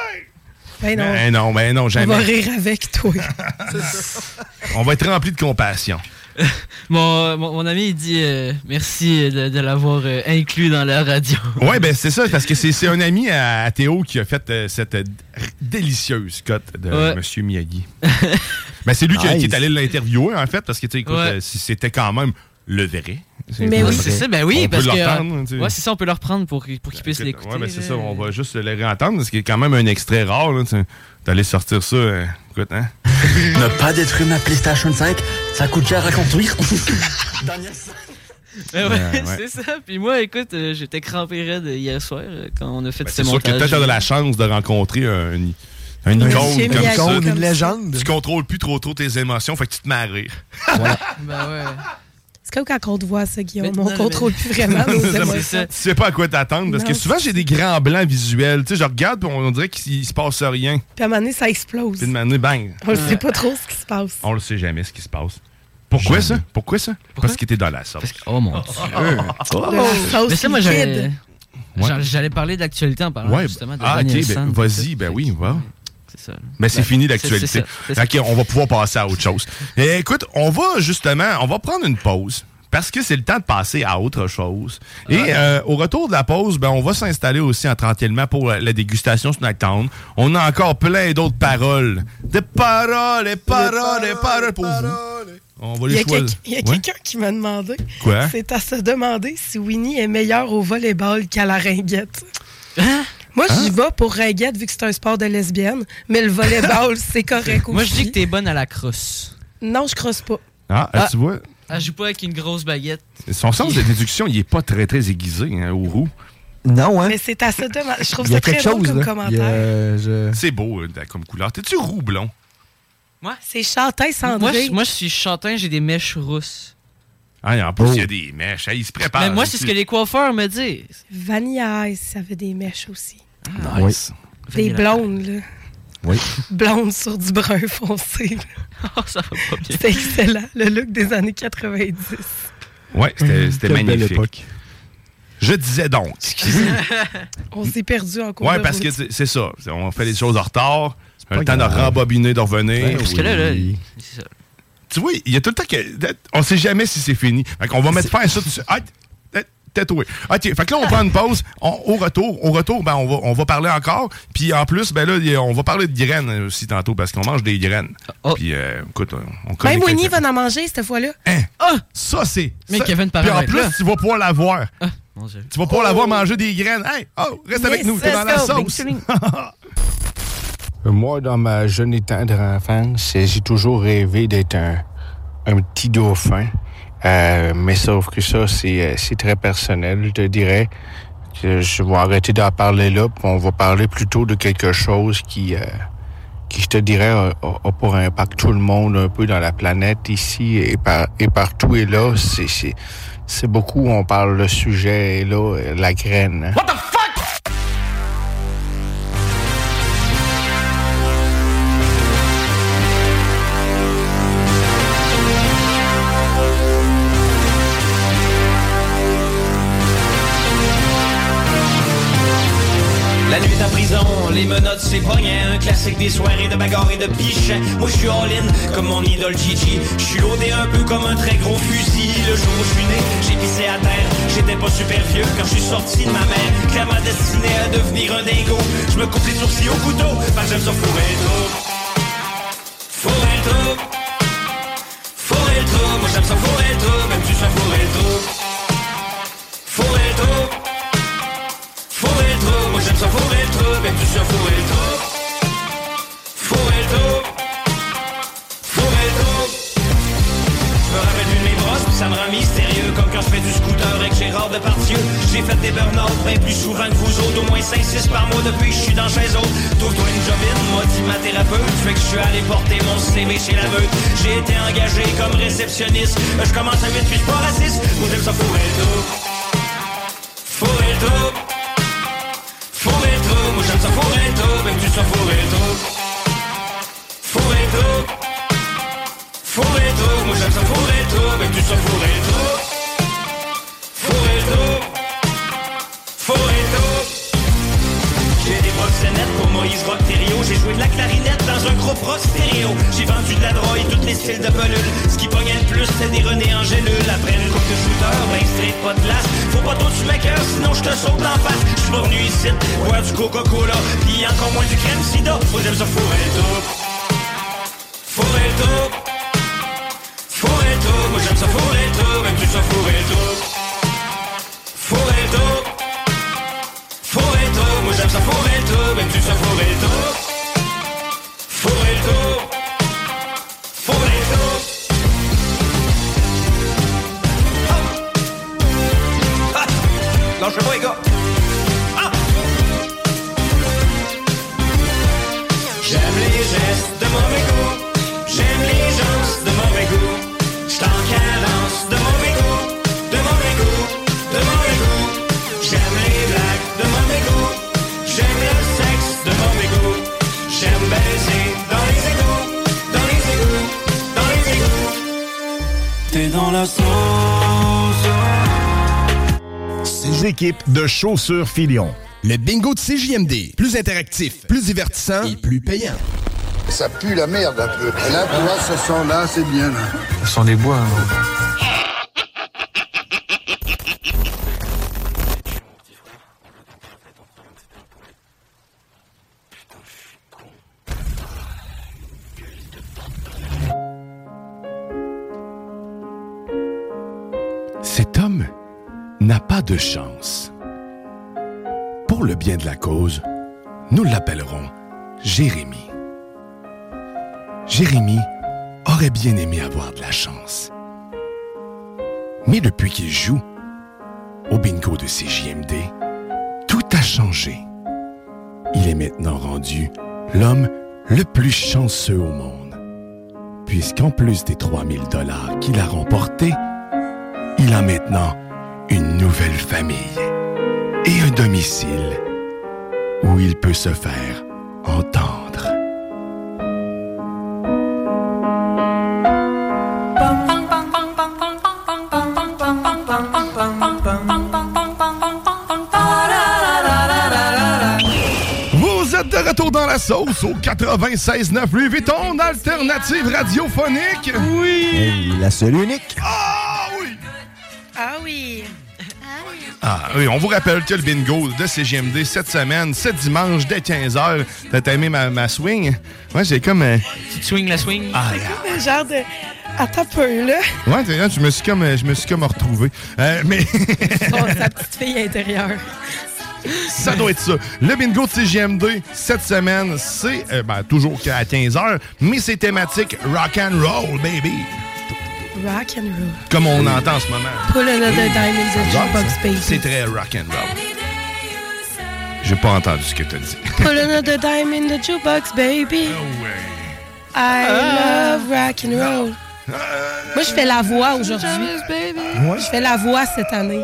S9: Ben non.
S5: Ben non, ben non,
S9: on
S5: jamais.
S9: va rire avec toi.
S5: On va être rempli de compassion.
S6: Mon, euh, mon, mon ami, il dit euh, merci de, de l'avoir euh, inclus dans la radio.
S5: Oui, ben c'est ça, parce que c'est c'est un ami à, à Théo qui a fait euh, cette euh, délicieuse cote de
S6: Ouais.
S5: Monsieur Miyagi. ben c'est lui qui, a- qui
S6: Nice.
S5: est allé l'interviewer, en fait, parce que, tu sais, écoute,
S6: Ouais.
S5: euh, si c'était quand même le vrai. C'est-
S6: Ouais, c'est ça, ben oui,
S5: on
S6: parce
S5: peut
S6: que.
S5: l'entendre,
S6: euh,
S5: tu sais.
S6: ouais, c'est ça, on peut le reprendre pour, qu'il- pour qu'il puisse l'écouter.
S5: Ouais, ben c'est
S6: là.
S5: ça, on va juste le réentendre, ce qui est quand même un extrait rare, là, tu sais. D'aller sortir ça, euh, écoute, hein.
S15: Ne pas détruire ma PlayStation 5, ça coûte cher à construire. Daniel San.
S6: Ben ouais,
S5: Ouais, ouais.
S6: c'est ça. Puis moi, écoute, euh, j'étais crampé raide hier soir euh, quand on a fait ce
S5: Ben, C'est sûr que
S6: montage.
S5: peut-être t'as de la chance de rencontrer un, une- un
S6: Un
S5: icône
S6: Monsieur
S5: comme
S6: Miyagi
S5: ça.
S6: comme ça.
S7: légende.
S5: Tu contrôles plus trop trop tes émotions, fait que tu te mets à rire.
S6: Ben ouais.
S9: comme quand on te voit, ça, Guillaume. on contrôle plus vraiment nos
S5: Tu
S9: émotions.
S5: sais pas à quoi t'attendre parce que
S9: Non.
S5: souvent j'ai des grands blancs visuels. Tu sais, je regarde puis on on dirait qu'il il se passe rien.
S9: Puis à un moment donné, ça explose.
S5: Puis de manière, bang.
S9: On ne sait pas trop ce qui se passe.
S5: On le sait jamais ce qui se passe. Pourquoi ça? Pourquoi ça? Parce qu'il était dans la sauce. Oh!
S6: Oh mon
S5: dieu!
S6: Mais ça, moi, j'avais-
S5: Ouais.
S6: j'allais j'allais parler d'actualité en parlant
S5: Ouais,
S6: justement de
S5: ah, ok,
S6: Daniel
S5: ben,
S6: San.
S5: vas-y, ben oui, va.
S6: C'est ça.
S5: Mais c'est
S6: Ben,
S5: fini
S6: c'est- c'est
S5: l'actualité.
S6: ça, c'est ça.
S5: Ok, on va pouvoir passer à autre chose. Et écoute, on va justement, on va prendre une pause parce que c'est le temps de passer à autre chose. Et euh, au retour de la pause, ben, on va s'installer aussi en tranquillement pour euh, la dégustation Snacktown. On a encore plein d'autres paroles. Des paroles, des paroles, des paroles pour vous. On va
S9: Il y
S5: les
S9: a quelqu'un
S5: choisir.
S9: il y a
S5: Ouais.
S9: quelqu'un qui m'a demandé.
S5: Quoi?
S9: C'est à se demander si Winnie est meilleur au volleyball qu'à la ringuette.
S6: Hein?
S9: Moi, j'y
S7: Hein?
S9: vais pour ringuette vu que c'est un sport de lesbienne, mais le volleyball, c'est correct aussi.
S6: Moi, je dis que t'es bonne à la crosse.
S9: Non, je crosse pas.
S5: Ah,
S6: Ah.
S5: tu vois,
S6: Elle joue pas avec une grosse baguette.
S5: son sens de déduction, il est pas très, très aiguisé hein, au roux.
S7: Non, hein?
S9: Mais c'est à se demander. Je trouve
S7: Il y
S9: ça
S7: a
S9: très
S7: quelque
S9: drôle
S7: chose,
S9: comme
S7: là. Il y
S9: commentaire.
S7: a- Euh,
S5: C'est beau euh, comme couleur. T'es-tu roux, blond?
S9: C'est Chantin
S6: Moi,
S9: Sandré.
S6: je- moi, je suis chantin, j'ai des mèches rousses. Oh.
S5: Ah, et en plus, il y a des mèches. Hey, il se prépare.
S6: Mais moi, c'est ce
S5: aussi.
S6: que les coiffeurs me disent.
S9: Vanilla Ice, ça fait des mèches aussi.
S5: Nice.
S9: Des blondes, là.
S5: Oui.
S9: Blondes sur du brun foncé.
S6: oh, ça va pas bien.
S9: C'est excellent. Le look des années 90.
S5: Ouais, c'était
S16: Hum,
S5: c'était
S16: quelle belle
S5: magnifique. Je disais donc.
S9: On s'est perdu en cours
S5: ouais,
S9: de
S5: parce
S9: route.
S5: que c'est c'est ça. C'est- On fait les choses en retard. On a le
S6: pas
S5: temps de
S6: grave.
S5: rembobiner, de revenir.
S6: Ouais, parce que là, là,
S5: Eh Oui.
S6: c'est ça.
S5: Tu vois, il y a tout le temps que. On sait jamais si c'est fini. Fait qu'on va mettre fin à ça. tout de suite. Ah, t- Tatoué. OK, fait que là, on prend une pause. On- au retour, au retour ben, on, va, on va parler encore. Puis en plus, ben là, y a- on va parler de graines aussi tantôt parce qu'on mange des graines. Puis euh, écoute, on, on connaît
S9: Même Winnie
S5: quelqu'un.
S9: va en manger cette fois-là.
S5: Ah! Ça, c'est.
S9: Mais
S5: ça-
S9: Kevin
S5: Puis en
S9: Parrain,
S5: plus,
S9: là. Ah.
S5: tu vas pouvoir la voir.
S6: Mon Dieu.
S5: Tu vas pouvoir la voir manger des graines. Hey, oh, reste avec
S6: Yes,
S5: nous, t'es dans la
S6: let's go,
S5: sauce.
S6: bing,
S16: Moi, dans ma jeune et tendre enfance, j'ai toujours rêvé d'être un, un petit dauphin. Euh, mais sauf que ça, c'est euh, c'est très personnel, je te dirais. que je vais arrêter d'en parler là, puis on va parler plutôt de quelque chose qui, euh, qui je te dirais, a, a- a pour impact tout le monde un peu dans la planète ici et, par, et partout et là. C'est- C'est c'est beaucoup, on parle le sujet et là, euh, la graine. hein.
S17: La nuit en prison, les menottes c'est pognant, un classique des soirées de bagarre et de pichets. Moi je suis all-in comme mon idole Gigi, je suis loadé un peu comme un très gros fusil. Le jour où je suis né, j'ai pissé à terre, j'étais pas super vieux quand je suis sorti de ma mère. Clairement destiné à devenir un dingo, je me coupe les sourcils au couteau, parce que j'aime ça fourrer trop. Fourrer trop, fourrer trop, moi j'aime ça fourrer trop, même tu ça fourrer trop. Fourrer trop. Faut rétro, moi j'aime ça faut rétro, mais tu sur faut rétro. Faut rétro, faut rétro. Je me rappelle d'une de mes brosses, puis ça me rend mystérieux Comme quand je fais du scooter avec Gérard Depardieu J'ai fait des burn-out bien plus souvent que vous autres Au moins 5-6 par mois depuis que je suis dans chez autres Trouve-toi une jobine, moi dit ma thérapeute Fait que je suis allé porter mon CV chez la meute J'ai été engagé comme réceptionniste Euh, Je commence à vite puis je suis pas raciste Moi j'aime ça fourrer le dos Fourrer le dos Fourrer le dos, moi j'aime ça fourrer le dos Même tu sois fourrer le dos Fourrer le dos Four rétro, moi j'aime ça four rétro, mais tu sois four rétro. Four rétro, four rétro. J'ai des proxénètes pour Moïse Rock Thériault. J'ai joué de la clarinette dans un gros rock stéréo J'ai vendu de la drogue, toutes les styles de pelule Ce qui pognait le plus, c'est des René Angélul Après une coupe de shooter, ben straight, pas de glace Faut pas trop tu maker, sinon je te saute en face Je suis revenu ici, boire du Coca-Cola Pis encore moins du crème sida Faut que j'aime ça fourrer le tout Fourrer le tout Fourrer le tout, moi j'aime ça fourrer le tout Même tu sois fourrer le tout Fourrer le tout Fourrer le dos, moi j'aime ça fourrer le dos, même tu sois fourrer le dos. Fourrer le dos. Fourrer le dos. Ah. Ah. Lâchez-moi les gars. J'aime les gestes de mauvais goût, j'aime les gens de mauvais goût, j't'en cadence de mauvais goût.
S1: Ces équipes de chaussures Filion.
S18: Le bingo de CJMD, plus interactif, plus divertissant et plus payant.
S13: Ça pue la merde un peu. Et là, tu vois, ça sent là, c'est bien. Là.
S18: Ce sont des bois. hein,
S19: Cet homme n'a pas de chance. Pour le bien de la cause, nous l'appellerons Jérémy. Jérémy aurait bien aimé avoir de la chance. Mais depuis qu'il joue au bingo de CJMD, tout a changé. Il est maintenant rendu l'homme le plus chanceux au monde. Puisqu'en plus des 3000 dollars qu'il a remportés, il a maintenant une nouvelle famille et un domicile où il peut se faire entendre.
S5: Vous êtes de retour dans la sauce au 96.9 Louis Vuitton, alternative radiophonique. Oui.
S7: La seule unique.
S9: Ah oui.
S5: Ah oui, on vous rappelle que le bingo de CGMD cette semaine, ce dimanche dès 15h, t'as aimé ma, ma swing? Moi, j'ai comme... euh,
S6: Tu swing la swing.
S5: Ah,
S9: Comme un genre de. Attends un peu, là.
S5: Ouais, t'es là, je me suis comme, euh, je me suis comme retrouvé. Euh, mais
S9: Bon, sa petite fille intérieure.
S5: ça doit être ça. Le bingo de CGMD cette semaine, c'est euh, ben, toujours qu'à 15h, mais c'est thématique rock and roll, baby,
S9: Rock and roll.
S5: comme on entend en ce moment.
S9: Pull another diamond in the
S5: Rock,
S9: jukebox,
S5: ça.
S9: baby.
S5: C'est très rock and roll. J'ai pas entendu ce que t'as dit.
S9: Pull another dime in the jukebox, baby. I
S5: Ah.
S9: love rock and roll. Moi, je fais la voix aujourd'hui.
S5: Ouais.
S9: Je fais la voix cette année.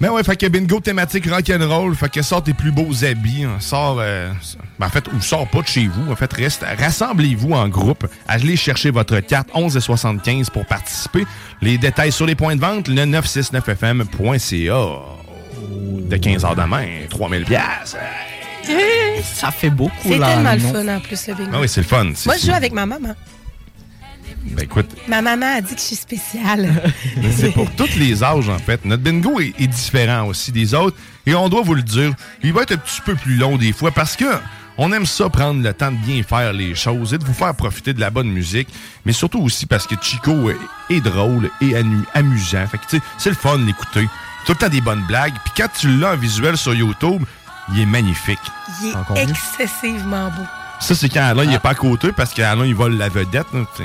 S5: Mais ouais, fait que bingo thématique rock'n'roll, fait que sors tes plus beaux habits, hein, sors, euh, ben, en fait, ou sors pas de chez vous, en fait, reste, rassemblez-vous en groupe, allez chercher votre carte 11 et 75 pour participer. Les détails sur les points de vente, le 969fm.ca. De 15h demain, 3000 pièces.
S6: Ça fait beaucoup,
S9: C'est
S5: là,
S9: tellement le
S5: non?
S9: fun en plus, le bingo.
S5: Ah oui, c'est le fun. c'est-
S9: Moi, je joue avec ma maman.
S5: Ben écoute,
S9: Ma maman a dit que je suis spéciale.
S5: C'est pour tous les âges, en fait. Notre bingo est, est différent aussi des autres. Et on doit vous le dire, il va être un petit peu plus long des fois parce que on aime ça prendre le temps de bien faire les choses et de vous faire profiter de la bonne musique. Mais surtout aussi parce que Chico est, est drôle et anu- amusant. Fait que, tu sais, c'est le fun d'écouter. Tout le temps des bonnes blagues. Puis quand tu l'as en visuel sur YouTube, il est magnifique.
S9: Il est Ah.
S5: Encore mieux.
S9: excessivement beau.
S5: Ça, c'est quand Alain, il est pas à côté parce qu'Alain, il vole la vedette. là. C'est-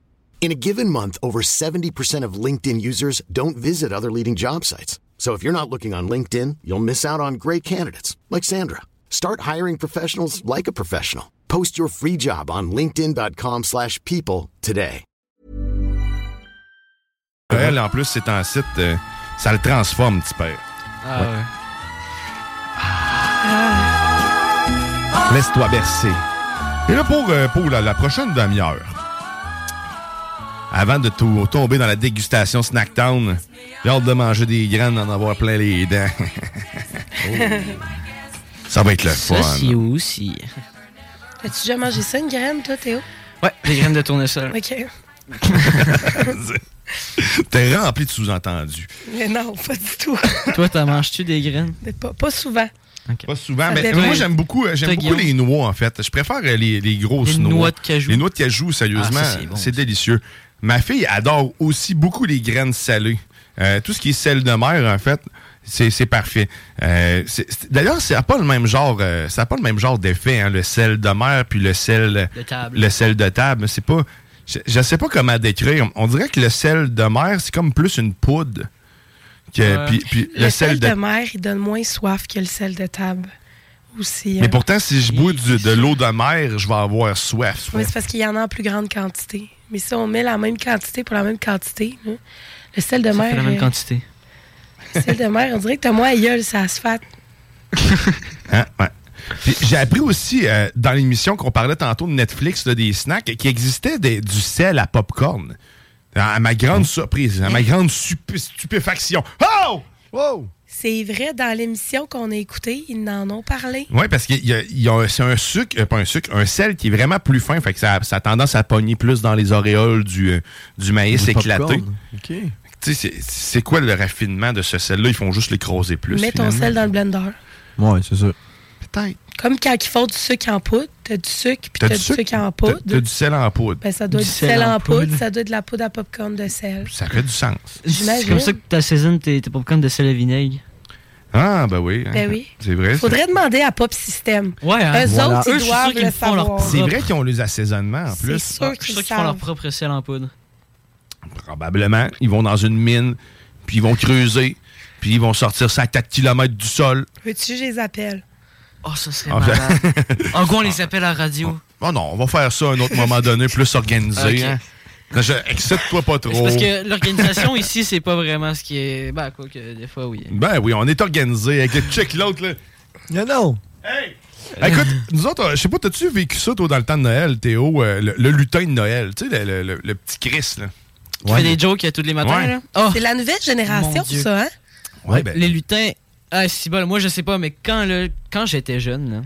S20: In a given month, over 70% of LinkedIn users don't visit other leading job sites. So if you're not looking on LinkedIn, you'll miss out on great candidates like Sandra. Start hiring professionals like a professional. Post your free job on linkedin.com/people slash people today.
S5: Noël, Euh, en plus, c'est un site, euh, ça le transforme, petit père.
S6: Ah, ouais.
S5: Laisse-toi bercer. Et là, pour, euh, pour la, la prochaine demi-heure, avant de tou- tomber dans la dégustation Snacktown, j'ai hâte de manger des graines, d'en avoir plein les dents. Oh. ça va être le
S6: Ça,
S5: fun.
S6: c'est aussi.
S9: As-tu déjà mangé ça, une graine, toi, Théo?
S6: Ouais, les graines de tournesol.
S9: OK.
S5: T'es rempli de sous-entendus.
S9: Mais non, pas du tout.
S6: Toi, t'en manges-tu des graines?
S9: Mais pas, pas souvent.
S5: Pas souvent.
S6: Ça
S5: Mais
S6: dépend.
S5: moi, j'aime beaucoup, euh,
S6: Toi,
S5: j'aime beaucoup
S6: Guillaume?
S5: les noix, en fait. Je préfère euh, les, les grosses
S6: Les
S5: noix.
S6: noix de cajou.
S5: Les noix de cajou, sérieusement,
S6: Ah, ça, c'est bon,
S5: c'est délicieux. Ma fille adore aussi beaucoup les graines salées. Euh, tout ce qui est sel de mer, en fait, c'est c'est parfait. Euh, c'est- c'est- D'ailleurs, ça n'a pas le même genre, euh, ça a pas le même genre d'effet, hein, le sel de mer puis le sel,
S6: De table.
S5: le sel de table. C'est pas, je, je sais pas comment décrire. On dirait que le sel de mer, c'est comme plus une poudre que puis, puis
S9: Euh, le, sel, de... mer, il donne moins soif que le sel de table. Aussi.
S5: Mais
S9: hein.
S5: pourtant, si je bois du- de l'eau de mer, je vais avoir soif. soif.
S9: Oui, c'est parce qu'il y en a en plus grande quantité. Mais si on met la même quantité pour la même quantité, hein, le sel de
S6: Ça
S9: mer.
S6: fait la même
S9: euh,
S6: quantité.
S9: le sel de mer, on dirait que t'as moins à gueule, ça se fait.
S5: Hein? Ouais. Puis J'ai appris aussi euh, dans l'émission qu'on parlait tantôt de Netflix, là, des snacks, qu'il existait des- du sel à popcorn. À ma grande surprise, à ma grande sup- stupéfaction. Oh! Wow!
S9: C'est vrai, dans l'émission qu'on a écoutée, ils en ont parlé.
S5: Oui, parce que c'est un sucre, euh, pas un sucre, un sel qui est vraiment plus fin. Fait que ça, ça a tendance à pogner plus dans les auréoles du, euh, du maïs
S21: Du
S5: éclaté.
S21: popcorn. OK.
S5: Tu sais, c'est- c'est quoi le raffinement de ce sel-là? Ils font juste le croiser plus.
S9: Mets ton
S5: finalement.
S9: sel dans le blender.
S21: Ouais, c'est ça.
S5: Peut-être.
S9: Comme quand ils font du sucre en poudre, t'as du sucre, puis t'as du sucre, en
S5: T'as-
S9: poudre.
S5: T'as du sel en poudre.
S9: Ben, ça doit
S6: Du
S9: être du
S6: sel
S9: sel
S6: en
S9: en poudre,
S6: poudre.
S9: ça doit être de la poudre à popcorn de sel.
S5: Ça fait du sens.
S6: C'est
S9: J'imagine.
S6: comme ça que t'assaisonnes tes, tes popcorns de sel à vinaigre.
S5: Ah, ben oui. hein.
S9: Ben oui.
S5: C'est vrai. ça.
S9: Faudrait demander à Pop System.
S6: Ouais, hein.
S9: Eux
S6: Voilà.
S9: autres, ils
S6: Eux, je suis
S9: doivent
S6: sûr qu'ils
S9: le
S6: font leur Ah,
S9: savoir.
S5: C'est vrai qu'ils ont les assaisonnements en
S9: C'est sûr
S5: plus.
S6: Je suis
S9: qu'ils
S6: sûr qu'ils font leur
S9: savent.
S6: propre sel en poudre.
S5: Probablement. Ils vont dans une mine, puis ils vont creuser, puis ils vont sortir ça à 4 km du sol.
S9: Veux-tu que je les appelle?
S6: Oh, ça serait
S5: Enfin-
S6: malade. en gros, on les appelle à la radio.
S5: Oh non, on va faire ça à un autre moment donné, plus organisé.
S6: Ok.
S5: hein. Non, je- Excite-toi pas
S6: C'est
S5: trop.
S6: parce que l'organisation ici, c'est pas vraiment ce qui est. Bah, quoi que des fois, oui.
S5: Ben oui, on est organisé avec le check l'autre, là. Non, non. Hey! Écoute, nous autres, euh, je sais pas, t'as-tu vécu ça, toi, dans le temps de Noël, Théo, euh, le, le lutin de Noël, tu sais, le, le- le- le petit Chris, là.
S6: Qui fait des jokes euh, tous les matins,
S5: Ouais. Ah.
S6: là.
S9: C'est la nouvelle génération,
S6: Mon Dieu.
S9: ça, hein?
S5: Ouais, ben-
S6: Les lutins. Ah, si bon, moi je sais pas, mais quand, le... quand j'étais jeune, là,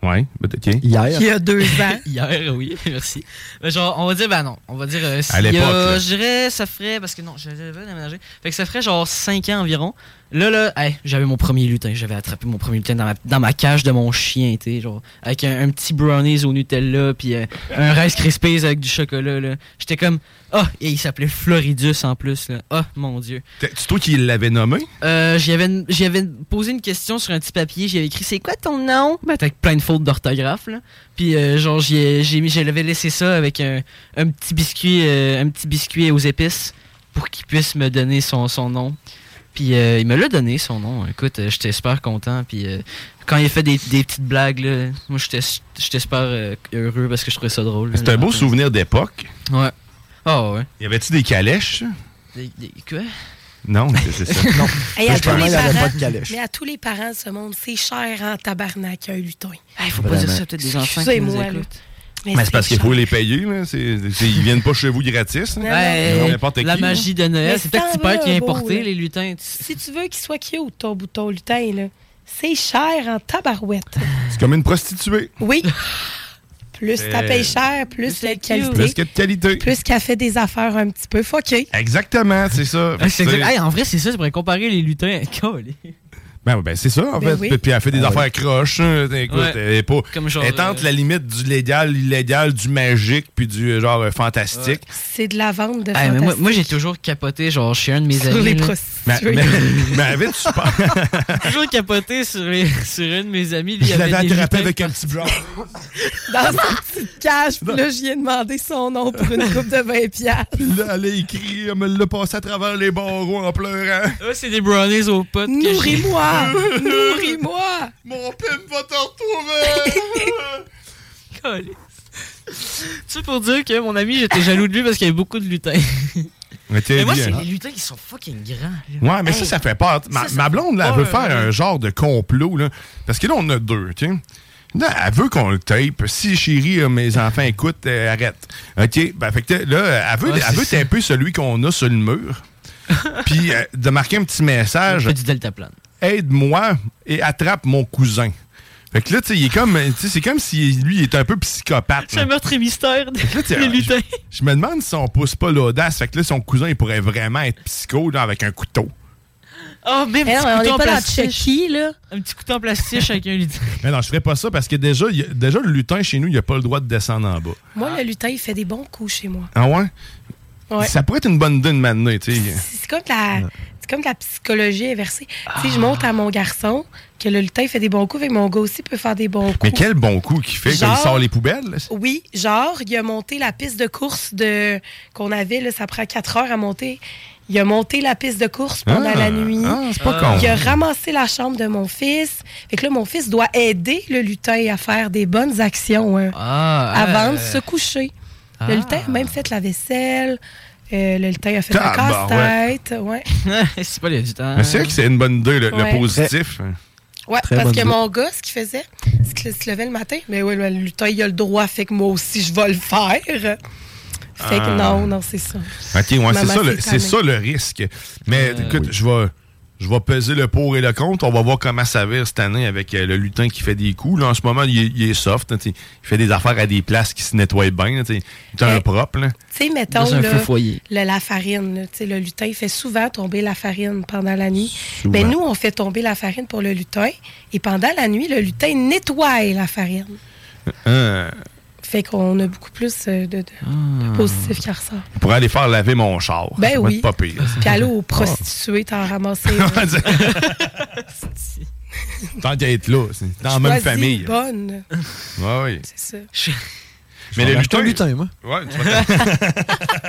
S5: Ouais, ben, ok.
S6: Hier.
S9: Il y a deux ans.
S6: Hier, oui, merci. Mais genre, on va dire, ben non, on va dire. euh,
S5: À
S6: s'il y a-
S5: l'époque, là.
S6: Je dirais, ça ferait. Parce que non, j'avais déménagé. Fait que ça ferait genre 5 ans environ. Là, là, hey, j'avais mon premier lutin. J'avais attrapé mon premier lutin dans ma, dans ma cage de mon chien, tu sais, genre. Avec un, un petit brownies au Nutella, puis euh, un Rice Krispies avec du chocolat, là. J'étais comme. Ah, et il s'appelait Floridus en plus, là. Ah, mon Dieu.
S5: T'as- C'est toi qui l'avais nommé?
S6: Euh, j'y avais, j'y avais posé une question sur un petit papier, j'y avais écrit c'est quoi ton nom ben, Avec plein de fautes d'orthographe. là. Puis euh, genre j'y ai- j'ai mis- je l'avais laissé ça avec un, un petit biscuit euh, un petit biscuit aux épices pour qu'il puisse me donner son, son nom. Puis euh, il me l'a donné son nom. Écoute, euh, j'étais super content. Puis euh, quand il a fait des, des petites blagues, là, moi j'étais j'étais super euh, heureux parce que je trouvais ça drôle.
S5: C'est un beau souvenir d'époque.
S6: Ouais. Ah ouais.
S5: Y avait-tu des calèches?
S6: Des- des- quoi
S5: Non, c'est c'est ça.
S6: Non.
S9: Hey, à, tous les
S5: avait
S9: parents,
S5: pas de calèche.
S9: mais à tous les parents de ce monde, c'est cher en tabarnak un lutin.
S6: Il faut pas dire ça, peut-être des enfants qui nous écoutent.
S5: Mais c'est parce qu'il faut les payer. Là. C'est- c'est- ils viennent pas chez vous gratis. hein.
S6: Ouais,
S5: Non, n'importe
S6: la
S5: qui,
S6: magie
S5: là.
S6: de Noël,
S9: Mais
S6: c'est peut-être
S9: ça
S6: Tipper
S9: va,
S6: qui a
S9: beau,
S6: importé
S9: là.
S6: les lutins. tu-
S9: Si tu veux qu'il soit cute, ton bouton lutin, là, c'est cher en tabarouette.
S5: C'est comme une prostituée.
S9: Oui. Plus
S5: Euh,
S9: t'as payé cher, plus la
S5: Plus que
S9: qualité.
S5: de qualité.
S9: Plus qu'elle fait des affaires un petit peu fuckées.
S5: Exactement, c'est ça.
S6: Ah, c'est
S5: Fait que,
S6: exact-
S5: tu sais,
S6: Hey, en vrai, c'est ça, je pourrais comparer les lutins. Colin.
S5: ben, ben, c'est ça, en
S6: Ben
S5: fait.
S6: oui.
S5: Puis elle fait des
S6: Ah
S5: affaires
S6: oui.
S5: croches. hein. Écoute,
S6: Ouais.
S5: elle, est pas-
S6: Comme genre,
S5: elle tente
S6: euh,
S5: la limite du légal, l'illégal, du magique, puis du euh, genre euh, fantastique.
S9: C'est de la vente de
S6: Hey, mais moi,
S9: fantastique.
S6: moi, j'ai toujours capoté, genre, chez un de mes
S9: Sur
S6: amis.
S9: les
S6: là.
S9: prostituées.
S5: Mais, mais, mais avais-tu peur?
S6: toujours capoté sur, les, sur un de mes amis. Lui,
S5: Je
S6: il avait
S5: l'avais
S6: des
S5: attrapé
S6: lutins.
S5: avec un petit blanc.
S9: Dans sa petite cage, puis là, j'y ai demandé son nom pour une coupe de 20 piastres.
S5: Puis là, elle a écrit, elle me l'a passé à travers les barreaux en pleurant.
S6: Eux, c'est des brownies aux potes. que j'ai-
S9: Nourris-moi! Nourris-moi!
S5: Mon pimp va te retrouver!
S6: Colin. C'est pour dire que mon ami, j'étais jaloux de lui parce qu'il y avait beaucoup de lutins.
S5: Mais t'es
S6: Mais moi,
S5: bien.
S6: c'est les lutins qui sont fucking grands. là.
S5: Ouais, mais ça, ça fait peur. Ma, ma blonde, là, elle veut
S6: peur,
S5: faire
S6: là.
S5: un genre de complot, là. Parce que là, on a deux, OK? Là, elle veut qu'on le tape. Si chérie, euh, mes enfants écoutent, euh, arrête. OK? Ben, fait que là, elle veut,
S6: Ouais,
S5: elle
S6: c'est
S5: veut
S6: ça.
S5: taper celui qu'on a sur le mur. Puis euh, de marquer un petit message.
S6: Fais du deltaplane.
S5: Aide-moi et attrape mon cousin. Fait que là, tu sais, il est comme. tu sais, c'est comme si lui, il était un peu psychopathe.
S6: C'est un
S5: là.
S6: meurtre et mystère des
S5: Là, t'sais,
S6: des lutins.
S5: Je, je me demande si on pousse pas l'audace. Fait que là, son cousin, il pourrait vraiment être psycho là, avec un couteau.
S6: Oh, même
S9: Eh non, on est
S6: n'est
S9: pas dans Chucky, là.
S6: Un petit couteau en plastique, chacun lui dit.
S5: Mais non, je ferais pas ça parce que déjà, il y a- déjà le lutin chez nous, il a pas le droit de descendre en bas.
S9: Moi, le lutin, il fait des bons coups chez moi.
S5: Ah ouais?
S9: Ouais.
S5: Ça pourrait être une bonne idée de m'amener, tu sais.
S9: C'est comme de la, c'est comme de la psychologie inversée. Tu sais, je montre à mon garçon que le lutin fait des bons coups, mais mon gars aussi peut faire des bons coups.
S5: Mais quel bon coup qu'il fait quand il
S9: Genre-
S5: sort les poubelles. là.
S9: Oui, genre, il a monté la piste de course de qu'on avait, là, ça prend quatre heures à monter. Il a monté la piste de course pendant
S5: Ah,
S9: la nuit.
S5: ah, c'est pas con.
S9: Il a ramassé la chambre de mon fils. Fait que là, mon fils doit aider le lutin à faire des bonnes actions hein,
S6: Ah,
S9: avant de
S6: euh.
S9: se coucher.
S6: Ah.
S9: Le lutin a même fait la vaisselle. Euh, le lutin a fait la
S5: Tabarouette.
S9: casse-tête. Ouais.
S6: c'est pas les du temps.
S5: Mais c'est vrai que c'est une bonne idée, le, le
S9: Ouais.
S5: positif.
S9: Ouais,
S5: Très
S9: parce
S5: bonne
S9: que
S5: idée.
S9: mon gars, ce qu'il faisait, c'est qu'il se levait le matin. Mais oui, le lutin, il a le droit, fait que moi aussi, je vais le faire. Fait que
S5: Ah.
S9: non, non, c'est ça.
S5: OK, ouais,
S9: Maman,
S5: c'est ça, le-
S9: c'est
S5: c'est
S9: tanné.
S5: ça le risque. Mais
S9: Ah,
S5: écoute, je vais. Je vais peser le pour et le contre. On va voir comment ça vire cette année avec euh, le lutin qui fait des coups. Là, en ce moment, il est, il est soft. hein, tu sais. il fait des affaires à des places qui se nettoient bien. là, tu sais. il est un propre. là.
S9: Tu sais, mettons,
S5: Dans un
S9: là,
S5: feu foyer.
S9: le- la farine. là, tu sais, le lutin, il fait souvent tomber la farine pendant la nuit.
S5: Souvent.
S9: Mais nous, on fait tomber la farine pour le lutin. Et pendant la nuit, le lutin nettoie la farine.
S5: Hein?
S9: Ah. Fait qu'on a beaucoup plus euh, de, de- de positif qui ressort.
S5: Je pourrais aller faire laver mon char.
S9: Ben
S5: Ah. Ça va
S9: oui.
S5: être pas pire.
S9: Puis aller aux
S5: Ah.
S9: prostituées, t'en ramasser.
S5: Tant qu'à être là, c'est dans la même
S9: Choisis
S5: famille.
S9: bonne.
S5: Ouais, oui.
S9: C'est ça.
S5: Mais
S7: vais
S5: le
S7: m'acheter
S5: lutin,
S7: un lutin, moi.
S5: Ouais, tu vas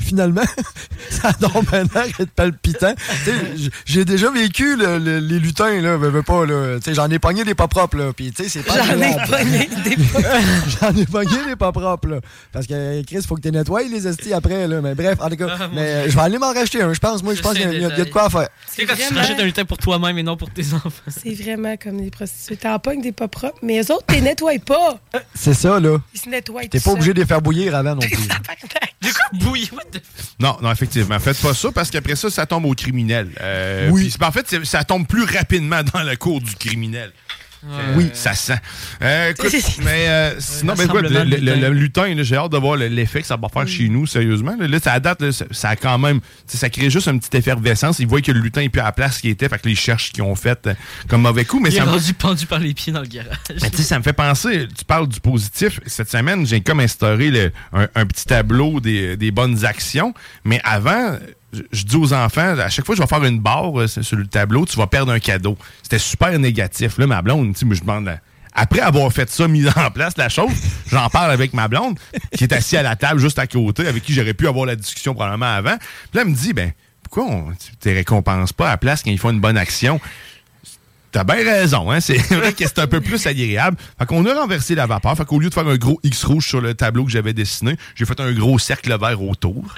S7: Finalement, ça donne un air être palpitant. Tu sais, j- J'ai déjà vécu le- le- les lutins, là, veux, veux pas, là. Tu sais, J'en ai pogné des pas propres, là. Puis, tu sais, c'est pas
S9: J'en ai
S7: agréable.
S9: pogné des pas
S7: J'en ai pogné des pas propres, là. Parce que, euh, Chris, faut que tu nettoies les estis après, là. Mais bref, en tout cas,
S9: Ah,
S7: mais, euh, je vais aller m'en racheter un, je pense. Moi, je pense
S6: sais
S7: qu'il y,
S6: le
S7: a- il y a il y a de
S6: détail.
S7: quoi à faire.
S6: C'est quand tu
S9: Vraiment?
S6: rachètes un lutin pour toi-même et non pour tes enfants.
S9: C'est vraiment comme des prostituées. T'en pognes des pas propres, mais les autres, t'es nettoies pas.
S7: C'est ça, là.
S9: Ils se nettoient
S7: T'es
S9: tout
S7: pas
S9: seuls.
S7: obligé de les faire bouillir avant non plus.
S5: Non, non, effectivement. Faites pas ça parce qu'après ça, ça tombe au criminel. Euh,
S7: Oui.
S5: puis c'est- en fait, c'est- ça tombe plus rapidement dans la cour du criminel.
S7: Oui.
S5: Ça sent. Euh, écoute, mais euh, sinon, ben, écoute, le,
S7: Rassemblement de
S5: le-
S7: lutins.
S5: le lutin, là, j'ai hâte de voir le- l'effet que ça va faire
S6: Mm.
S5: chez nous, sérieusement. Là, là, ça à date, là, ça, ça a quand même. tu sais, Ça crée juste une petite effervescence. Ils voient que le lutin n'est plus à la place qu'il était, fait que les cherches qu'ils ont faites euh, comme mauvais coup. Mais
S6: il est
S5: ça me-
S6: rendu pendu par les pieds dans le garage.
S5: mais tu sais, ça me fait penser, tu parles du positif. Cette semaine, j'ai comme instauré le- un, un petit tableau des, des bonnes actions. Mais avant, je, je dis aux enfants, à chaque fois que je vais faire une barre euh, sur sur le tableau, tu vas perdre un cadeau. C'était super négatif. Là, ma blonde, tu sais, moi, je demande... à- Après avoir fait ça, mis en place la chose, j'en parle avec ma blonde, qui est assise à la table juste à côté, avec qui j'aurais pu avoir la discussion probablement avant. Puis là, elle me dit, ben, pourquoi on ne récompense pas à la place quand ils font une bonne action? T'as bien raison, hein? C'est vrai que c'est un peu plus agréable. Fait qu'on a renversé la vapeur. Fait qu'au lieu de faire un gros X rouge sur le tableau que j'avais dessiné, j'ai fait un gros cercle vert autour.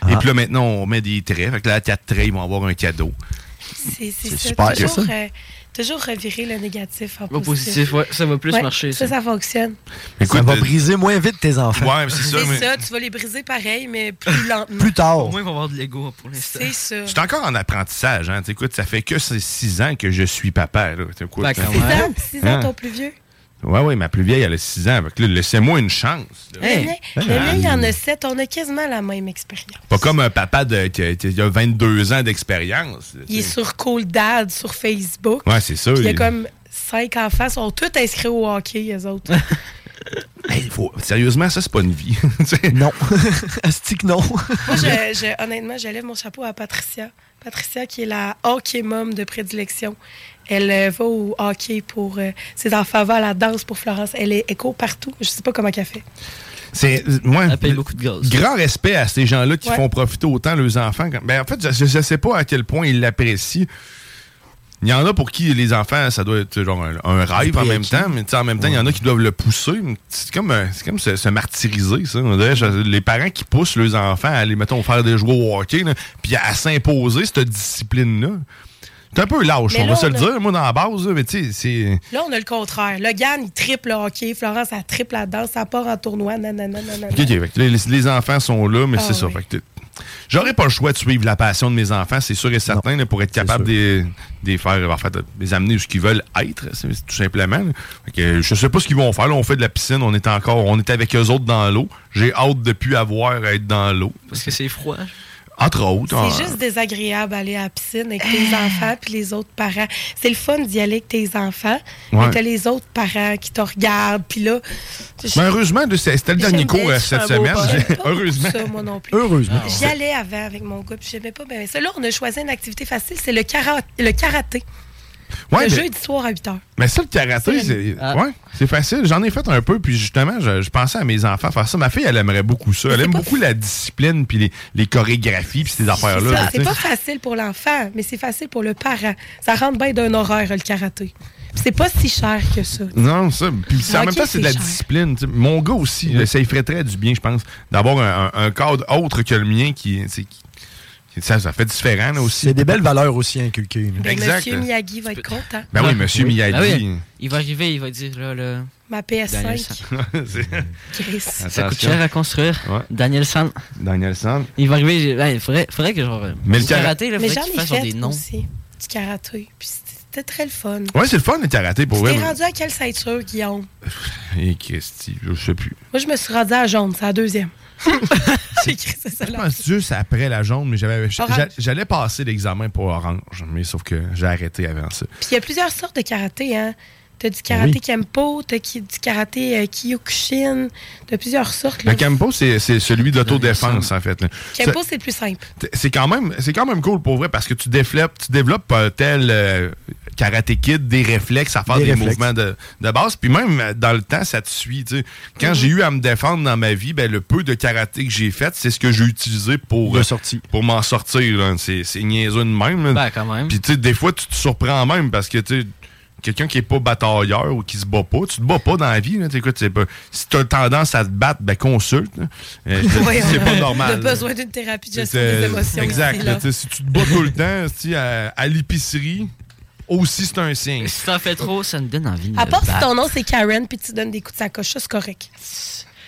S7: Ah.
S5: Et puis là, maintenant, on met des traits. Fait que là, à quatre traits, ils vont avoir un cadeau.
S9: C'est c'est
S5: C'est
S9: ça.
S5: super,
S9: toujours,
S5: ça.
S9: euh, toujours revirer le négatif en
S6: Au
S9: positif.
S6: positif, ouais, ça va plus
S9: Ouais,
S6: marcher.
S9: Ça, ça fonctionne.
S7: ça va briser moins vite tes enfants.
S5: euh, Ouais, c'est
S9: C'est ça, tu vas les briser pareil, mais plus lentement.
S7: Plus tard.
S6: Au moins, ils vont avoir de l'ego pour l'instant.
S9: C'est ça.
S5: Je suis encore en apprentissage, hein? T'sais, Écoute, ça fait que c'est six ans que je suis papa, là. T'sais, écoute,
S6: Ben, quand
S5: hein.
S9: Six ans, six ans,
S5: Hein?
S9: ton plus vieux.
S5: Ouais, ouais, ma plus vieille, elle a six ans. Fait que là, laissez-moi une chance. là.
S9: Le mien,
S5: Ben,
S9: le mien, il y en
S5: hein.
S9: a sept. On a quasiment la même expérience.
S5: Pas comme un papa de, qui, a, qui a 22 ans d'expérience. là,
S9: Il est sur Cool Dad, sur Facebook.
S5: Ouais, c'est ça,
S9: Puis Il y a
S5: il-
S9: comme cinq enfants. Ils sont tous inscrits au hockey, eux autres.
S5: Hey, faut- Sérieusement, ça, c'est pas une vie.
S7: non. Astique, non.
S9: Moi, je- je- honnêtement, je lève mon chapeau à Patricia. Patricia, qui est la hockey mom de prédilection. Elle euh, va au hockey pour. euh, ses enfants vont à la danse pour Florence. Elle est écho partout. Je sais pas comment elle fait.
S5: C'est moi. beaucoup de gaz. Grand respect à ces gens-là qui
S9: Ouais.
S5: font profiter autant leurs enfants. comme- Ben, en fait, je, je sais pas à quel point ils l'apprécient. Il y en a pour qui les enfants, ça doit être genre un, un rêve en même temps, mais tu sais, en même temps, il y en a qui doivent le pousser. C'est comme, un- c'est comme se, se martyriser, ça. On dirait, je- les parents qui poussent leurs enfants à aller, mettons, faire des joueurs au hockey, là, puis à, à s'imposer cette discipline-là. C'est un peu lâche,
S9: Mais
S5: on
S9: là,
S5: va se
S9: on
S5: le
S9: a-
S5: dire, moi, dans la base, là, mais tu sais, c'est.
S9: Là, on a le contraire. Logan, il triple le hockey. Florence, elle triple la danse. Ça part en tournoi. Nanana, nanana.
S5: OK, OK. Fait que les, les enfants sont là, mais
S9: Ah,
S5: c'est ça. Fait que t'es- J'aurais pas le choix de suivre la passion de mes enfants, c'est sûr et certain, là, pour être capable de les- de les faire, en fait, de les amener où ce qu'ils veulent être, c'est- c'est tout simplement. là. Fait que, je sais pas ce qu'ils vont faire. Là, on fait de la piscine, on est encore, on est avec eux autres dans l'eau. J'ai hâte de plus avoir à être dans l'eau.
S6: Parce que c'est froid.
S5: Entre autres.
S9: C'est
S5: euh,
S9: juste désagréable aller à la piscine avec tes enfants puis les autres parents. C'est le fun d'y aller avec tes enfants,
S5: Ouais.
S9: mais t'as les autres parents qui te regardent, puis là... je-
S5: Mais heureusement, de- c'était le dernier
S9: J'aime bien
S5: cours euh,
S9: ça,
S5: cette
S9: un beau
S5: semaine.
S9: pas. J'aime pas beaucoup
S5: Heureusement.
S9: ça, moi non plus.
S7: Heureusement.
S9: J'y allais avant avec mon gars, puis j'aimais pas bien ça. Là, on a choisi une activité facile, c'est le, kara- le karaté.
S5: Ouais,
S9: le
S5: mais-
S9: jeudi soir à 8 h.
S5: Mais ça, le karaté, c'est
S9: Ah.
S5: ouais, c'est facile. J'en ai fait un peu, puis justement, je, je pensais à mes enfants faire ça. Ma fille, elle aimerait beaucoup ça. Elle aime beaucoup la discipline, puis les, les chorégraphies, puis ces affaires-là.
S9: C'est
S5: tu sais.
S9: pas facile pour l'enfant, mais c'est facile pour le parent. Ça rentre bien d'un horaire, le karaté. Puis C'est pas si cher que ça.
S5: Non, ça. Puis c'est- en
S9: Ok,
S5: même temps, c'est de la
S9: c'est cher.
S5: discipline. tu sais. Mon gars aussi, là, ça lui ferait très du bien, je pense, d'avoir un, un- un cadre autre que le mien qui. tu sais, qui- qui- ça, ça fait différent, là aussi.
S7: C'est des belles valeurs aussi inculquées. là.
S9: Mais
S5: Exact.
S9: Monsieur Miyagi va être content.
S5: Ben oui, monsieur Miyagi.
S6: Ah oui, Il va arriver, il va dire là, là.
S9: Ma PS5.
S6: Daniel San.
S9: Chris.
S6: Ça coûte cher à construire. Daniel San.
S5: Daniel San.
S6: Il va arriver. j'ai- ouais, faudrait, faudrait que genre.
S5: Mais le
S6: au karaté, là,
S9: mais
S6: faudrait
S9: j'en
S6: qu'il
S9: ai
S6: fasse genre
S9: fait
S6: des noms.
S9: aussi, du karaté. Puis c'était très le fun.
S5: Ouais, c'est le fun, le karaté, pour
S9: Tu
S5: vrai.
S9: t'es rendu à quelle ceinture, Guillaume?
S5: Et Christy, je sais plus.
S9: Moi, je me suis rendu à jaune, c'est la deuxième. c'est
S5: Je pense juste après la jaune, mais j'avais, j'a-
S9: Orange.
S5: j'allais passer l'examen pour orange, mais sauf que j'ai arrêté avant ça.
S9: Puis il y a plusieurs sortes de karaté, hein. T'as du karaté
S5: Oui.
S9: Kempo, t'as qui- du karaté euh, Kyokushin, t'as plusieurs sortes.
S5: Le
S9: là.
S5: Kempo, c'est, c'est celui d'autodéfense, en fait. là.
S9: Kempo,
S5: Ben, Ça-
S9: c'est le plus simple.
S5: t- c'est quand même c'est quand même cool pour vrai parce que tu développes tu développes euh, tel euh, karaté kid des réflexes à faire
S21: Des
S5: des,
S21: réflexes.
S5: mouvements de, de base puis même euh, dans le temps ça te suit tu sais. quand j'ai eu à me défendre dans ma vie ben, le peu de karaté que j'ai fait c'est ce que j'ai utilisé pour euh, pour m'en sortir là. c'est c'est niaiseux de même là. puis tu sais des fois tu te surprends même parce que tu sais, Quelqu'un qui est pas batailleur ou qui se bat pas, tu te bats pas dans la vie. Là, Tu sais, écoute, c'est pas- si tu as tendance à te battre, ben consulte. là. Euh, je te le dis,
S9: Voyons.
S5: c'est pas
S9: T'as
S5: normal. là.
S9: besoin d'une thérapie de gestion
S5: C'est-
S9: des émotions.
S5: Exact.
S9: c'est
S5: là,
S9: là.
S5: tu sais, si tu te bats tout le temps si, à, à l'épicerie, aussi c'est un signe.
S6: Si t'en fais trop, ça me donne envie. de
S9: À
S6: me
S9: part si
S6: battre.
S9: ton nom, c'est Karen, puis tu donnes des coups de sacoche, ça, c'est correct.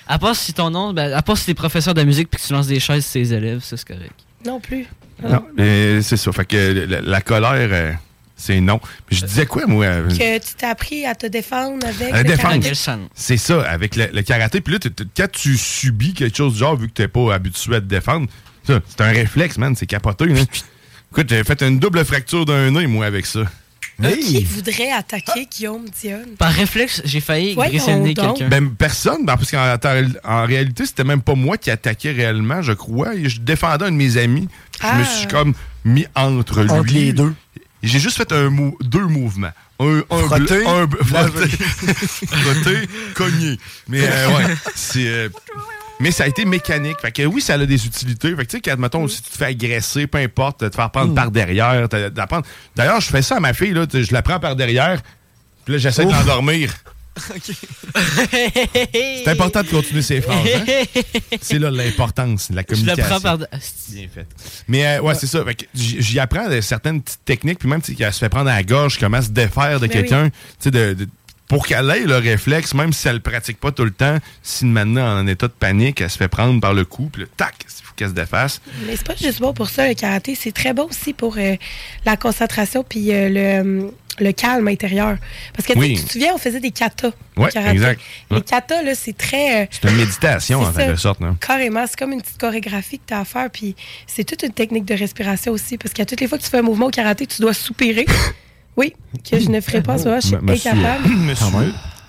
S6: À part si ton nom, ben, à part si t'es professeur de musique puis que tu lances des chaises sur tes élèves, ça c'est correct.
S9: Non plus.
S5: Non, mais c'est ça. Fait que la, la colère, euh, c'est non. Puis Je disais quoi, moi? euh,
S9: Que tu t'es appris à te défendre avec.
S5: La
S9: le
S5: défense.
S9: karaté.
S5: C'est ça, avec le, le karaté. Puis là, t'es- t'es- quand tu subis quelque chose du genre, vu que t'es pas habitué à te défendre, ça, c'est un réflexe, man. C'est capoté. là. Écoute, j'avais fait une double fracture d'un nez, moi, avec ça.
S9: Euh, Qui voudrait attaquer Guillaume Dionne?
S6: Par réflexe, j'ai failli
S9: Voyons
S6: grisser le nez
S9: donc.
S6: quelqu'un.
S5: Ben, personne, ben, parce qu'en en réalité, c'était même pas moi qui attaquais réellement, je crois. Et Je défendais un de mes amis. Je me suis comme mis entre, lui.
S7: Entre les deux.
S5: Et J'ai juste fait un mou- deux mouvements. Un, un
S7: Frotter.
S5: bleu- un bleu- frotter, Frotter, cogner. Mais euh, ouais, c'est. euh, mais ça a été mécanique. Fait que oui, ça a des utilités. Fait que tu sais, quand, mettons, si tu te fais agresser, peu importe, te faire prendre par derrière, te- d'apprendre. D'ailleurs, je fais ça à ma fille, là. tu sais, Je la prends par derrière, puis là, j'essaie de
S21: Ouf.
S5: l'endormir. C'est important de continuer ses phrases. hein? C'est là l'importance de la
S6: Je le
S5: communication.
S6: prends par. Ah,
S5: Bien fait. Mais euh, ouais, c'est ça. Fait que j- J'y apprends de certaines petites techniques, puis même tu sais, qu'elle se fait prendre à la gorge, comment se défaire
S21: Ben
S5: de
S21: oui.
S5: quelqu'un, tu sais, de- de- pour qu'elle ait le réflexe, même si elle le pratique pas tout le temps, si maintenant en état de panique, elle se fait prendre par le cou, puis là, tac, il faut qu'elle se défasse.
S9: Mais c'est pas juste bon pour ça, le karaté. C'est très bon aussi pour euh, la concentration puis euh, le, euh, le calme intérieur. Parce que tu sais,
S5: Oui.
S9: tu te souviens, on faisait des katas. au
S5: Ouais,
S9: karaté.
S5: exact.
S9: Les
S5: Ouais.
S9: katas, là, c'est très. euh,
S5: C'est une méditation,
S9: C'est
S5: en quelque
S9: ça.
S5: sorte. non?
S9: Carrément, c'est comme une petite chorégraphie que tu as à faire. Puis c'est toute une technique de respiration aussi. Parce qu'à toutes les fois que tu fais un mouvement au karaté, tu dois soupirer. Oui, que je ne ferai pas, ça, je suis
S5: M- monsieur.
S9: incapable.
S5: Monsieur.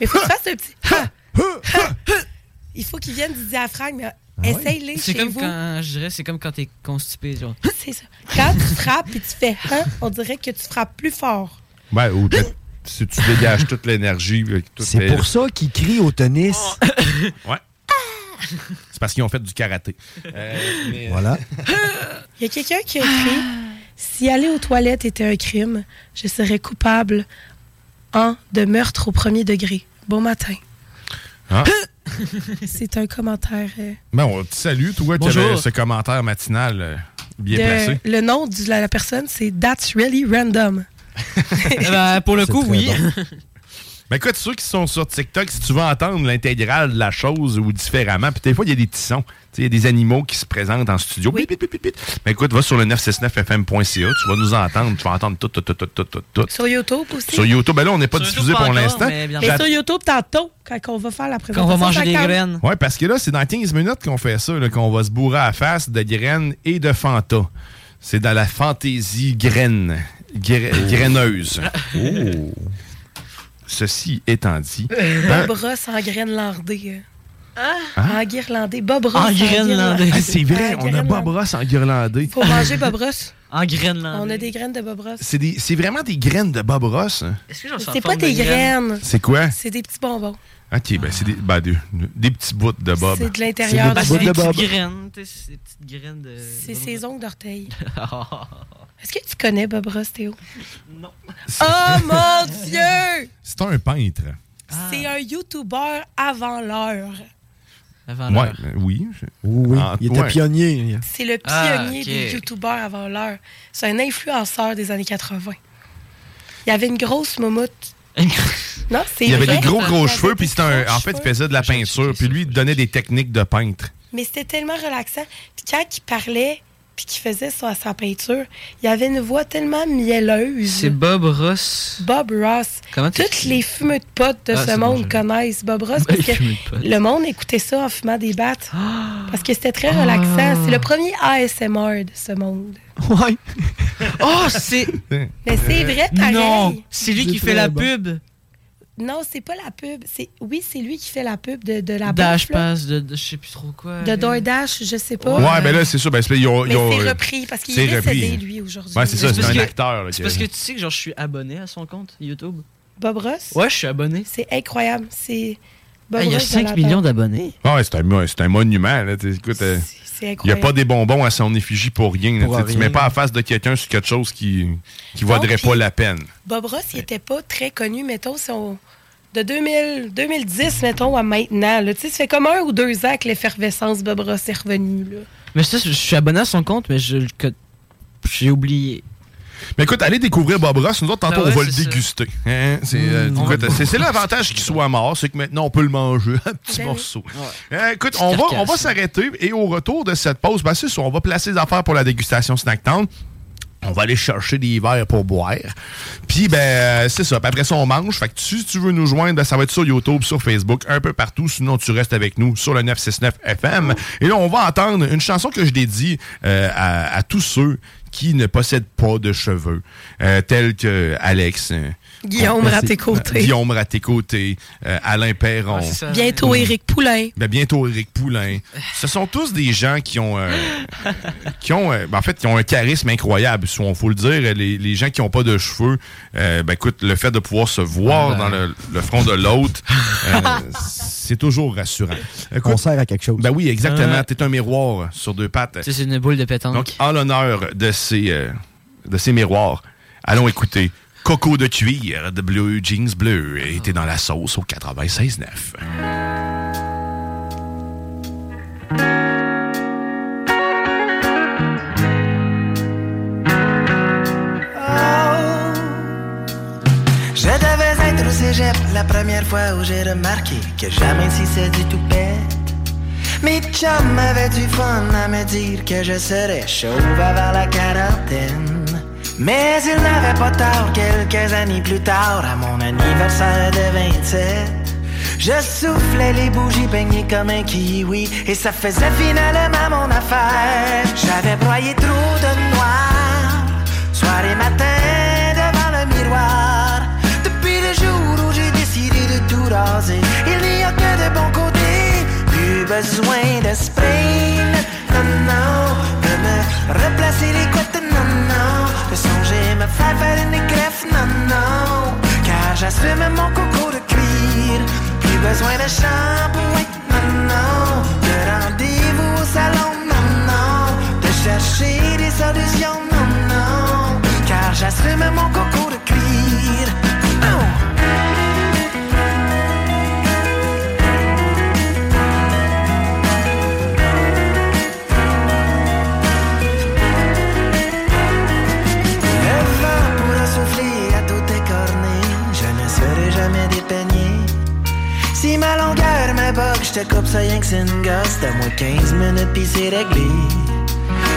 S9: Mais faut que tu fasses un petit. ha, ha. Il faut qu'il vienne du diaphragme. mais Essaye-les
S6: Ah C'est
S9: chez
S6: comme
S9: vous.
S6: quand, je dirais, c'est comme quand t'es constipé. Genre.
S9: Hein? C'est ça. Quand tu frappes et tu fais hein, on dirait que tu frappes plus fort.
S5: Ouais, ou tu- si tu dégages toute l'énergie. puis tout
S7: C'est
S5: est-
S7: pour ça qu'ils crient au tennis.
S5: Oh. Ouais. C'est parce qu'ils ont fait du karaté. Euh, mais-
S7: Voilà.
S9: Il y a quelqu'un qui a écrit Si aller aux toilettes était un crime, je serais coupable en de meurtre au premier degré. Bon matin. Hein?
S5: Ah.
S9: C'est un commentaire. euh,
S5: Ben, on te salue, toi, qui
S9: Bonjour.
S5: avais ce commentaire matinal euh, bien
S9: de-
S5: placé.
S9: Le nom de la, la Eh personne, c'est That's Really Random.
S6: pour le coup, oui.
S5: Mais écoute, ceux qui sont sur TikTok, si tu veux entendre l'intégrale de la chose ou différemment, puis des fois, il y a des petits sons. Tu sais, Il y a des animaux qui se présentent en studio. Pip, pip, pip, pip, pip. Mais écoute, va sur le 969fm.ca, tu vas nous entendre, tu vas entendre tout, tout, tout, tout, tout, tout, tout.
S9: Sur YouTube aussi.
S5: Sur YouTube, ben là, on n'est pas diffusé pour l'instant.
S9: Mais,
S5: J'attends-
S9: sur YouTube, tantôt, quand on va faire la présentation. ça calme.
S5: oui, parce que là, c'est dans 15 minutes qu'on fait ça, là, qu'on va se bourrer à la face de graines et de Fanta. C'est dans la fantaisie graine. gra- graineuse. Ceci étant dit. ben-
S9: Bob Ross en graines landées.
S5: Hein?
S9: En guirlandais. Bob Ross en guirlandais.
S5: Ah, c'est vrai,
S9: En
S5: on a Bob Ross en guirlandais.
S9: Faut manger Bob Ross.
S6: En graines
S9: On a des graines de Bob Ross.
S5: C'est, des- c'est vraiment des graines de Bob Ross. hein?
S9: C'est pas des graines.
S5: C'est quoi?
S9: C'est des petits bonbons.
S5: Ok, ben c'est des, ben, des, des petits bouts de Bob.
S9: C'est de l'intérieur
S6: Bah,
S9: de
S6: c'est des
S9: Bob.
S6: petites graines. tu sais, C'est des petites graines de.
S9: C'est ses ongles d'orteil.
S6: Ah,
S9: Est-ce que tu connais Bob Ross, Théo? Non. Oh mon Dieu!
S5: C'est un peintre.
S9: C'est un YouTuber avant l'heure.
S5: Ouais, ben oui. Ah,
S7: Oui, il était pionnier.
S9: C'est le pionnier
S7: Ah, ok.
S9: des YouTubers avant l'heure. C'est un influenceur des années 80. Il avait une grosse moumoute.
S6: Ah.
S9: non, c'est
S5: Il avait
S9: vrai.
S5: des gros, gros
S9: Il
S5: cheveux,
S9: avait
S5: puis
S9: des
S5: c'était un-
S9: gros
S5: en fait, il
S9: cheveux.
S5: faisait de la peinture, puis lui, il donnait des techniques de peintre.
S9: Mais c'était tellement relaxant. Puis quand il parlait, puis qu'il faisait sa, sa peinture, il avait une voix tellement mielleuse.
S6: C'est Bob Ross.
S9: Bob Ross.
S6: Comment tu-
S9: Toutes les fumeux de potes de
S6: Ah,
S9: ce
S6: c'est bon,
S9: monde connaissent Bob Ross parce
S6: Les
S9: que
S6: fumeux de potes.
S9: le monde écoutait ça en fumant des battes. Parce que c'était très
S6: Ah.
S9: relaxant. C'est le premier ASMR de ce monde.
S7: Ouais.
S6: Oh, c'est.
S9: Mais c'est vrai, pareil.
S6: Euh, Non, c'est lui qui fait la pub.
S9: Non, c'est pas la pub. C'est Oui, c'est lui qui fait la pub de, de la
S6: Dash
S9: bouffe, là.
S6: Pass, de, de je sais plus trop quoi.
S9: De DoorDash, je sais pas.
S5: Ouais, ben là, c'est sûr. Ben, c'est, ils ont-
S9: Oh, Mais
S5: ils ont-
S9: c'est repris, parce qu'il
S5: c'est
S9: est
S5: repris.
S9: décédé, lui, aujourd'hui.
S5: Ouais, c'est ça,
S6: Mais
S5: c'est
S6: parce
S5: un
S6: que-
S5: acteur. là,
S6: C'est
S5: qui-
S6: parce que tu sais que genre je suis abonné à son compte YouTube.
S9: Bob Ross?
S6: Ouais, je suis abonné.
S9: C'est incroyable. C'est Bob
S6: Ah, il y a
S9: Ross dans la
S6: 5 millions
S9: tente.
S6: d'abonnés.
S5: Ah ouais, c'est un, mo- c'est un monument. Là, t'sais, écoute, euh,
S9: C'est
S5: il n'y a
S9: incroyable.
S5: pas des bonbons à son effigie pour rien. là,
S6: Pour
S5: t'sais, tu
S6: rien.
S5: ne mets pas en face de quelqu'un sur quelque chose qui ne vaudrait
S9: puis-
S5: pas la peine.
S9: Bob Ross, il était pas très connu, mettons, si on- de 2000, 2010, mettons, à maintenant. là. Tu sais, ça fait comme un ou deux ans que l'effervescence Bob Ross est revenue. là.
S6: Mais ça, je suis abonné à son compte, mais je le co- j'ai oublié.
S5: Mais écoute, allez découvrir Bob Ross. Nous autres, tantôt,
S6: Ah ouais,
S5: on va le
S6: c'est ça.
S5: déguster. Hein, C'est, euh,
S6: Mm.
S5: écoute, c'est- c'est l'avantage qu'il soit mort, c'est que maintenant, on peut le manger. Un petit morceau. Euh, écoute, on va, on va s'arrêter et au retour de cette pause, ben, c'est sûr, on va placer les affaires pour la dégustation snack town. On va aller chercher des verres pour boire. Puis, ben, euh, c'est ça. Puis après ça, on mange. Fait que si tu veux nous joindre, ben, ça va être sur YouTube, sur Facebook, un peu partout. Sinon, tu restes avec nous sur le 969 FM. Et là, on va entendre une chanson que je dédie euh, à, à tous ceux qui ne possèdent pas de cheveux, euh, tels que Alex. euh,
S9: Guillaume
S5: merci.
S9: Raté-Côté.
S5: Guillaume Raté-Côté, euh, Alain
S9: Ah,
S5: Perron. Euh,
S9: Bientôt, Éric Poulain.
S5: Ben, bientôt Éric Poulain. Ce sont tous des gens qui ont, euh, qui ont, euh, ben, en fait, qui ont un charisme incroyable. Il faut le dire, les, les gens qui n'ont pas de cheveux, euh, ben, écoute, le fait de pouvoir se
S6: Ah
S5: voir
S6: ben.
S5: dans le, le front de l'autre, euh, c'est toujours rassurant. Écoute,
S7: On sert à quelque chose.
S5: ben oui, exactement.
S9: Ah,
S7: Ouais.
S5: T'es un miroir sur deux pattes.
S6: Euh. C'est une boule de pétanque.
S5: Donc, en l'honneur de ces, euh, de ces miroirs, allons écouter Coco de cuir de Blue Jeans Bleu était dans la sauce au 96.9.
S21: Je devais être au cégep la première fois où j'ai remarqué que jamais si c'est du tout bête. Mes chums avaient du fun à me dire que je serais chauve avant la quarantaine. Mais ils n'avaient pas tort quelques années plus tard à mon anniversaire de 27. Je soufflais les bougies baignées comme un kiwi et ça faisait finalement mon affaire. J'avais broyé trop de noir. Soir et matin devant le miroir Depuis le jour où j'ai décidé de tout raser Il n'y a que de bons côtés Plus besoin de spray Non, non De me replacer les couettes Non, non De songer me faire faire une greffe Non, non Car j'assume mon coco de cuir Plus besoin de shampoing Non, non De rendez-vous au salon Non, non De chercher des solutions Non, non Car j'assume mon coco de cuir Oh! Le vent pourra souffler à tout écorné. Je ne serai jamais dépeigné. je te coupe ça rien que c'est une gosse. Donne-moi 15 minutes pis c'est réglé.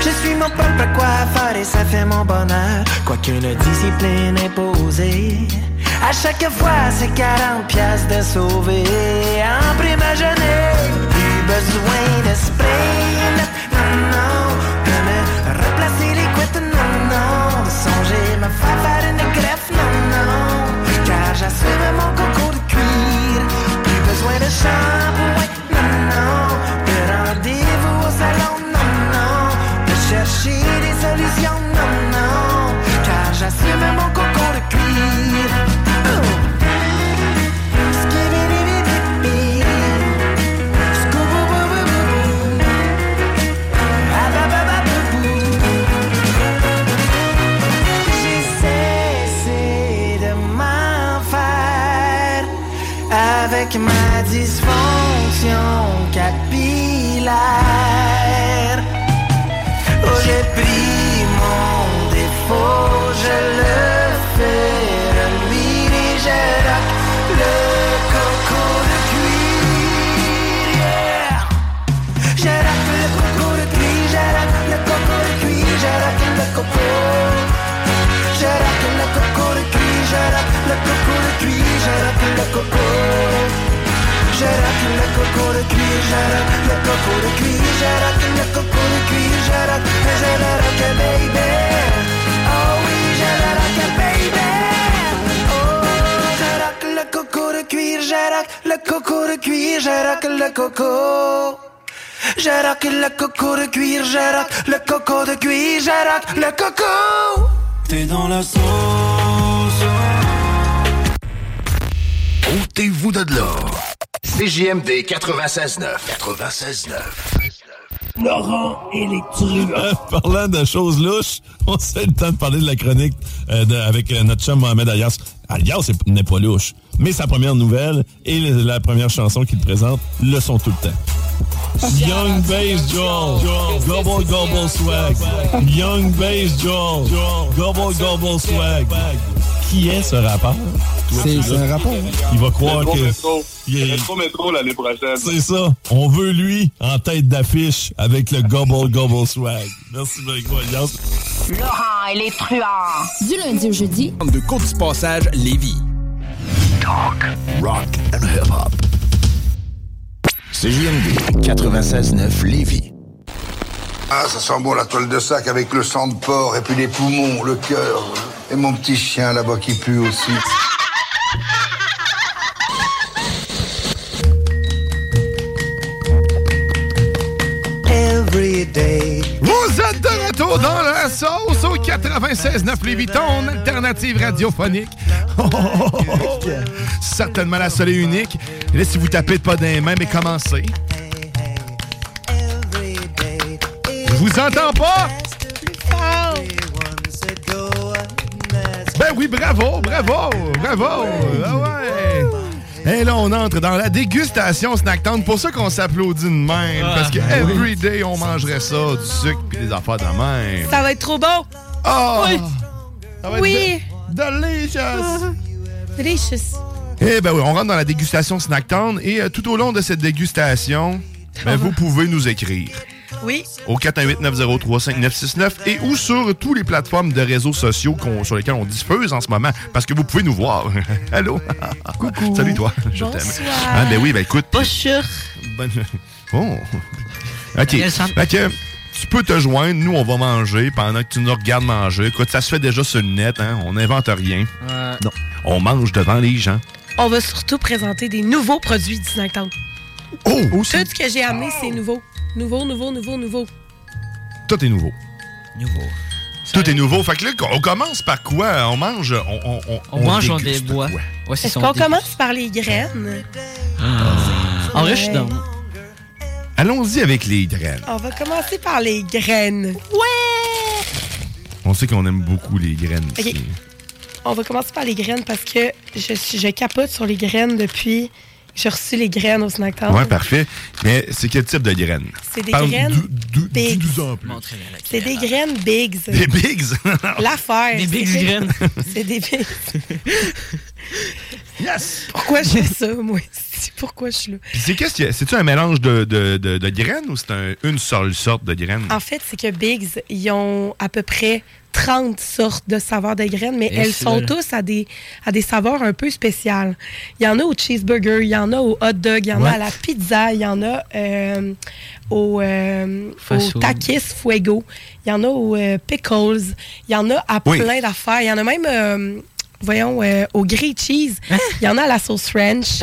S21: Je suis mon propre coiffeur et ça fait mon bonheur. Quoiqu'une discipline imposée. À chaque fois, c'est 40 piastres de sauver. En prime à jeûner, plus besoin de spleen. Non, non, de me replacer les couettes. Non, non, de songer me faire faire une greffe. Non, non, car j'assume mon concours de cuir. Plus besoin de shampoing. Non, non, de rendez-vous au salon. Non, non, de chercher des solutions. Non, non, car j'assume mon concours de cuir. Oh. J'ai cessé de m'en faire avec ma dysfonction capillaire. Oh, j'ai pris mon défaut, je le fais reluire et je rock le coco de cuir. yeah. Je rock le coco de cuir, je rock le coco de cuir, je rock le coco. Je rock le coco de cuir, je rock le coco de cuir, je rock le coco. Je rock le coco de cuir, je rock le coco de cuir, je rock le coco de cuir, je rock, je le rock, baby. Oh oui, je le rock, baby. Oh, je rock le coco de cuir, je rock le coco de cuir, je rock le coco. Je rock le coco de cuir, je rock le coco de cuir, je rock le coco.
S17: T'es dans la sauce.
S18: Ôtez-vous de là. CJMD 96.9. 96.9.
S14: Laurent et les Euh, Parlant de choses louches, on sait le temps de parler de la chronique euh, de- avec euh, notre chum Mohamed Alias. Alias c'est- n'est pas louche, mais sa première nouvelle et le- la première chanson qu'il présente le sont tout le temps. Young Bass Joel, Gobble Gobble Swag. Young Bass Joel, Gobble Gobble Swag. Qui est ce rappeur?
S3: C'est- c'est un rappeur, hein?
S14: Il va croire
S3: Métro,
S14: que...
S3: métro.
S14: Yeah.
S3: Métro, métro l'année prochaine.
S14: C'est ça. On veut lui en tête d'affiche avec le Gobble Gobble Swag. Merci, Margot Alliance.
S8: Laurent et les truands. Du lundi au jeudi.
S18: De courte passage, Lévis. Talk, rock and hip-hop. CJMD 96.9 Lévis.
S13: Ah, ça sent bon la toile de sac avec le sang de porc et puis les poumons, le cœur. Et mon petit chien là-bas qui pue aussi.
S5: Vous êtes de retour dans la sauce au 96.9 Léviton, en alternative radiophonique. Oh, oh, oh, oh, oh. Certainement la seule et unique. Et là, si vous tapez pas dans les mains, mais commencez. Je vous entends pas? Ben oui, bravo, bravo, bravo. Ah ouais. Et là, on entre dans la dégustation snack tente. Pour ça qu'on s'applaudit de même.
S3: Ah,
S5: parce que
S3: ben oui.
S5: every day, on mangerait ça, du sucre puis des affaires de même.
S9: Ça va être trop bon.
S5: Oh!
S9: Oui.
S5: va être
S9: oui. Ah.
S5: Delicious.
S9: Delicious.
S5: Eh ben oui, on rentre dans la dégustation snack town et euh, tout au long de cette dégustation, ben, vous pouvez nous écrire
S9: Oui.
S5: au 418-903-5969 et ou sur toutes les plateformes de réseaux sociaux qu'on- sur lesquelles on diffuse en ce moment parce que vous pouvez nous voir. Allô? Coucou. Salut toi, je t'aime.
S3: Bonsoir.
S5: Ah ben oui, ben écoute. Bonjour. Oh. OK.
S3: Ariel Sam.
S5: Fait que tu peux te joindre, nous on va manger pendant que tu nous regardes manger. Écoute, ça se fait déjà sur le net, hein? on n'invente rien.
S9: Euh.
S5: Non. On mange devant les gens.
S9: On va surtout présenter des nouveaux produits du Snack Town.
S5: Oh!
S9: Tout ce que j'ai amené, c'est nouveau. Nouveau, nouveau, nouveau, nouveau.
S5: Tout est nouveau. Nouveau. Tout est nouveau. Fait que là, on commence par quoi? On mange, on... On, on,
S6: On mange, on
S5: déguste
S6: déboit.
S5: quoi?
S9: Est-ce qu'on commence par les graines?
S5: En
S9: riche, non.
S5: Allons-y avec les graines.
S9: On va commencer par les graines. Ouais!
S5: On sait qu'on aime beaucoup les graines.
S9: OK. On va commencer par les graines parce que je, suis- je capote sur les graines depuis que j'ai reçu les graines au snack Town.
S5: Ouais, parfait. Mais c'est quel type de graines?
S9: C'est des
S5: Parle
S9: graines
S5: d'ou-
S9: bigs.
S5: en plus.
S9: C'est des graines bigs.
S5: Des bigs?
S9: L'affaire.
S5: Des
S9: c'est-
S5: bigs graines.
S9: C'est des bigs.
S5: yes!
S9: Pourquoi je fais ça, moi? sais pourquoi je suis là.
S5: Puis c'est qu'est-ce que c'est-tu un mélange de, de- de- de graines ou c'est un- une seule sorte de graines?
S9: En fait, c'est que Biggs, ils ont à peu près 30 sortes de saveurs de graines, mais
S5: Et
S9: elles
S5: c'est
S9: sont
S5: vrai.
S9: tous à des, à des saveurs un peu spéciales. Il y en a au cheeseburger, il y en a au hot dog, il y en
S2: Ouais.
S9: a à la pizza, il y en a euh, au, euh,
S2: Fast
S9: au
S2: food.
S9: takis fuego, il y en a au euh, pickles, il y en a à
S2: Oui.
S9: plein d'affaires. Il y en a même, euh, voyons, euh, au grilled cheese,
S2: Hein?
S9: il y en a à la sauce French.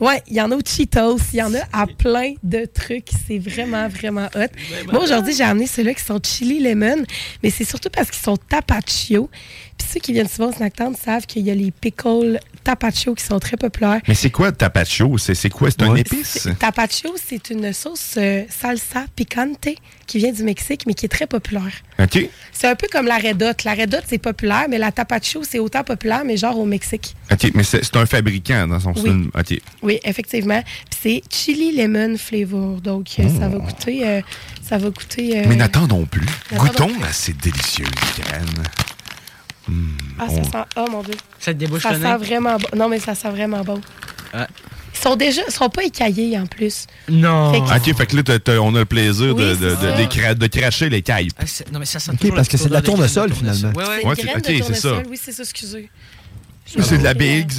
S9: Ouais, il y en a au Cheetos, il y en a à plein de trucs. C'est vraiment, vraiment hot. Moi, aujourd'hui, j'ai amené ceux-là qui sont chili lemon, mais c'est surtout parce qu'ils sont tapachio. Puis ceux qui viennent souvent au Snack Town savent qu'il y a les pickles tapachio qui sont très populaires.
S5: Mais c'est quoi tapatio? C'est c'est quoi? C'est un épice?
S9: C'est- Tapachio, c'est une sauce euh, salsa picante qui vient du Mexique, mais qui est très populaire.
S5: OK.
S9: C'est un peu comme la Red Hot. La Red Hot, c'est populaire, mais la tapachio, c'est autant populaire, mais genre au Mexique.
S5: OK, mais c'est c'est un fabricant dans son
S9: Oui.
S5: film. OK.
S9: Oui, effectivement. Puis c'est chili lemon flavor. Donc, euh, ça va coûter. euh, ça va coûter. euh,
S5: Mais n'attendons plus.
S9: n'attendons
S5: Goûtons
S9: plus.
S5: à ces délicieuses graines.
S9: Ah,
S5: on-
S9: ça sent. Oh mon Dieu.
S6: Ça te débouche
S9: Ça
S6: le
S9: sent
S6: nez?
S9: vraiment bon. Non, mais ça sent vraiment bon.
S6: Ah.
S9: Ils sont déjà. Ils sont pas écaillés en plus.
S6: Non.
S9: Fait que-
S5: OK, fait que là, t'as- t'as- on a le plaisir de,
S9: Oui,
S5: de,
S9: c'est
S5: de-
S9: ça.
S5: de cra- de cracher les cailles.
S6: Ah, c'est- non, mais ça sent
S5: OK,
S6: toujours
S5: parce que c'est de la
S6: petite odeur
S5: tournesol,
S6: graines de
S5: finalement.
S6: tournesol. Ouais,
S5: Ouais,
S6: ouais.
S5: c'est-
S9: Graines
S5: OK,
S9: de
S5: c'est
S9: tournesol,
S5: ça.
S9: Oui, c'est ça, excusez.
S5: Mais C'est de la Biggs.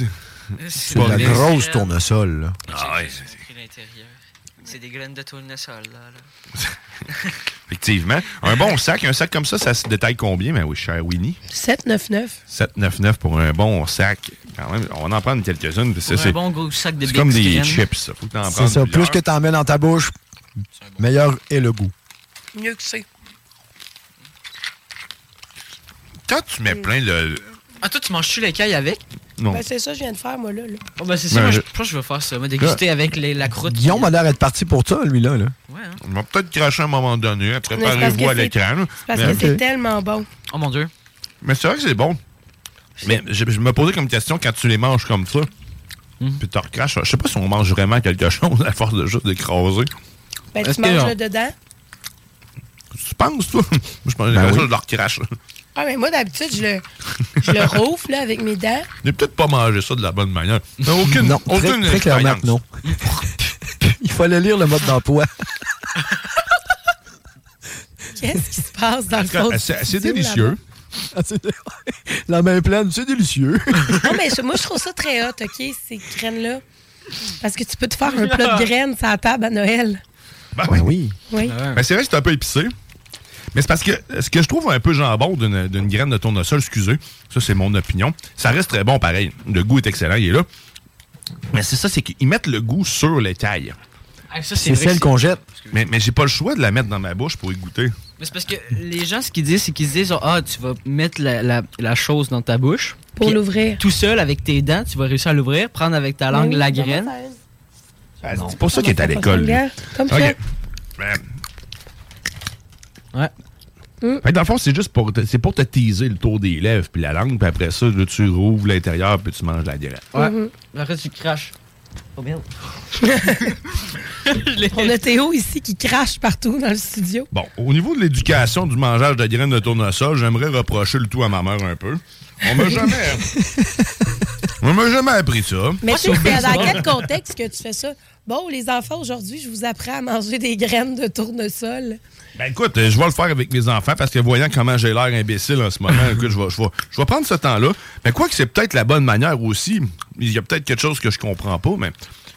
S6: C'est
S7: C'est de la grosse tournesol. là.
S5: Ah ouais.
S6: Pris l'intérieur. C'est des graines de tournesol, là. là.
S5: Effectivement. Un bon sac, un sac comme ça, ça se détaille combien, mais oui, cher Winnie?
S9: 799.
S5: 7,99 pour un bon sac. Quand même, on va en prendre quelques-unes. parce que
S6: Pour un
S5: c'est-
S6: bon gros sac de
S5: C'est
S6: Big
S5: comme des
S6: Chicken.
S5: chips, ça. Faut que t'en
S7: C'est
S5: prennes
S7: ça. Plus
S5: plusieurs.
S7: que t'en mets dans ta bouche, meilleur est le goût.
S9: Mieux que c'est.
S5: Quand tu mets plein le.
S6: Ah, toi, tu manges-tu l'écaille avec?
S5: Non.
S9: Mm. Ben, c'est ça, que je viens de faire, moi, là. là.
S6: Oh, ben, c'est ça,
S7: Ben,
S6: moi,
S7: je-
S6: je pense que je vais faire ça. Moi, déguster avec les- la croûte.
S7: Guillaume a l'air d'être parti pour ça, lui-là. là.
S5: On va peut-être cracher à un moment donné. Après,
S9: Mais c'est parce
S5: Préparez-vous
S9: que
S5: à
S9: c'est-
S5: l'écran. là.
S9: Parce
S5: Mais-
S9: que c'est tellement bon.
S6: Oh mon Dieu.
S5: Mais c'est vrai que c'est bon. Mais je, je me posais comme question quand tu les manges comme ça,
S9: Hmm.
S5: puis tu recraches. Je sais pas si on mange vraiment quelque chose à force de juste d'écraser.
S9: Ben,
S5: Est-ce
S9: tu
S5: que-
S9: manges le dedans.
S5: Tu penses, toi? Moi, je
S7: Ben
S5: pense que je le recrache.
S9: Ah, mais moi, d'habitude, je le, je le roufle, là, avec mes dents.
S5: J'ai peut-être pas mangé ça de la bonne manière. Mais aucune,
S7: non, très-
S5: aucune
S7: très, clairement
S5: expérience.
S7: que non. Il fallait lire le mode d'emploi.
S9: Qu'est-ce qui se passe dans le fond? du studio, là-bas?
S7: Ah, c'est- La main pleine, c'est délicieux.
S9: Non, mais je- moi, je trouve ça très hot, OK, ces graines-là. Parce que tu peux te faire un plat de graines sur la table à Noël.
S5: Ben oui.
S9: Oui.
S5: Ben, c'est vrai que c'est un peu épicé. Mais c'est parce que ce que je trouve un peu jambon d'une d'une graine de tournesol, excusez, ça c'est mon opinion, ça reste très bon pareil. Le goût est excellent, il est là. Mais c'est ça, c'est qu'ils mettent le goût sur l'écaille.
S6: Ah, ça, c'est vrai que c'est-
S7: jette.
S5: Mais, mais j'ai pas le choix de la mettre dans ma bouche pour y goûter.
S6: Mais c'est parce que les gens, ce qu'ils disent, c'est qu'ils se disent Ah, tu vas mettre la, la- la chose dans ta bouche.
S9: Pour
S6: Puis,
S9: l'ouvrir.
S6: Tout seul, avec tes dents, tu vas réussir à l'ouvrir, prendre avec ta langue
S9: Oui,
S6: la
S9: oui, dans
S6: graine.
S9: ma thèse.
S5: Ah, c'est pour ça qu'il est à l'école. lui.
S9: Comme
S5: Ok.
S9: ça.
S5: Ben,
S6: Ouais.
S9: Hum.
S5: Fait que dans le fond, c'est juste pour te, c'est pour te teaser le tour des lèvres puis la langue, puis après ça, là, tu rouvres l'intérieur puis tu manges la graine.
S6: Ouais.
S9: Mhm.
S6: Après, tu craches. Oh merde.
S9: On a Théo ici qui crache partout dans le studio.
S5: Bon, au niveau de l'éducation du mangeage de graines de tournesol, j'aimerais reprocher le tout à ma mère un peu. On m'a jamais. On m'a jamais appris ça.
S9: Mais tu sais, c'est dans quel contexte que tu fais ça? Bon, les enfants, aujourd'hui, je vous apprends à manger des graines de tournesol.
S5: Ben écoute, euh, je vais le faire avec mes enfants parce que voyant comment j'ai l'air imbécile en ce moment, écoute, je vais, je vais- je vais prendre ce temps-là. Mais quoi que c'est peut-être la bonne manière aussi. Il y a peut-être quelque chose que je comprends pas, mais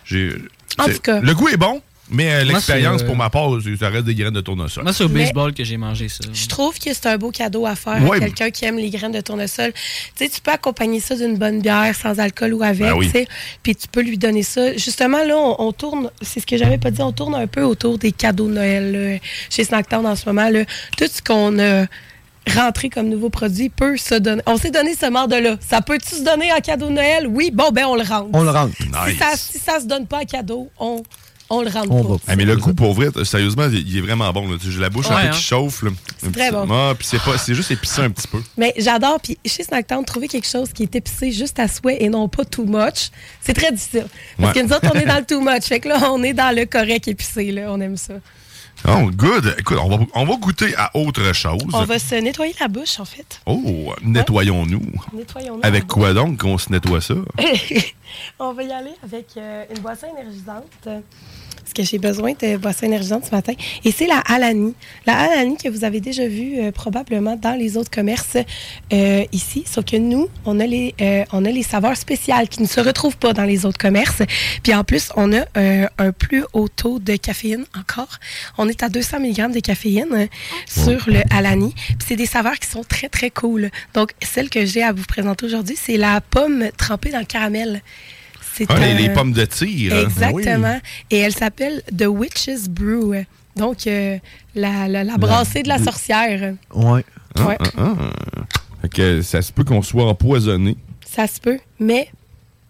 S5: j'ai.
S9: En
S5: c'est-
S9: tout cas.
S5: Le goût est bon, mais euh,
S6: Moi,
S5: l'expérience
S6: c'est, euh,
S5: pour ma part, c'est- ça reste des graines de tournesol.
S6: Moi, c'est au
S9: Mais-
S6: baseball que j'ai mangé ça.
S9: Je trouve que c'est un beau cadeau à faire
S5: Ouais.
S9: à quelqu'un qui aime les graines de tournesol. Tu sais, tu peux accompagner ça d'une bonne bière, sans alcool ou avec,
S5: Ben oui.
S9: tu sais, puis tu peux lui donner ça. Justement, là, on, on tourne, c'est ce que j'avais pas dit, on tourne un peu autour des cadeaux de Noël là, chez Snacktown en ce moment. Là. Tout ce qu'on a rentré comme nouveau produit peut se donner. On s'est donné ce mordre-là. Ça peut-tu se donner en cadeau de Noël? Oui, bon, ben on le rentre.
S7: On le rentre.
S9: Si, ça, si ça se donne pas en cadeau, on, on le rentre pas.
S5: Ah, mais le goût, pour vrai, t- sérieusement, il il est vraiment bon. là. Tu- J'ai la bouche un
S9: Ouais,
S5: peu
S9: hein.
S5: qui chauffe. là. Un
S9: très
S5: petit-
S9: bon.
S5: Ah, puis c'est pas- c'est juste épicé un petit peu.
S9: Mais j'adore. Puis chez Snacktown, trouver quelque chose qui est épicé juste à souhait et non pas too much, c'est très difficile. Parce
S5: Ouais.
S9: que nous autres, on est dans le too much. Fait que là, on est dans le correct épicé. Là. On aime ça.
S5: Oh, good. Écoute, on va, on va goûter à autre chose.
S9: On va se nettoyer la bouche, en fait.
S5: Oh, nettoyons-nous.
S9: Nettoyons-nous.
S5: Avec quoi donc qu'on se nettoie ça?
S9: On va y aller avec euh, une boisson énergisante. Parce que j'ai besoin de boisson énergisante ce matin. Et c'est la Alani. La Alani que vous avez déjà vue euh, probablement dans les autres commerces euh, ici. Sauf que nous, on a, les, euh, on a les saveurs spéciales qui ne se retrouvent pas dans les autres commerces. Puis en plus, on a euh, un plus haut taux de caféine encore. On est à 200 mg de caféine euh, sur le Alani. Puis c'est des saveurs qui sont très, très cool. Donc, celle que j'ai à vous présenter aujourd'hui, c'est la pomme trempée dans le caramel. C'est
S5: Ah, les-
S9: un-
S5: les pommes de tir. hein. Ah
S9: Exactement. Et elle s'appelle The Witch's Brew. Donc, euh, la, la, la brassée de la sorcière.
S5: Ouais.
S9: Ouais.
S5: Ah, Fait que ça se peut qu'on soit empoisonné.
S9: Ça se peut. Mais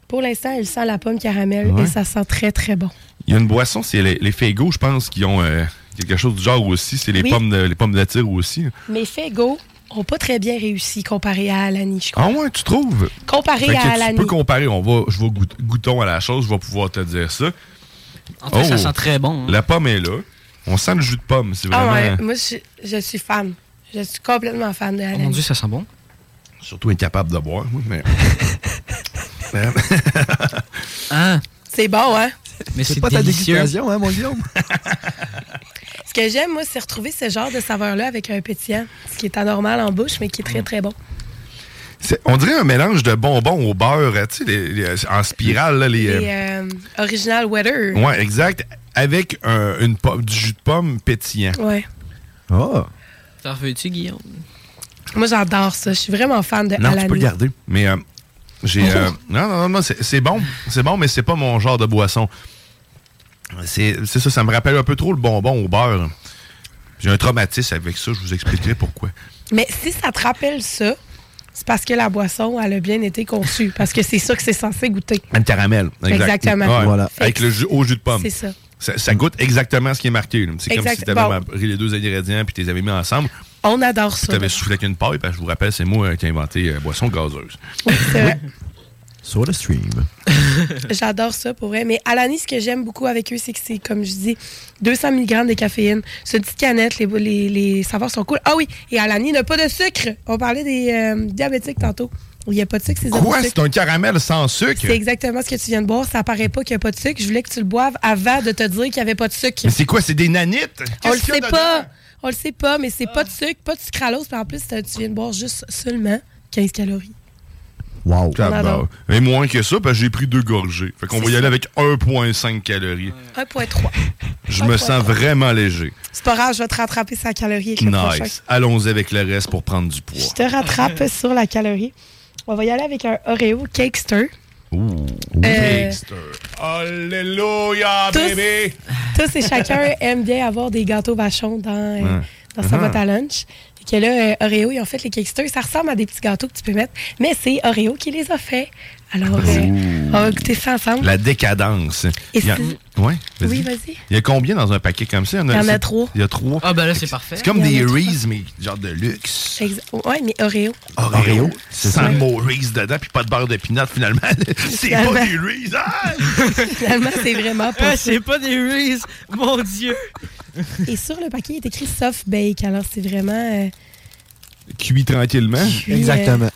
S9: pour l'instant, elle sent la pomme caramel
S5: Ouais.
S9: et ça sent très, très bon.
S5: Il y a une boisson, c'est les, les Faygo, je pense, qui ont euh, quelque chose du genre aussi. C'est les,
S9: Oui.
S5: pommes de, les pommes de tir aussi.
S9: Mes Fego ont pas très bien réussi comparé à Alani, je
S5: Ah ouais, tu trouves?
S9: Comparé
S5: Fait que
S9: à
S5: Tu
S9: Alani.
S5: peux comparer. On va, je vais goût- goûtons à la chose, je vais pouvoir te dire ça. Oh,
S6: En tout cas, ça sent très bon, hein.
S5: La pomme est là. On sent le jus de pomme. C'est
S9: Ah
S5: vraiment.
S9: ouais, moi, je, je suis fan. Je suis complètement fan de
S6: Oh
S9: Alani.
S6: sent bon.
S5: Surtout incapable de boire, moi, mais.
S9: C'est bon, hein?
S6: Mais c'est
S7: pas ta
S6: délicieux.
S7: dégustation, hein, mon Guillaume?
S9: Ce que j'aime, moi, c'est retrouver ce genre de saveur-là avec un pétillant, ce qui est anormal en bouche, mais qui est très,
S6: Mm.
S9: très bon.
S5: C'est- on dirait un mélange de bonbons au beurre, euh, tu sais, les- les- en spirale, là, les. euh,
S9: Et euh, original weather.
S5: Ouais, exact. Avec un- une pomme- du jus de pomme pétillant.
S9: Ouais.
S5: Ah.
S6: T'en veux-tu, Guillaume?
S9: Moi, j'adore ça. Je suis vraiment fan de
S5: Non,
S9: Alani.
S5: tu peux le garder. Mais euh, j'ai. euh, non, non, non, non, c'est c'est bon. C'est bon, mais c'est pas mon genre de boisson. C'est c'est ça, ça me rappelle un peu trop le bonbon au beurre. J'ai un traumatisme avec ça, je vous expliquerai pourquoi.
S9: Mais si ça te rappelle ça, c'est parce que la boisson, elle a bien été conçue. Parce que c'est ça que c'est censé goûter.
S5: Un caramel.
S9: Exactement.
S5: Ouais,
S9: Voilà.
S5: Avec le jus, au jus de pomme.
S9: C'est ça.
S5: ça. ça goûte exactement ce qui est marqué. là. C'est comme
S9: Exact-
S5: si tu avais
S9: bon.
S5: pris les deux ingrédients puis tu les avais mis ensemble.
S9: On adore
S5: Tu
S9: ça.
S5: t'avais soufflé avec une paille, parce que je vous rappelle, c'est moi euh, qui ai inventé euh, boisson gazeuse.
S7: Sur le stream.
S9: J'adore ça pour vrai. Mais Alani, ce que j'aime beaucoup avec eux, c'est que c'est, comme je dis, 200 mg de caféine. Ce petite canette, les, les, les saveurs sont cool. Ah oui, et Alani n'a pas de sucre. On parlait des euh, diabétiques tantôt. Il n'y a pas de sucre, c'est zéro
S5: Quoi?
S9: sucre.
S5: C'est un caramel sans sucre?
S9: C'est exactement ce que tu viens de boire. Ça paraît pas qu'il n'y a pas de sucre. Je voulais que tu le boives avant de te dire qu'il n'y avait pas de sucre.
S5: Mais c'est quoi? C'est des nanites?
S9: On le
S5: Qu'est-ce qu'il
S9: sait
S5: y a
S9: pas. On le sait pas, mais
S5: Ah.
S9: c'est pas de sucre, pas de sucralose. Puis en plus, t'as- tu viens de boire juste seulement 15 calories.
S5: Wow.
S9: J'adore.
S5: Et moins que ça, parce que j'ai pris deux gorgées. Fait qu'on va y aller avec 1,5 calories.
S9: 1,3.
S5: Je me sens vraiment léger.
S9: C'est pas grave, je vais te rattraper sa calorie avec le prochain.
S5: Nice. Allons-y avec le reste pour prendre du poids.
S9: Je te rattrape sur la calorie. On va y aller avec un Oreo Cakester.
S5: Ouh.
S9: Euh,
S5: Cakester. Alléluia,
S9: Tous-
S5: bébé!
S9: Tous et chacun aiment bien avoir des gâteaux vachons dans, euh,
S5: Ouais.
S9: dans sa
S5: Mhm.
S9: boîte à lunch. Fait que là, euh, Oreo, ils ont fait les Cakesters. Ça ressemble à des petits gâteaux que tu peux mettre, mais c'est Oreo qui les a faits. Alors, euh, on va goûter ça ensemble.
S5: La décadence.
S9: Et
S5: Il y a-
S9: si-
S5: Ouais, vas-y.
S9: Oui, vas-y.
S5: Il y a combien dans un paquet comme ça?
S9: Il y en a
S5: c'est-
S9: trois.
S5: Il y a trois.
S6: Ah, ben là, c'est parfait.
S5: C'est comme
S9: Il y
S5: des
S9: en a
S5: Reese, mais genre de luxe.
S9: Exa- Ouais, mais Oreo.
S5: Oreo, sans
S9: ça.
S5: le mot Reese dedans, puis pas de beurre de pinot finalement. C'est pas
S9: Finalement.
S5: du Reese. Ah!
S9: Finalement, c'est vraiment pas
S6: Ah,
S9: ça.
S6: c'est pas des Reese. Mon Dieu.
S9: Et sur le paquet, il est écrit soft bake. Alors, c'est vraiment. euh,
S5: Cuit tranquillement.
S9: euh, Exactement.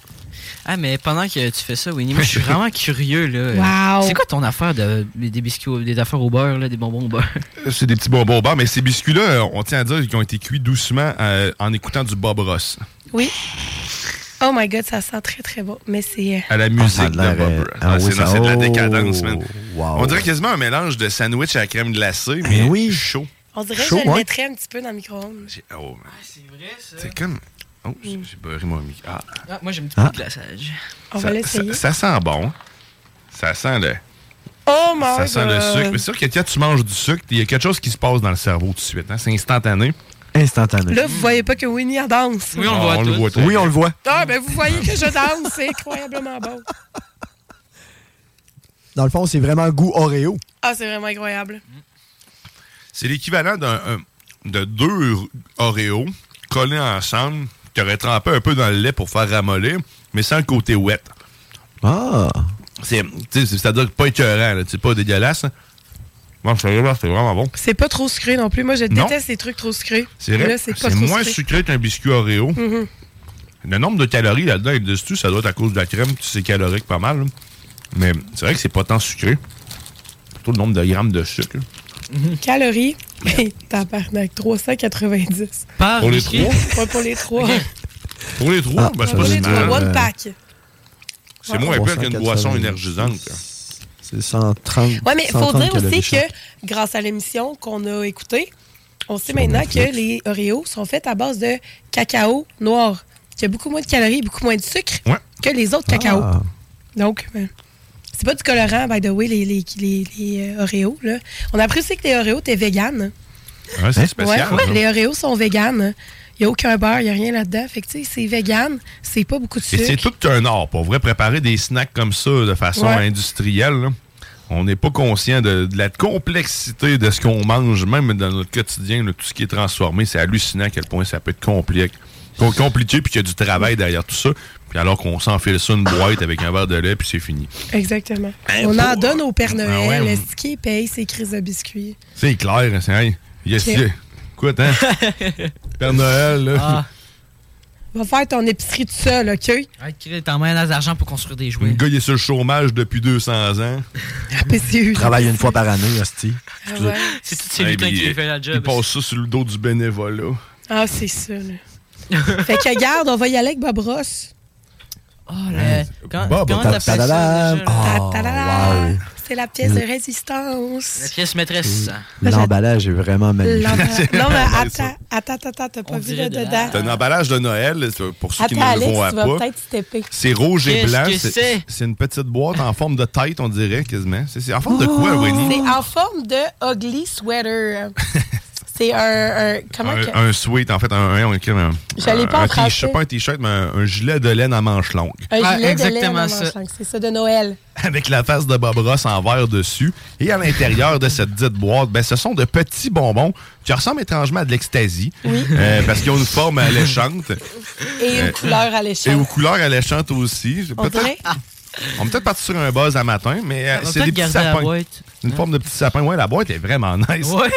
S6: Ah, mais pendant que tu fais ça, Winnie, moi, je suis vraiment curieux, là.
S9: Wow.
S6: C'est quoi ton affaire de, des biscuits, au- des affaires au beurre, là, des bonbons au beurre?
S5: C'est des petits bonbons au beurre, mais ces biscuits-là, euh, on tient à dire qu'ils ont été cuits doucement euh, en écoutant du Bob Ross.
S9: Oui. Oh my god, ça sent très très bon. Mais c'est. euh,
S5: À la musique de Bob Ross.
S19: ah
S5: Ah,
S19: oui,
S5: c'est
S19: ça-
S5: non, c'est de
S19: oh,
S5: la décadence, man.
S19: wow. Eh
S5: On dirait quasiment un mélange de sandwich à la crème glacée, mais oui. chaud.
S9: On dirait
S5: Chaud,
S9: que je le
S5: ouais.
S9: mettrais un petit peu dans le micro-ondes.
S5: Oh, man. C'est comme. Oh, j'ai j'ai beurré mon micro. Ah.
S6: Ah, moi, j'aime un petit peu de glaçage.
S9: On
S5: ça,
S9: va l'essayer.
S5: ça- ça sent bon. Ça sent le.
S9: Oh my
S5: Ça sent le
S9: God.
S5: sucre. Mais c'est sûr que quand tu manges du sucre, il y a quelque chose qui se passe dans le cerveau tout de suite. hein. C'est instantané. Instantané.
S9: Là, vous voyez pas que Winnie elle danse.
S5: Oui, on le voit Ah, on le tous. voit très
S19: Oui, on le voit.
S9: Ah, ben vous voyez que je danse. C'est incroyablement beau.
S7: Dans le fond, c'est vraiment goût Oreo.
S9: Ah, c'est vraiment incroyable.
S5: C'est l'équivalent d'un un- de deux Oreos collés ensemble qui auraient trempé un peu dans le lait pour faire ramollir, mais sans le côté wet. Ah! C'est-à-dire pas écœurant, là, c'est pas dégueulasse. Bon, celui-là, c'est vraiment bon.
S9: C'est pas trop sucré non plus. Moi, je
S5: Non.
S9: déteste les trucs trop sucrés.
S5: C'est vrai.
S9: Là,
S5: C'est
S9: c'est pas trop
S5: moins sucré qu'un biscuit Oreo.
S9: Mhm.
S5: Le nombre de calories là-dedans, il dessus, ça doit être à cause de la crème, puis c'est calorique pas mal. là. Mais c'est vrai que c'est pas tant sucré. Tout le nombre de grammes de sucre. là.
S9: Calories, tabarnak, 390.
S5: Par Pour les biscuit?
S9: Ouais, pour les trois.
S5: Pour les trois, ben, c'est
S9: Ah, pour
S5: pas si
S9: les trois, euh,
S5: mal.
S9: one
S5: euh,
S9: pack.
S5: C'est moins épais qu'une
S7: 380.
S5: boisson énergisante.
S7: C'est 130.
S9: Ouais, mais faut
S7: 130
S9: dire aussi
S7: calories
S9: que,
S7: chaque.
S9: grâce à l'émission qu'on a écoutée, on sait maintenant que les Oreos sont faits à base de cacao noir, qui a beaucoup moins de calories, beaucoup moins de sucre que les autres cacao.
S7: Ah.
S9: Donc, euh, c'est pas du colorant, by the way, les, les, les, les, euh, Oreos. Là. On a appris aussi que les Oreos étaient vegan.
S5: Ouais,
S8: Hein?
S5: c'est spécial. hein.
S9: Ouais,
S5: ça.
S9: les Oreos sont vegan. Il n'y a aucun beurre, il n'y a rien là-dedans. Fait que, tu sais, c'est vegan, c'est pas beaucoup de
S5: Et c'est
S9: sucre.
S5: tout un art, pour vrai, préparer des snacks comme ça de façon
S9: Ouais.
S5: industrielle. là. On n'est pas conscient de, de la complexité de ce qu'on mange, même dans notre quotidien, là, tout ce qui est transformé. C'est hallucinant à quel point ça peut être compliqué. Com- Compliqué, puis qu'il y a du travail derrière tout ça. Puis alors qu'on s'enfile ça une boîte avec un verre de lait, puis c'est fini.
S9: Exactement.
S5: Hein,
S9: On en
S5: faut-
S9: donne au Père Noël.
S5: Ah ouais.
S9: Est-ce qu'il paye ses crises de biscuits?
S5: C'est clair, hein, c'est hey, yes,
S9: Ok.
S5: yes. Écoute, hein? Père Noël, là.
S9: Ah, Va faire ton épicerie tout seul, OK?
S6: Ah, crée, T'en mets d'argent pour construire des jouets.
S5: Le gars, il est sur le chômage depuis 200 ans.
S9: PCU.
S7: Travaille une fois par année, Asti.
S9: Ah ouais.
S6: C'est tout celui
S5: puis
S6: qui
S5: Ah, il-
S6: fait la job.
S5: Il passe ça sur le dos du bénévolat.
S9: Ah, c'est ça, là. fait que, regarde, on va y aller avec Bob Ross.
S6: Oh,
S5: Hein?
S7: Hein?
S9: Euh,
S6: là. Quand, comment t'appelles ça? déjà,
S5: Ah.
S7: Ah,
S6: là?
S7: Oh,
S9: C'est la pièce de résistance.
S6: La pièce maîtresse.
S5: Mmh.
S7: L'emballage est vraiment magnifique.
S9: L'emballage- Non, mais attends, attends, attends, attends, t'as pas vu
S6: dirait
S9: le
S6: de
S9: dedans.
S5: C'est un emballage de Noël, pour ceux
S9: Attends,
S5: qui ne le
S9: Alex,
S5: voient
S9: tu vas
S5: pas.
S9: peut-être stepper.
S5: C'est rouge et
S9: Qu'est-ce
S5: blanc.
S9: que
S5: c'est-
S9: c'est?
S5: C'est une petite boîte en forme de tête, on dirait, quasiment. C'est c'est en forme de quoi, Winnie?
S9: C'est en forme de ugly sweater. c'est un, un- Comment que.
S5: Euh, Un, un sweat, en fait, un, un, on écrit un,
S9: Je l'ai
S5: un-
S9: pas en
S5: un t-shirt,
S9: français.
S5: pas un t-shirt, mais un, un gilet de laine à manches longues.
S9: Un gilet de laine à manches longues, C'est Ah, ça, de Noël.
S5: Avec la face de Bob Ross en verre dessus. Et à l'intérieur de cette dite boîte, ben, ce sont de petits bonbons qui ressemblent étrangement à de l'ecstasy. euh, parce qu'ils ont une forme alléchante.
S9: Et
S5: Euh,
S9: une couleur
S5: Et aux
S9: alléchante.
S5: couleurs alléchantes aussi.
S9: On
S5: Peut-être-
S9: dirait.
S5: On va peut-être partir sur un buzz à matin, mais euh,
S6: On va
S5: c'est des petits
S6: peut-être garder la
S5: sapins.
S6: boîte.
S5: Une forme de petit sapin. Ouais, la boîte est vraiment nice.
S6: Ouais.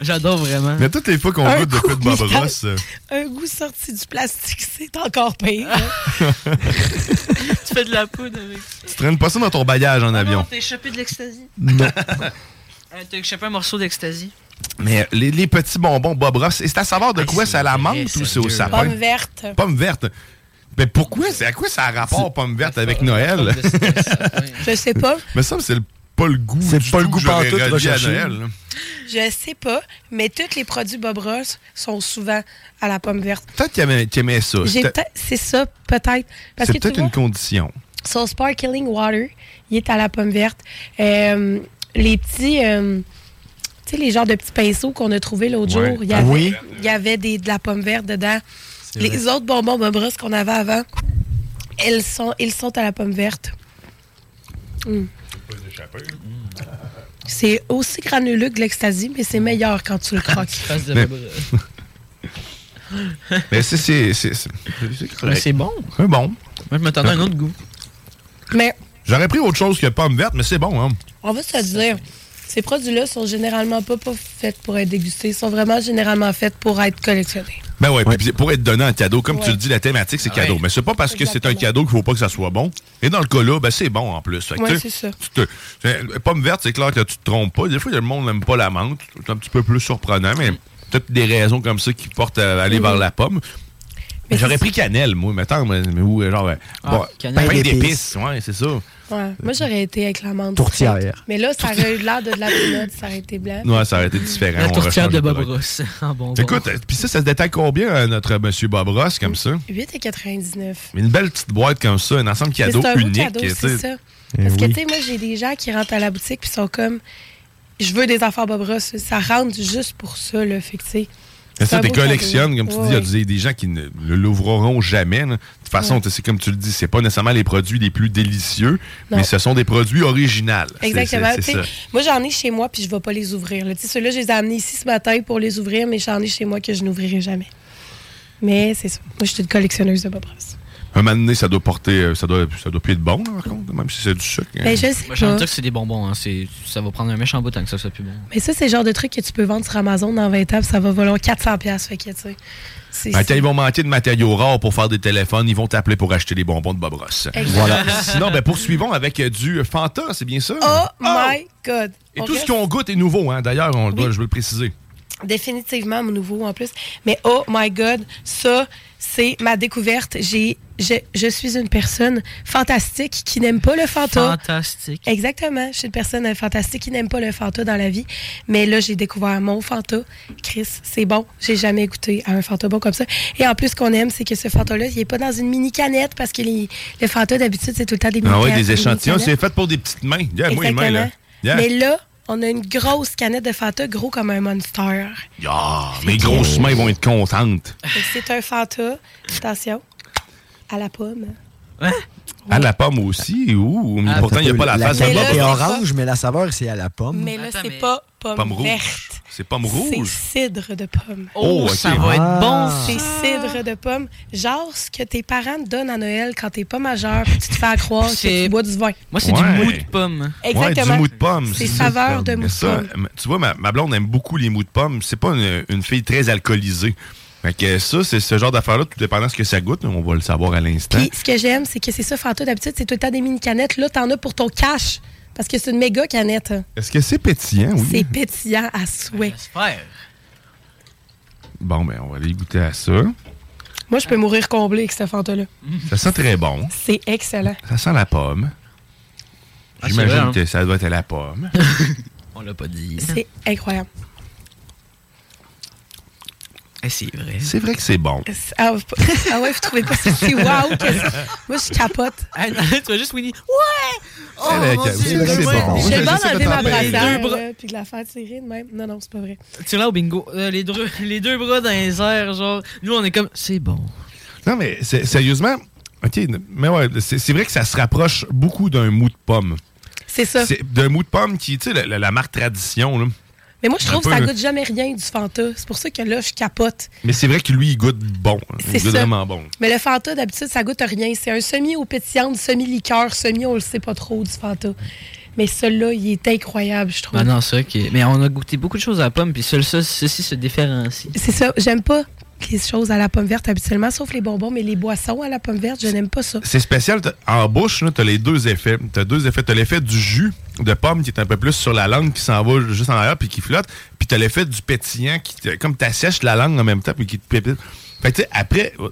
S6: J'adore vraiment.
S5: Mais toutes les fois qu'on
S9: Un
S5: goûte de
S9: coup
S5: coups de Bob
S9: de métal.
S5: Ross, euh,
S9: Un goût sorti du plastique, c'est encore pire.
S6: tu fais de la poudre avec.
S5: euh, tu traînes pas ça dans ton bagage en avion.
S6: T'as échappé de l'ecstasy.
S5: Non.
S6: Euh, T'as échappé un morceau d'ecstasy.
S5: Mais euh, les, les petits bonbons Bob Ross, et c'est à savoir de quoi ça la menthe ou c'est au sapin?
S9: Pomme verte.
S5: Pomme verte. Mais pourquoi? C'est à quoi ça a rapport, pomme verte, avec Noël?
S9: Je sais pas.
S5: Mais ça, c'est le- pas le goût. C'est pas le goût
S7: pantoute recherché.
S9: Je sais pas, mais tous les produits Bob Ross sont souvent à la pomme verte.
S5: Peut-être qu'il aimait, qu'il aimait ça.
S9: J'ai
S5: C'était-
S9: peut- C'est ça, peut-être. Parce que
S5: C'est
S9: tu
S5: peut-être
S9: vois,
S5: une condition.
S9: son sparkling water, il est à la pomme verte. Euh, les petits... euh, tu sais, les genres de petits pinceaux qu'on a trouvés l'autre
S5: Ouais. Ah
S9: jour, il y avait,
S5: Oui.
S9: il y avait des, de la pomme verte dedans. Les
S5: vrai.
S9: autres bonbons Bob Ross qu'on avait avant, elles sont, ils sont à la pomme verte. Mm. C'est aussi granuleux que de l'ecstasy, mais c'est meilleur quand tu le croques.
S5: Mais- Mais c'est- c'est. c'est- C'est c'est correct.
S6: Mais c'est bon.
S5: C'est bon.
S6: Moi, je m'attendais à un autre goût.
S9: Mais
S5: J'aurais pris autre chose que pomme verte, mais c'est bon, hein?
S9: on va se le dire, ces produits-là sont généralement pas, pas faits pour être dégustés, ils sont vraiment généralement faits pour être collectionnés.
S5: Ben ouais, puis c'est pour être donné un cadeau, comme tu
S9: Ouais.
S5: le dis, la thématique, c'est cadeau. Mais c'est pas parce que c'est un cadeau qu'il faut pas que ça soit bon. Et dans le cas là, ben c'est bon en plus. Fait que
S9: Ouais,
S5: tu-
S9: c'est ça.
S5: tu te- c'est- euh, pomme verte, c'est clair que tu te trompes pas. Des fois, le monde n'aime pas la menthe. C'est un petit peu plus surprenant, mais peut-être des raisons comme ça qui portent à aller vers la pomme. Mais J'aurais pris cannelle, moi, mettons, mais, mais où, genre, ben,
S6: Ah,
S5: bon,
S6: cannelle.
S5: pain
S6: Pain
S5: d'épices, ouais, c'est ça.
S9: Ouais. Moi, j'aurais été avec la menthe.
S5: Tourtière.
S9: frite. Mais là, ça aurait eu l'air de, de la peanut, ça aurait été blanc.
S5: Ouais, ça aurait été différent.
S6: La
S5: on
S6: tourtière
S5: rechange
S6: de
S5: le
S6: Bob
S5: produit.
S6: Ross. En bon
S5: Écoute, euh, puis ça, ça se détaille combien, euh, notre monsieur Bob Ross, comme ça?
S9: 8,99.
S5: Mais Une belle petite boîte comme ça, un ensemble
S9: Mais
S5: cadeau
S9: c'est un beau
S5: unique.
S9: cadeau,
S5: tu
S9: c'est
S5: sais.
S9: ça.
S5: Eh
S9: Parce que,
S5: oui.
S9: tu sais, moi, j'ai des gens qui rentrent à la boutique puis sont comme, je veux des affaires Bob Ross. Ça rentre juste pour ça, là. Fait que, tu sais.
S5: Mais
S9: c'est
S5: ça,
S9: un
S5: t'es
S9: beau cadeau.
S5: collectionnes, comme tu
S9: Ouais,
S5: dis, il y a
S9: ouais.
S5: des- des gens qui ne le- l'ouvreront jamais. là. De toute façon,
S9: Ouais.
S5: tu sais, c'est comme tu le dis, c'est pas nécessairement les produits les plus délicieux,
S9: Non.
S5: mais ce sont des produits originaux. C'est-
S9: Exactement.
S5: c'est- c'est
S9: Tu sais,
S5: ça.
S9: Moi, j'en ai chez moi puis je vais pas les ouvrir. là. Tu sais, Ceux-là, je les ai amenés ici ce matin pour les ouvrir, mais j'en ai chez moi que je n'ouvrirai jamais. Mais c'est ça. Moi, je suis une collectionneuse de Bob Ross.
S5: Un moment donné, ça doit porter. euh, Ça doit, ça doit plus être bon, là, par contre, même si c'est du sucre. hein.
S9: Ben, je sais
S6: Moi, j'ai
S9: pas.
S6: envie de dire que c'est des bonbons. Hein. C'est- Ça va prendre un méchant bout tant que ça soit plus bon.
S9: Mais ça, c'est le genre de truc que tu peux vendre sur Amazon dans 20 ans, puis ça va voler 400$. piastres, Fait que, tu sais. c'est-
S5: Ben, quand ils vont manquer de matériaux rares pour faire des téléphones, ils vont t'appeler pour acheter des bonbons de Bob Ross.
S9: Exact.
S5: Voilà. Sinon, ben, poursuivons avec euh, du euh, Fanta, c'est bien ça? Ah!
S9: Oh my God!
S5: Et
S9: On
S5: tout ce
S9: reste-
S5: qu'on goûte est nouveau, hein. d'ailleurs, on le doit, je veux le préciser.
S9: Définitivement mon nouveau en plus. Mais oh my God, ça, c'est ma découverte. J'ai, je, je suis une personne fantastique qui n'aime pas le fanta.
S6: Fantastique.
S9: Exactement. Je suis une personne euh, fantastique qui n'aime pas le fanta dans la vie. Mais là, j'ai découvert mon fanta. Chris, c'est bon. J'ai jamais goûté à un fanta bon comme ça. Et en plus, ce qu'on aime, c'est que ce fanta-là, il est pas dans une mini canette parce que les, le fanta, d'habitude, c'est tout le temps des mini
S5: Ah oui,
S9: canettes,
S5: des échantillons,
S9: mini
S5: c'est
S9: canettes.
S5: fait pour des petites mains. Yeah, moi, les
S9: Exactement.
S5: mains, là. Yeah.
S9: Mais là, on a une grosse canette de fanta, gros comme un monster.
S5: Ah, mes grosses mains vont être contentes.
S9: Fait que C'est un Fanta. Attention. À la pomme.
S5: À la pomme aussi, ouh, mais
S7: Ah,
S5: pourtant, il n'y a pas la face
S7: La
S5: de Bob
S7: canette est
S5: Ross.
S7: orange, mais la saveur, c'est à la pomme.
S9: Mais là, c'est pas pomme,
S5: Pomme rouge.
S9: verte.
S5: C'est pomme
S9: C'est
S5: rouge.
S9: cidre de pomme.
S5: Oh, Oh, ok. ça va être bon, ça.
S9: C'est cidre de pomme. Genre ce que tes parents te donnent à Noël quand t'es pas majeur, puis tu te fais à croire que
S6: C'est-
S9: tu bois du vin.
S6: Moi, c'est
S5: Ouais.
S6: du mou de
S9: Hein?
S5: hein.
S6: pomme.
S9: Exactement.
S5: Ouais, du mou de pomme. Hein?
S9: C'est saveur de
S5: Mais
S9: mou de
S5: ça,
S9: pomme.
S5: m- Tu vois, ma, ma blonde aime beaucoup les mous de pomme. C'est pas une, une fille très alcoolisée. Fait que ça, c'est ce genre d'affaire-là, tout dépendant de ce que ça goûte, on va le savoir à l'instant.
S9: Puis ce que j'aime, c'est que c'est ça, Fanta, d'habitude, c'est tout le temps des mini-canettes. Là, t'en as pour ton cash. Parce que c'est une méga canette.
S5: Est-ce que c'est pétillant, Ah oui?
S9: C'est pétillant à souhait.
S5: Bon, ben, on va aller goûter à ça.
S9: Moi, je peux mourir comblé avec ce Fanta-là.
S5: Ça sent très bon.
S9: C'est excellent.
S5: Ça sent la pomme.
S6: Ah, c'est
S5: J'imagine
S6: vrai, hein?
S5: que ça doit être à la pomme.
S6: On l'a pas dit.
S9: C'est incroyable.
S6: Ah, C'est vrai.
S5: C'est vrai que c'est bon.
S9: Ah, pas- ah ouais, vous trouvez pas ça? C'est wow! qu'est-ce que- Moi, je capote.
S6: Ah, tu vas juste Winnie. Ouais! Oh,
S5: Eh, ben, c'est vrai que c'est bon.
S9: J'ai le
S5: Je
S9: bord
S5: sais
S9: d'enlever
S5: pas
S9: ma
S5: tant pis.
S9: brassière,
S6: Les deux bras.
S9: là, puis de la faire tirer de même. Non, non, c'est pas vrai.
S6: Tu là au bingo. Euh, les, deux, les deux bras dans les airs, genre. Nous, on est comme. C'est bon.
S5: Non, mais c'est- sérieusement, OK, mais ouais, c'est c'est vrai que ça se rapproche beaucoup d'un mou de pomme.
S9: C'est ça.
S5: D'un mou de pomme qui, tu sais, la, la- la marque tradition, là.
S9: Mais moi, je
S5: Un
S9: trouve que
S5: peu,
S9: ça
S5: là.
S9: goûte jamais rien du Fanta. C'est pour ça que là, je capote.
S5: Mais c'est vrai que lui, il goûte bon. hein. Il
S9: C'est
S5: goûte
S9: ça.
S5: vraiment bon.
S9: Mais le Fanta, d'habitude, ça goûte rien. C'est un semi au pétillant, du semi-liqueur, semi, on le sait pas trop, du Fanta. Mais celui-là, il est incroyable, je trouve.
S6: Ben non, c'est ok. Mais on a goûté beaucoup de choses à la pomme, puis seul ça, ceci se différencie.
S9: C'est ça. J'aime pas les choses à la pomme verte habituellement, sauf les bonbons, mais les boissons à la pomme verte, je n'aime pas ça.
S5: C'est spécial. t'as- En bouche, tu as les deux effets. Tu as deux effets. Tu l'effet du jus de pomme qui est un peu plus sur la langue, qui s'en va juste en arrière puis qui flotte. Puis tu as l'effet du pétillant qui, te- comme tu assèches la langue en même temps puis qui te pépite. Fait que tu sais, après, euh,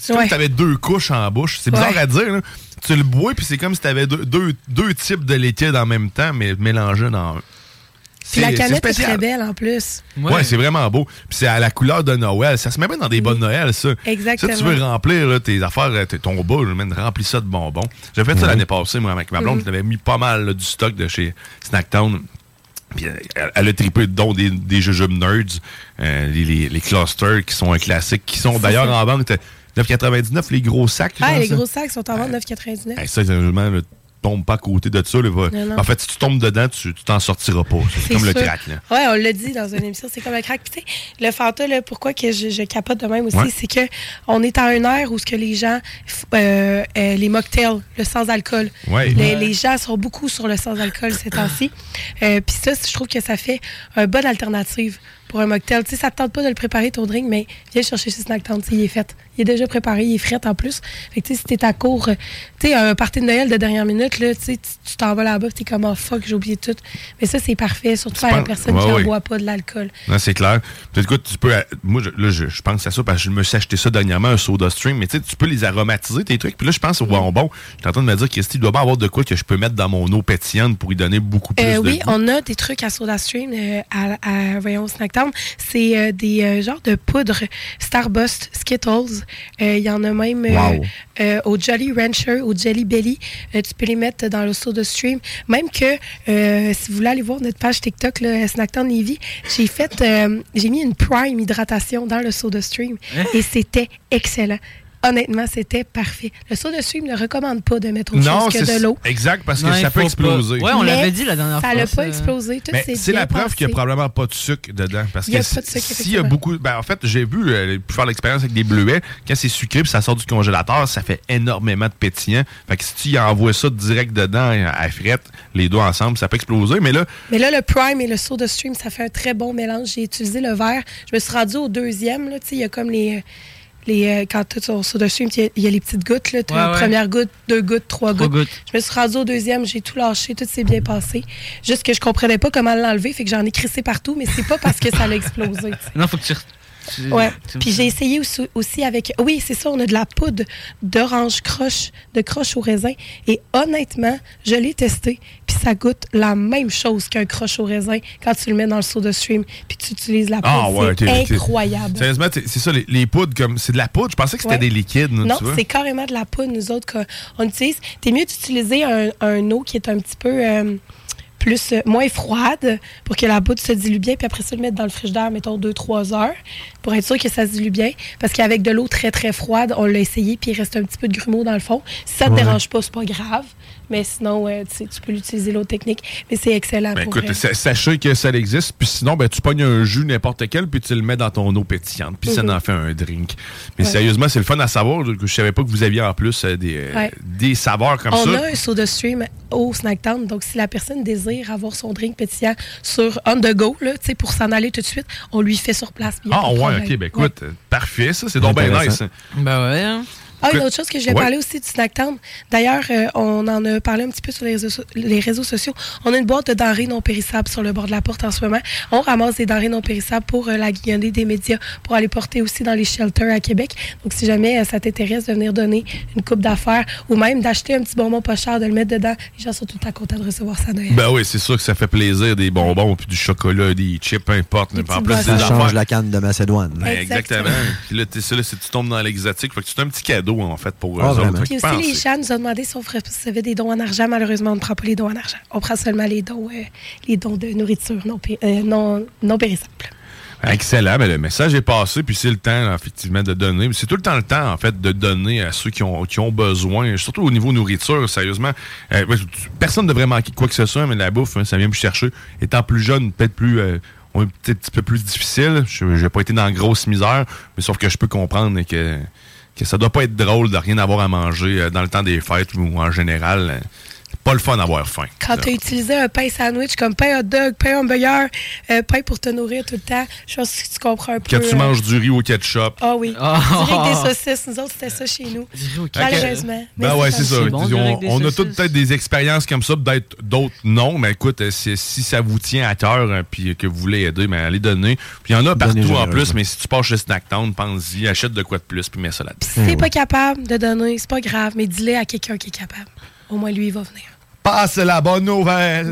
S5: c'est comme
S9: Ouais.
S5: si tu avais deux couches en bouche. C'est bizarre
S9: Ouais.
S5: à dire. là. Tu le bois puis c'est comme si tu avais deux, deux, deux types de liquide en même temps, mais mélangés dans un.
S9: Puis la
S5: C'est- c'est
S9: canette est,
S5: spécial.
S9: très belle en plus.
S5: Ouais, c'est vraiment beau. Puis c'est à la couleur de Noël. Ça se met même dans des bonnes Noël, ça.
S9: Exactement.
S5: Ça, tu veux remplir là, tes affaires, euh, tes- ton bol, man, remplis ça de bonbons. J'ai fait ça l'année passée, moi, avec ma blonde.
S9: Mhm.
S5: Je l'avais mis pas mal là, du stock de chez Snacktown. Puis euh, elle, elle a trippé, dont des, des jujubes nerds, euh, les, les, les clusters qui sont un classique, qui sont d'ailleurs en vente euh, 9,99, les gros sacs.
S9: Ah,
S5: genre,
S9: les
S5: ça.
S9: gros sacs sont en vente 9,99.
S5: Eh, ça, sérieusement, là, tombe pas à côté de ça. là, va-
S9: Non, non.
S5: En fait, si tu tombes dedans, tu tu t'en sortiras pas. C'est
S9: C'est
S5: comme le
S9: sûr.
S5: crack. là.
S9: Ouais, on l'a dit dans une émission, c'est comme un crack. Puis tu sais, le Fanta, là, pourquoi que je, je capote de même aussi,
S5: Ouais.
S9: c'est que on est à une ère où ce que les gens, f- euh, euh, les mocktails, le sans alcool,
S5: Ouais.
S9: les,
S5: Ouais.
S9: les gens sont beaucoup sur le sans alcool ces temps-ci. Euh, Puis ça, je trouve que ça fait une bonne alternative pour un mocktail. Tu sais, ça te tente pas de le préparer ton drink, mais viens le chercher chez Snacktown, tu sais, il est fait. Il est déjà préparé, il est fret en plus. Fait que tu sais, si t'es à court, euh, tu sais, un party de Noël de dernière minute, là, tu sais, tu- tu t'en vas là-bas, puis t'es comme, oh fuck, j'ai oublié tout. Mais ça, c'est parfait, surtout
S5: Tu
S9: à la
S5: penses-
S9: personne
S5: Ouais,
S9: qui ne
S5: ouais.
S9: boit pas de l'alcool.
S5: Non, c'est clair. Puis, écoute, tu peux. euh, Moi, je, là, je, je pense à ça parce que je me suis acheté ça dernièrement, un soda stream, mais tu sais, tu peux les aromatiser, tes trucs. Puis là, je pense au bonbon. Je suis en train de me dire, Christy, il doit pas avoir de quoi que je peux mettre dans mon eau pétillante pour y donner beaucoup plus
S9: Euh,
S5: de.
S9: oui,
S5: goût.
S9: on a des trucs à SodaStream, euh, à, à voyons, Snacktown. C'est euh, des euh, genres de poudre Starburst, Skittles. Euh, Il y en a même euh,
S2: Wow.
S9: euh, au Jolly Rancher, au Jelly Belly. Euh, tu peux les mettre dans le SodaStream. Même que, euh, si vous voulez aller voir notre page TikTok, là, Snacktown Navy, j'ai fait, euh, j'ai mis une prime hydratation dans le SodaStream.
S2: Hein?
S9: Et c'était excellent. honnêtement, c'était parfait. Le saut de sucre ne recommande pas de mettre autre
S5: Non,
S9: chose que
S5: c'est
S9: de l'eau.
S5: Exact, parce que
S6: Non, il
S5: ça peut
S6: faut
S5: exploser.
S6: pas. Ouais, on
S9: Mais
S6: l'avait dit la dernière
S9: ça
S6: fois.
S9: l'a pas
S6: ça.
S9: explosé. Tout
S5: Mais
S9: s'est
S5: c'est
S9: bien
S5: la preuve qu'il n'y a
S9: passé.
S5: probablement pas de sucre dedans. Parce
S9: Il y
S5: que
S9: a
S5: si-
S9: pas de sucre,
S5: s'il y a
S9: effectivement.
S5: beaucoup. Ben, en fait, j'ai vu, euh, pu faire l'expérience avec des bleuets, quand c'est sucré puis ça sort du congélateur, ça fait énormément de pétillant. Fait que si tu y envoies ça direct dedans, euh, à frette, les doigts ensemble, ça peut exploser. Mais là,
S9: Mais là, le prime et le saut de stream, ça fait un très bon mélange. J'ai utilisé le verre. Je me suis rendue au deuxième. Là, tu sais, il y a comme les. euh, les euh, quand tu as saut de stream, il y a- il y, a les petites gouttes. Là, T'as
S6: Ouais,
S9: une
S6: ouais.
S9: Première goutte, deux gouttes, trois,
S6: Trois
S9: gouttes.
S6: gouttes.
S9: Je me suis rendue au deuxième. J'ai tout lâché. Tout s'est bien passé. Juste que je comprenais pas comment l'enlever. Fait que j'en ai crissé partout. Mais c'est pas parce que ça l'a explosé. tu sais.
S6: Non, faut que tu. re- tu-
S9: Ouais.
S6: tu-
S9: Puis j'ai essayé aussi, aussi avec. Oui, c'est ça, on a de la poudre d'orange croche, de croche au raisin. Et honnêtement, je l'ai testé. Puis ça goûte la même chose qu'un croche au raisin quand tu le mets dans le seau de stream. Puis tu utilises la poudre.
S5: Ah ouais,
S9: c'est
S5: t'es- t'es-
S9: incroyable.
S5: Sérieusement, t'es- c'est ça, les, les poudres, comme c'est de la poudre. Je pensais que c'était
S9: Ouais.
S5: des liquides, nous,
S9: Non,
S5: tu vois.
S9: c'est carrément de la poudre, nous autres, qu'on utilise. T'es mieux d'utiliser un, un eau qui est un petit peu euh, plus, euh, moins froide pour que la poudre se dilue bien, puis après ça, le mettre dans le frigidaire, mettons, 2-3 heures pour être sûr que ça se dilue bien. Parce qu'avec de l'eau très, très froide, on l'a essayé, puis il reste un petit peu de grumeaux dans le fond. Si ça te
S5: Ouais.
S9: dérange pas, c'est pas grave. Mais sinon, euh, tu, sais, tu peux l'utiliser, l'eau technique. Mais c'est excellent
S5: Ben,
S9: pour euh, vrai.
S5: écoute, sa- sachez que ça existe, puis sinon, ben, tu pognes un jus n'importe quel, puis tu le mets dans ton eau pétillante, puis
S9: Mhm.
S5: ça en fait un drink. Mais
S9: Ouais.
S5: sérieusement, c'est le fun à savoir. Je, je savais pas que vous aviez en plus euh, des, euh,
S9: Ouais.
S5: des saveurs comme
S9: on
S5: ça.
S9: a un soda stream au snack town. Donc, si la personne désire avoir son drink pétillant sur on the go, là, tu sais, pour s'en aller tout de suite, on lui fait sur place. Il y a
S5: Ah
S9: pas de
S5: ouais,
S9: problème.
S5: ok, ben écoute, euh, parfait, ça, c'est donc bien
S6: Intéressant.
S5: nice.
S6: Ben ouais. hein.
S9: Ah, une
S5: Écoute,
S9: autre chose que je voulais
S5: ouais.
S9: parler aussi du Snack Town. D'ailleurs, euh, on en a parlé un petit peu sur les réseaux, so- les réseaux sociaux. On a une boîte de denrées non périssables sur le bord de la porte en ce moment. On ramasse des denrées non périssables pour euh, la guignolée des médias, pour aller porter aussi dans les shelters à Québec. Donc, si jamais euh, ça t'intéresse de venir donner une coupe d'affaires ou même d'acheter un petit bonbon pas cher, de le mettre dedans, les gens sont tout le temps contents de recevoir ça à Noël.
S5: Ben oui, c'est sûr que ça fait plaisir, des bonbons, puis du chocolat, des chips, peu importe. mais en plus,
S7: Ça
S5: des
S7: change
S5: affaires.
S7: la canne de Macédoine.
S5: Ben, exactement. Puis là, t'es ça, là, si tu tombes dans l'exotique, fait que c'est un petit cadeau, en fait, pour eux
S7: Ah,
S5: autres.
S7: vraiment.
S5: Fait
S9: Puis
S5: que
S9: aussi, les
S5: pensez.
S9: gens nous ont demandé si on recevait des dons en argent. Malheureusement, on ne prend pas les dons en argent. On prend seulement les dons, euh, les dons de nourriture non, pé- euh, non, non périssables.
S5: Excellent, mais le message est passé, puis c'est le temps, effectivement, de donner. C'est tout le temps le temps, en fait, de donner à ceux qui ont, qui ont besoin, surtout au niveau nourriture, sérieusement. Euh, parce que tu- personne ne devrait manquer de quoi que ce soit, mais la bouffe, hein, ça vient me chercher. Étant plus jeune, peut-être plus. euh, on est peut-être un petit peu plus difficile. Je n'ai pas été dans la grosse misère, mais sauf que je peux comprendre que, que ça doit pas être drôle de rien avoir à manger euh, dans le temps des fêtes ou en général. euh, c'est pas le fun d'avoir faim.
S9: Quand tu as utilisé un pain sandwich comme pain hot dog, pain hamburger, euh, pain pour te nourrir tout le temps, je pense que tu comprends un peu.
S5: Quand tu
S9: euh,
S5: manges du riz au ketchup.
S9: Ah oui.
S5: Ah.
S9: Direct des saucisses. Nous autres, c'était ça chez nous. Malheureusement. Mais
S5: Ben ouais, c'est ça.
S9: comme
S5: Disons, on, a toutes peut-être des expériences comme ça, peut-être d'autres non, mais écoute, euh, si, si ça vous tient à cœur hein, puis que vous voulez aider, mais allez donner. Puis il y en a partout en
S14: généreusement.
S5: plus, mais si tu passes chez Snacktown, pense-y, achète de quoi de plus puis mets ça là-dedans.
S9: Si t'es pas capable de donner, c'est pas grave, mais dis-le à quelqu'un qui est capable. Au moins, lui, il va venir.
S5: Passe la bonne nouvelle.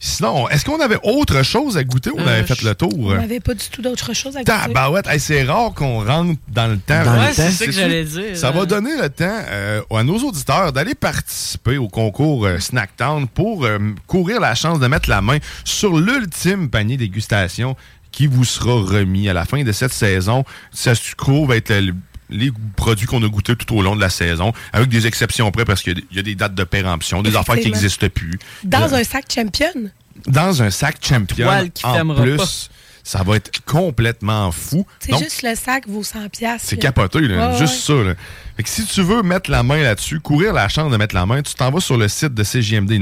S5: Sinon, est-ce qu'on avait autre chose à goûter? Euh, On avait fait le tour.
S9: On n'avait pas du tout d'autre chose à goûter.
S5: Tabarouette, hey, c'est rare qu'on rentre dans le temps.
S6: Dans le Ouais, temps. c'est ça que j'allais dire.
S5: Ça va donner le temps euh, à nos auditeurs d'aller participer au concours euh, Snacktown pour euh, courir la chance de mettre la main sur l'ultime panier dégustation qui vous sera remis à la fin de cette saison. Ça se trouve être le- les produits qu'on a goûtés tout au long de la saison, avec des exceptions près parce qu'il y a des- il y a des dates de péremption, des affaires qui
S9: Effectivement.
S5: n'existent plus Euh,
S9: Dans un sac champion.
S5: dans un sac champion.
S9: Toile qui
S5: en
S9: fermera
S5: plus,
S9: pas.
S5: ça va être complètement fou.
S9: C'est
S5: Donc,
S9: juste le sac vaut 100 pièces.
S5: c'est capoté, là.
S9: Ouais,
S5: juste
S9: ouais.
S5: ça. Là. Fait que si tu veux mettre la main là-dessus, courir la chance de mettre la main, tu t'en vas sur le site de CJMD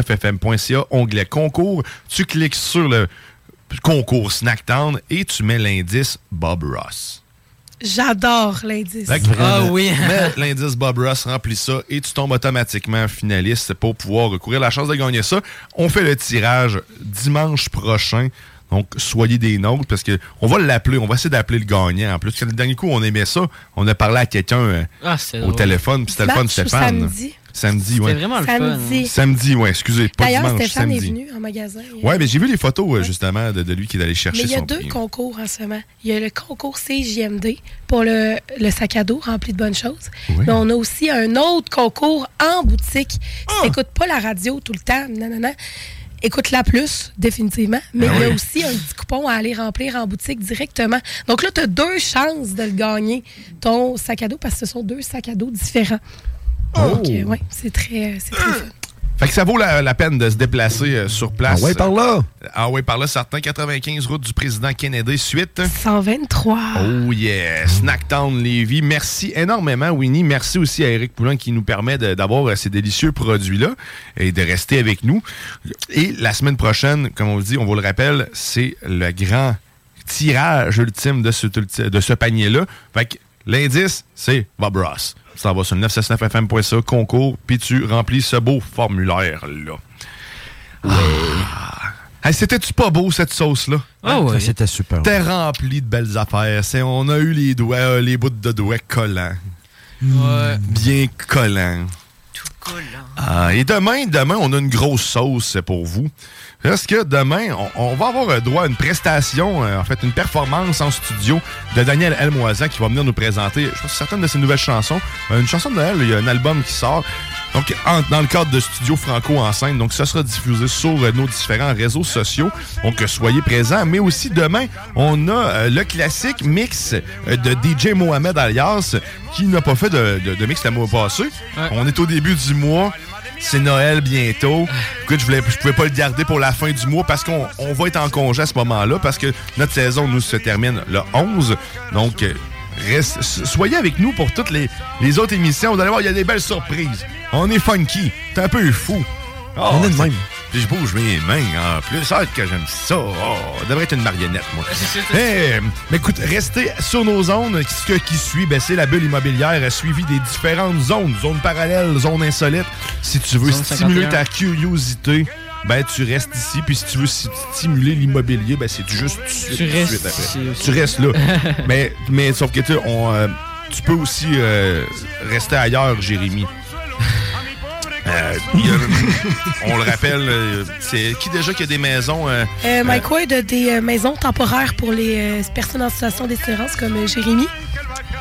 S5: 969fm.ca, onglet concours, tu cliques sur le concours Snacktown et tu mets l'indice Bob Ross.
S9: J'adore l'indice.
S5: Fait que
S6: Ah
S5: mets l'indice Bob Ross, remplis ça et tu tombes automatiquement finaliste pour pouvoir recourir la chance de gagner ça. On fait le tirage dimanche prochain. Donc, soyez des nôtres parce que on va l'appeler, on va essayer d'appeler le gagnant. En plus, Parce que le dernier coup, on aimait ça. On a parlé à quelqu'un euh,
S6: Ah, c'est
S5: au
S6: drôle.
S5: téléphone, puis c'était le fun,
S9: Dimanche ou
S5: Stéphane.
S9: samedi?
S5: Samedi, ouais.
S6: C'était vraiment le
S9: Samedi. fun, hein.
S5: Samedi, ouais, excusez, pas
S9: D'ailleurs,
S5: dimanche,
S9: Stéphane
S5: samedi.
S9: est venu en magasin.
S5: Ouais, mais j'ai vu les photos, euh, justement, de, de lui qui est allé
S9: Mais
S5: chercher
S9: il y a
S5: son
S9: deux
S5: prix.
S9: concours en ce moment. Il y a le concours CJMD pour le, le sac à dos rempli de bonnes choses. Mais on a
S5: Ah!
S9: aussi un autre concours en boutique. Si t'écoutes pas la radio tout le temps, nanana, Écoute-la plus, définitivement. Mais
S5: Ben
S2: Ah
S9: il y a
S2: oui.
S9: aussi un petit coupon à aller remplir en boutique directement. Donc là, tu as deux chances de le gagner, ton sac à dos, parce que ce sont deux sacs à dos différents.
S5: Oh!
S9: Donc, euh, ouais, c'est très, c'est
S5: Ah!
S9: très fun.
S5: Fait que ça vaut la, la peine de se déplacer euh, sur place.
S9: Ah ouais, par
S5: là. Ah ouais, par là, certain. 95 route du président Kennedy, suite.
S9: 123.
S5: Oh yeah, Snacktown Lévis. Merci énormément, Winnie. Merci aussi à Eric Poulin qui nous permet de- d'avoir euh, ces délicieux produits-là et de rester avec nous. Et la semaine prochaine, comme on le dit, on vous le rappelle, c'est le grand tirage ultime de ce, de ce panier-là. Fait que l'indice, c'est Bob Ross. Ça va sur le 969fm.ca, concours, puis tu remplis ce beau formulaire-là. Ah. Hey, C'était-tu pas beau, cette sauce-là?
S4: Ah ouais. C'était
S7: Ben
S4: super.
S5: T'es rempli de belles affaires. C'est- on a eu les doigts, euh, les bouts de doigts collants. Bien collants. Tout collant. Ah, et demain, demain, on a une grosse sauce pour vous. Parce que demain, on, on va avoir euh, droit à une prestation, euh, en fait, une performance en studio de Daniel Elmoisan qui va venir nous présenter, je pense, certaines de ses nouvelles chansons. Euh, Une chanson de Noël, il y a un album qui sort. Donc, en- dans le cadre de Studio Franco en scène, donc ça sera diffusé sur euh, nos différents réseaux sociaux. Donc, euh, soyez présents. Mais aussi, demain, on a euh, le classique mix euh, de DJ Mohamed Alias, qui n'a pas fait de, de- de mix la mois passé. On est au début du mois. C'est Noël bientôt. Écoute, je voulais, je pouvais pas le garder pour la fin du mois parce qu'on on va être en congé à ce moment-là parce que notre saison nous se termine le 11. Donc, euh, reste- soyez avec nous pour toutes les, les autres émissions. Vous allez voir, il y a des belles surprises. On est funky. T'es un peu fou. Oh, on est de même. Ah, Puis je bouge mes mains en plus. Ah, que j'aime ça. Oh, je devrais être une marionnette, moi. Eh, mais écoute, restez sur nos zones. Ce que- qui suit, ben, c'est la bulle immobilière euh, suivie des différentes zones. Zones parallèles, zones insolites. Si tu veux
S4: Zone
S5: stimuler
S4: 51.
S5: ta curiosité, ben tu restes ici. Puis si tu veux si- stimuler l'immobilier, ben c'est juste tout de
S4: Tu
S5: suite,
S4: restes
S5: tout de suite
S4: ici aussi.
S5: Tu restes là. mais, mais sauf que tu on, euh, tu peux aussi euh, rester ailleurs, Jérémy. Euh, il y a- on le rappelle, euh, c'est qui déjà qui a des maisons euh,
S9: Euh, Mike Ward a des euh, maisons temporaires pour les euh, personnes en situation d'espérance comme euh, Jérémy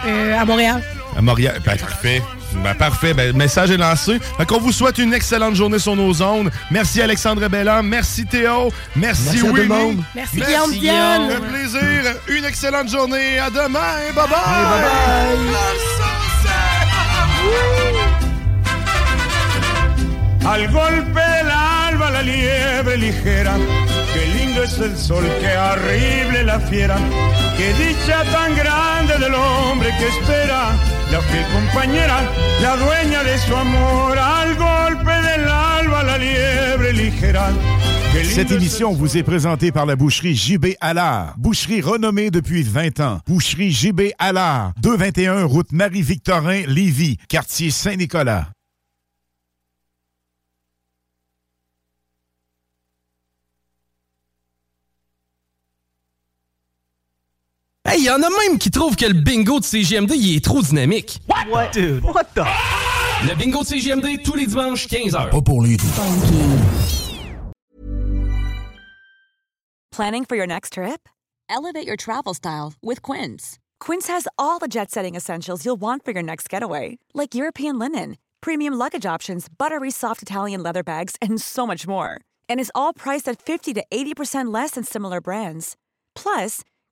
S9: euh, à Montréal.
S5: À Montréal. Ben, parfait. Ben, parfait. Ben, message est lancé. Fait qu'on vous souhaite une excellente journée sur nos ondes. Merci Alexandre Bellam. Merci Théo. Merci,
S4: Merci à tout
S5: Winnie.
S4: le monde.
S9: Merci, Guillaume
S4: Dion.
S5: Un plaisir. Une excellente journée. À demain. Bye bye.
S11: Al golpe del alba la liebre ligera, qué lindo es el sol, qué horrible la fiera, qué dicha tan grande del hombre que espera, la fiel compañera, la dueña de su amor, al golpe del alba la liebre ligera. qué lindo
S1: Cette
S11: es el
S1: émission vous est présentée par la boucherie JB Allard. Boucherie renommée depuis 20 ans. Boucherie JB Allard. 221 route Marie-Victorin, Lévis, quartier Saint-Nicolas.
S10: Hey, y en a même qui trouvent que le bingo de CGMD, il est trop dynamique. What? Dude? What the? Le bingo de CGMD, tous les dimanches, 15h. Pas pour les
S22: Planning for your next trip? Elevate your travel style with Quince. Quince has all the jet setting essentials you'll want for your next getaway, like European linen, premium luggage options, buttery soft Italian leather bags, and so much more. And is all priced at 50 to 80% less than similar brands. Plus,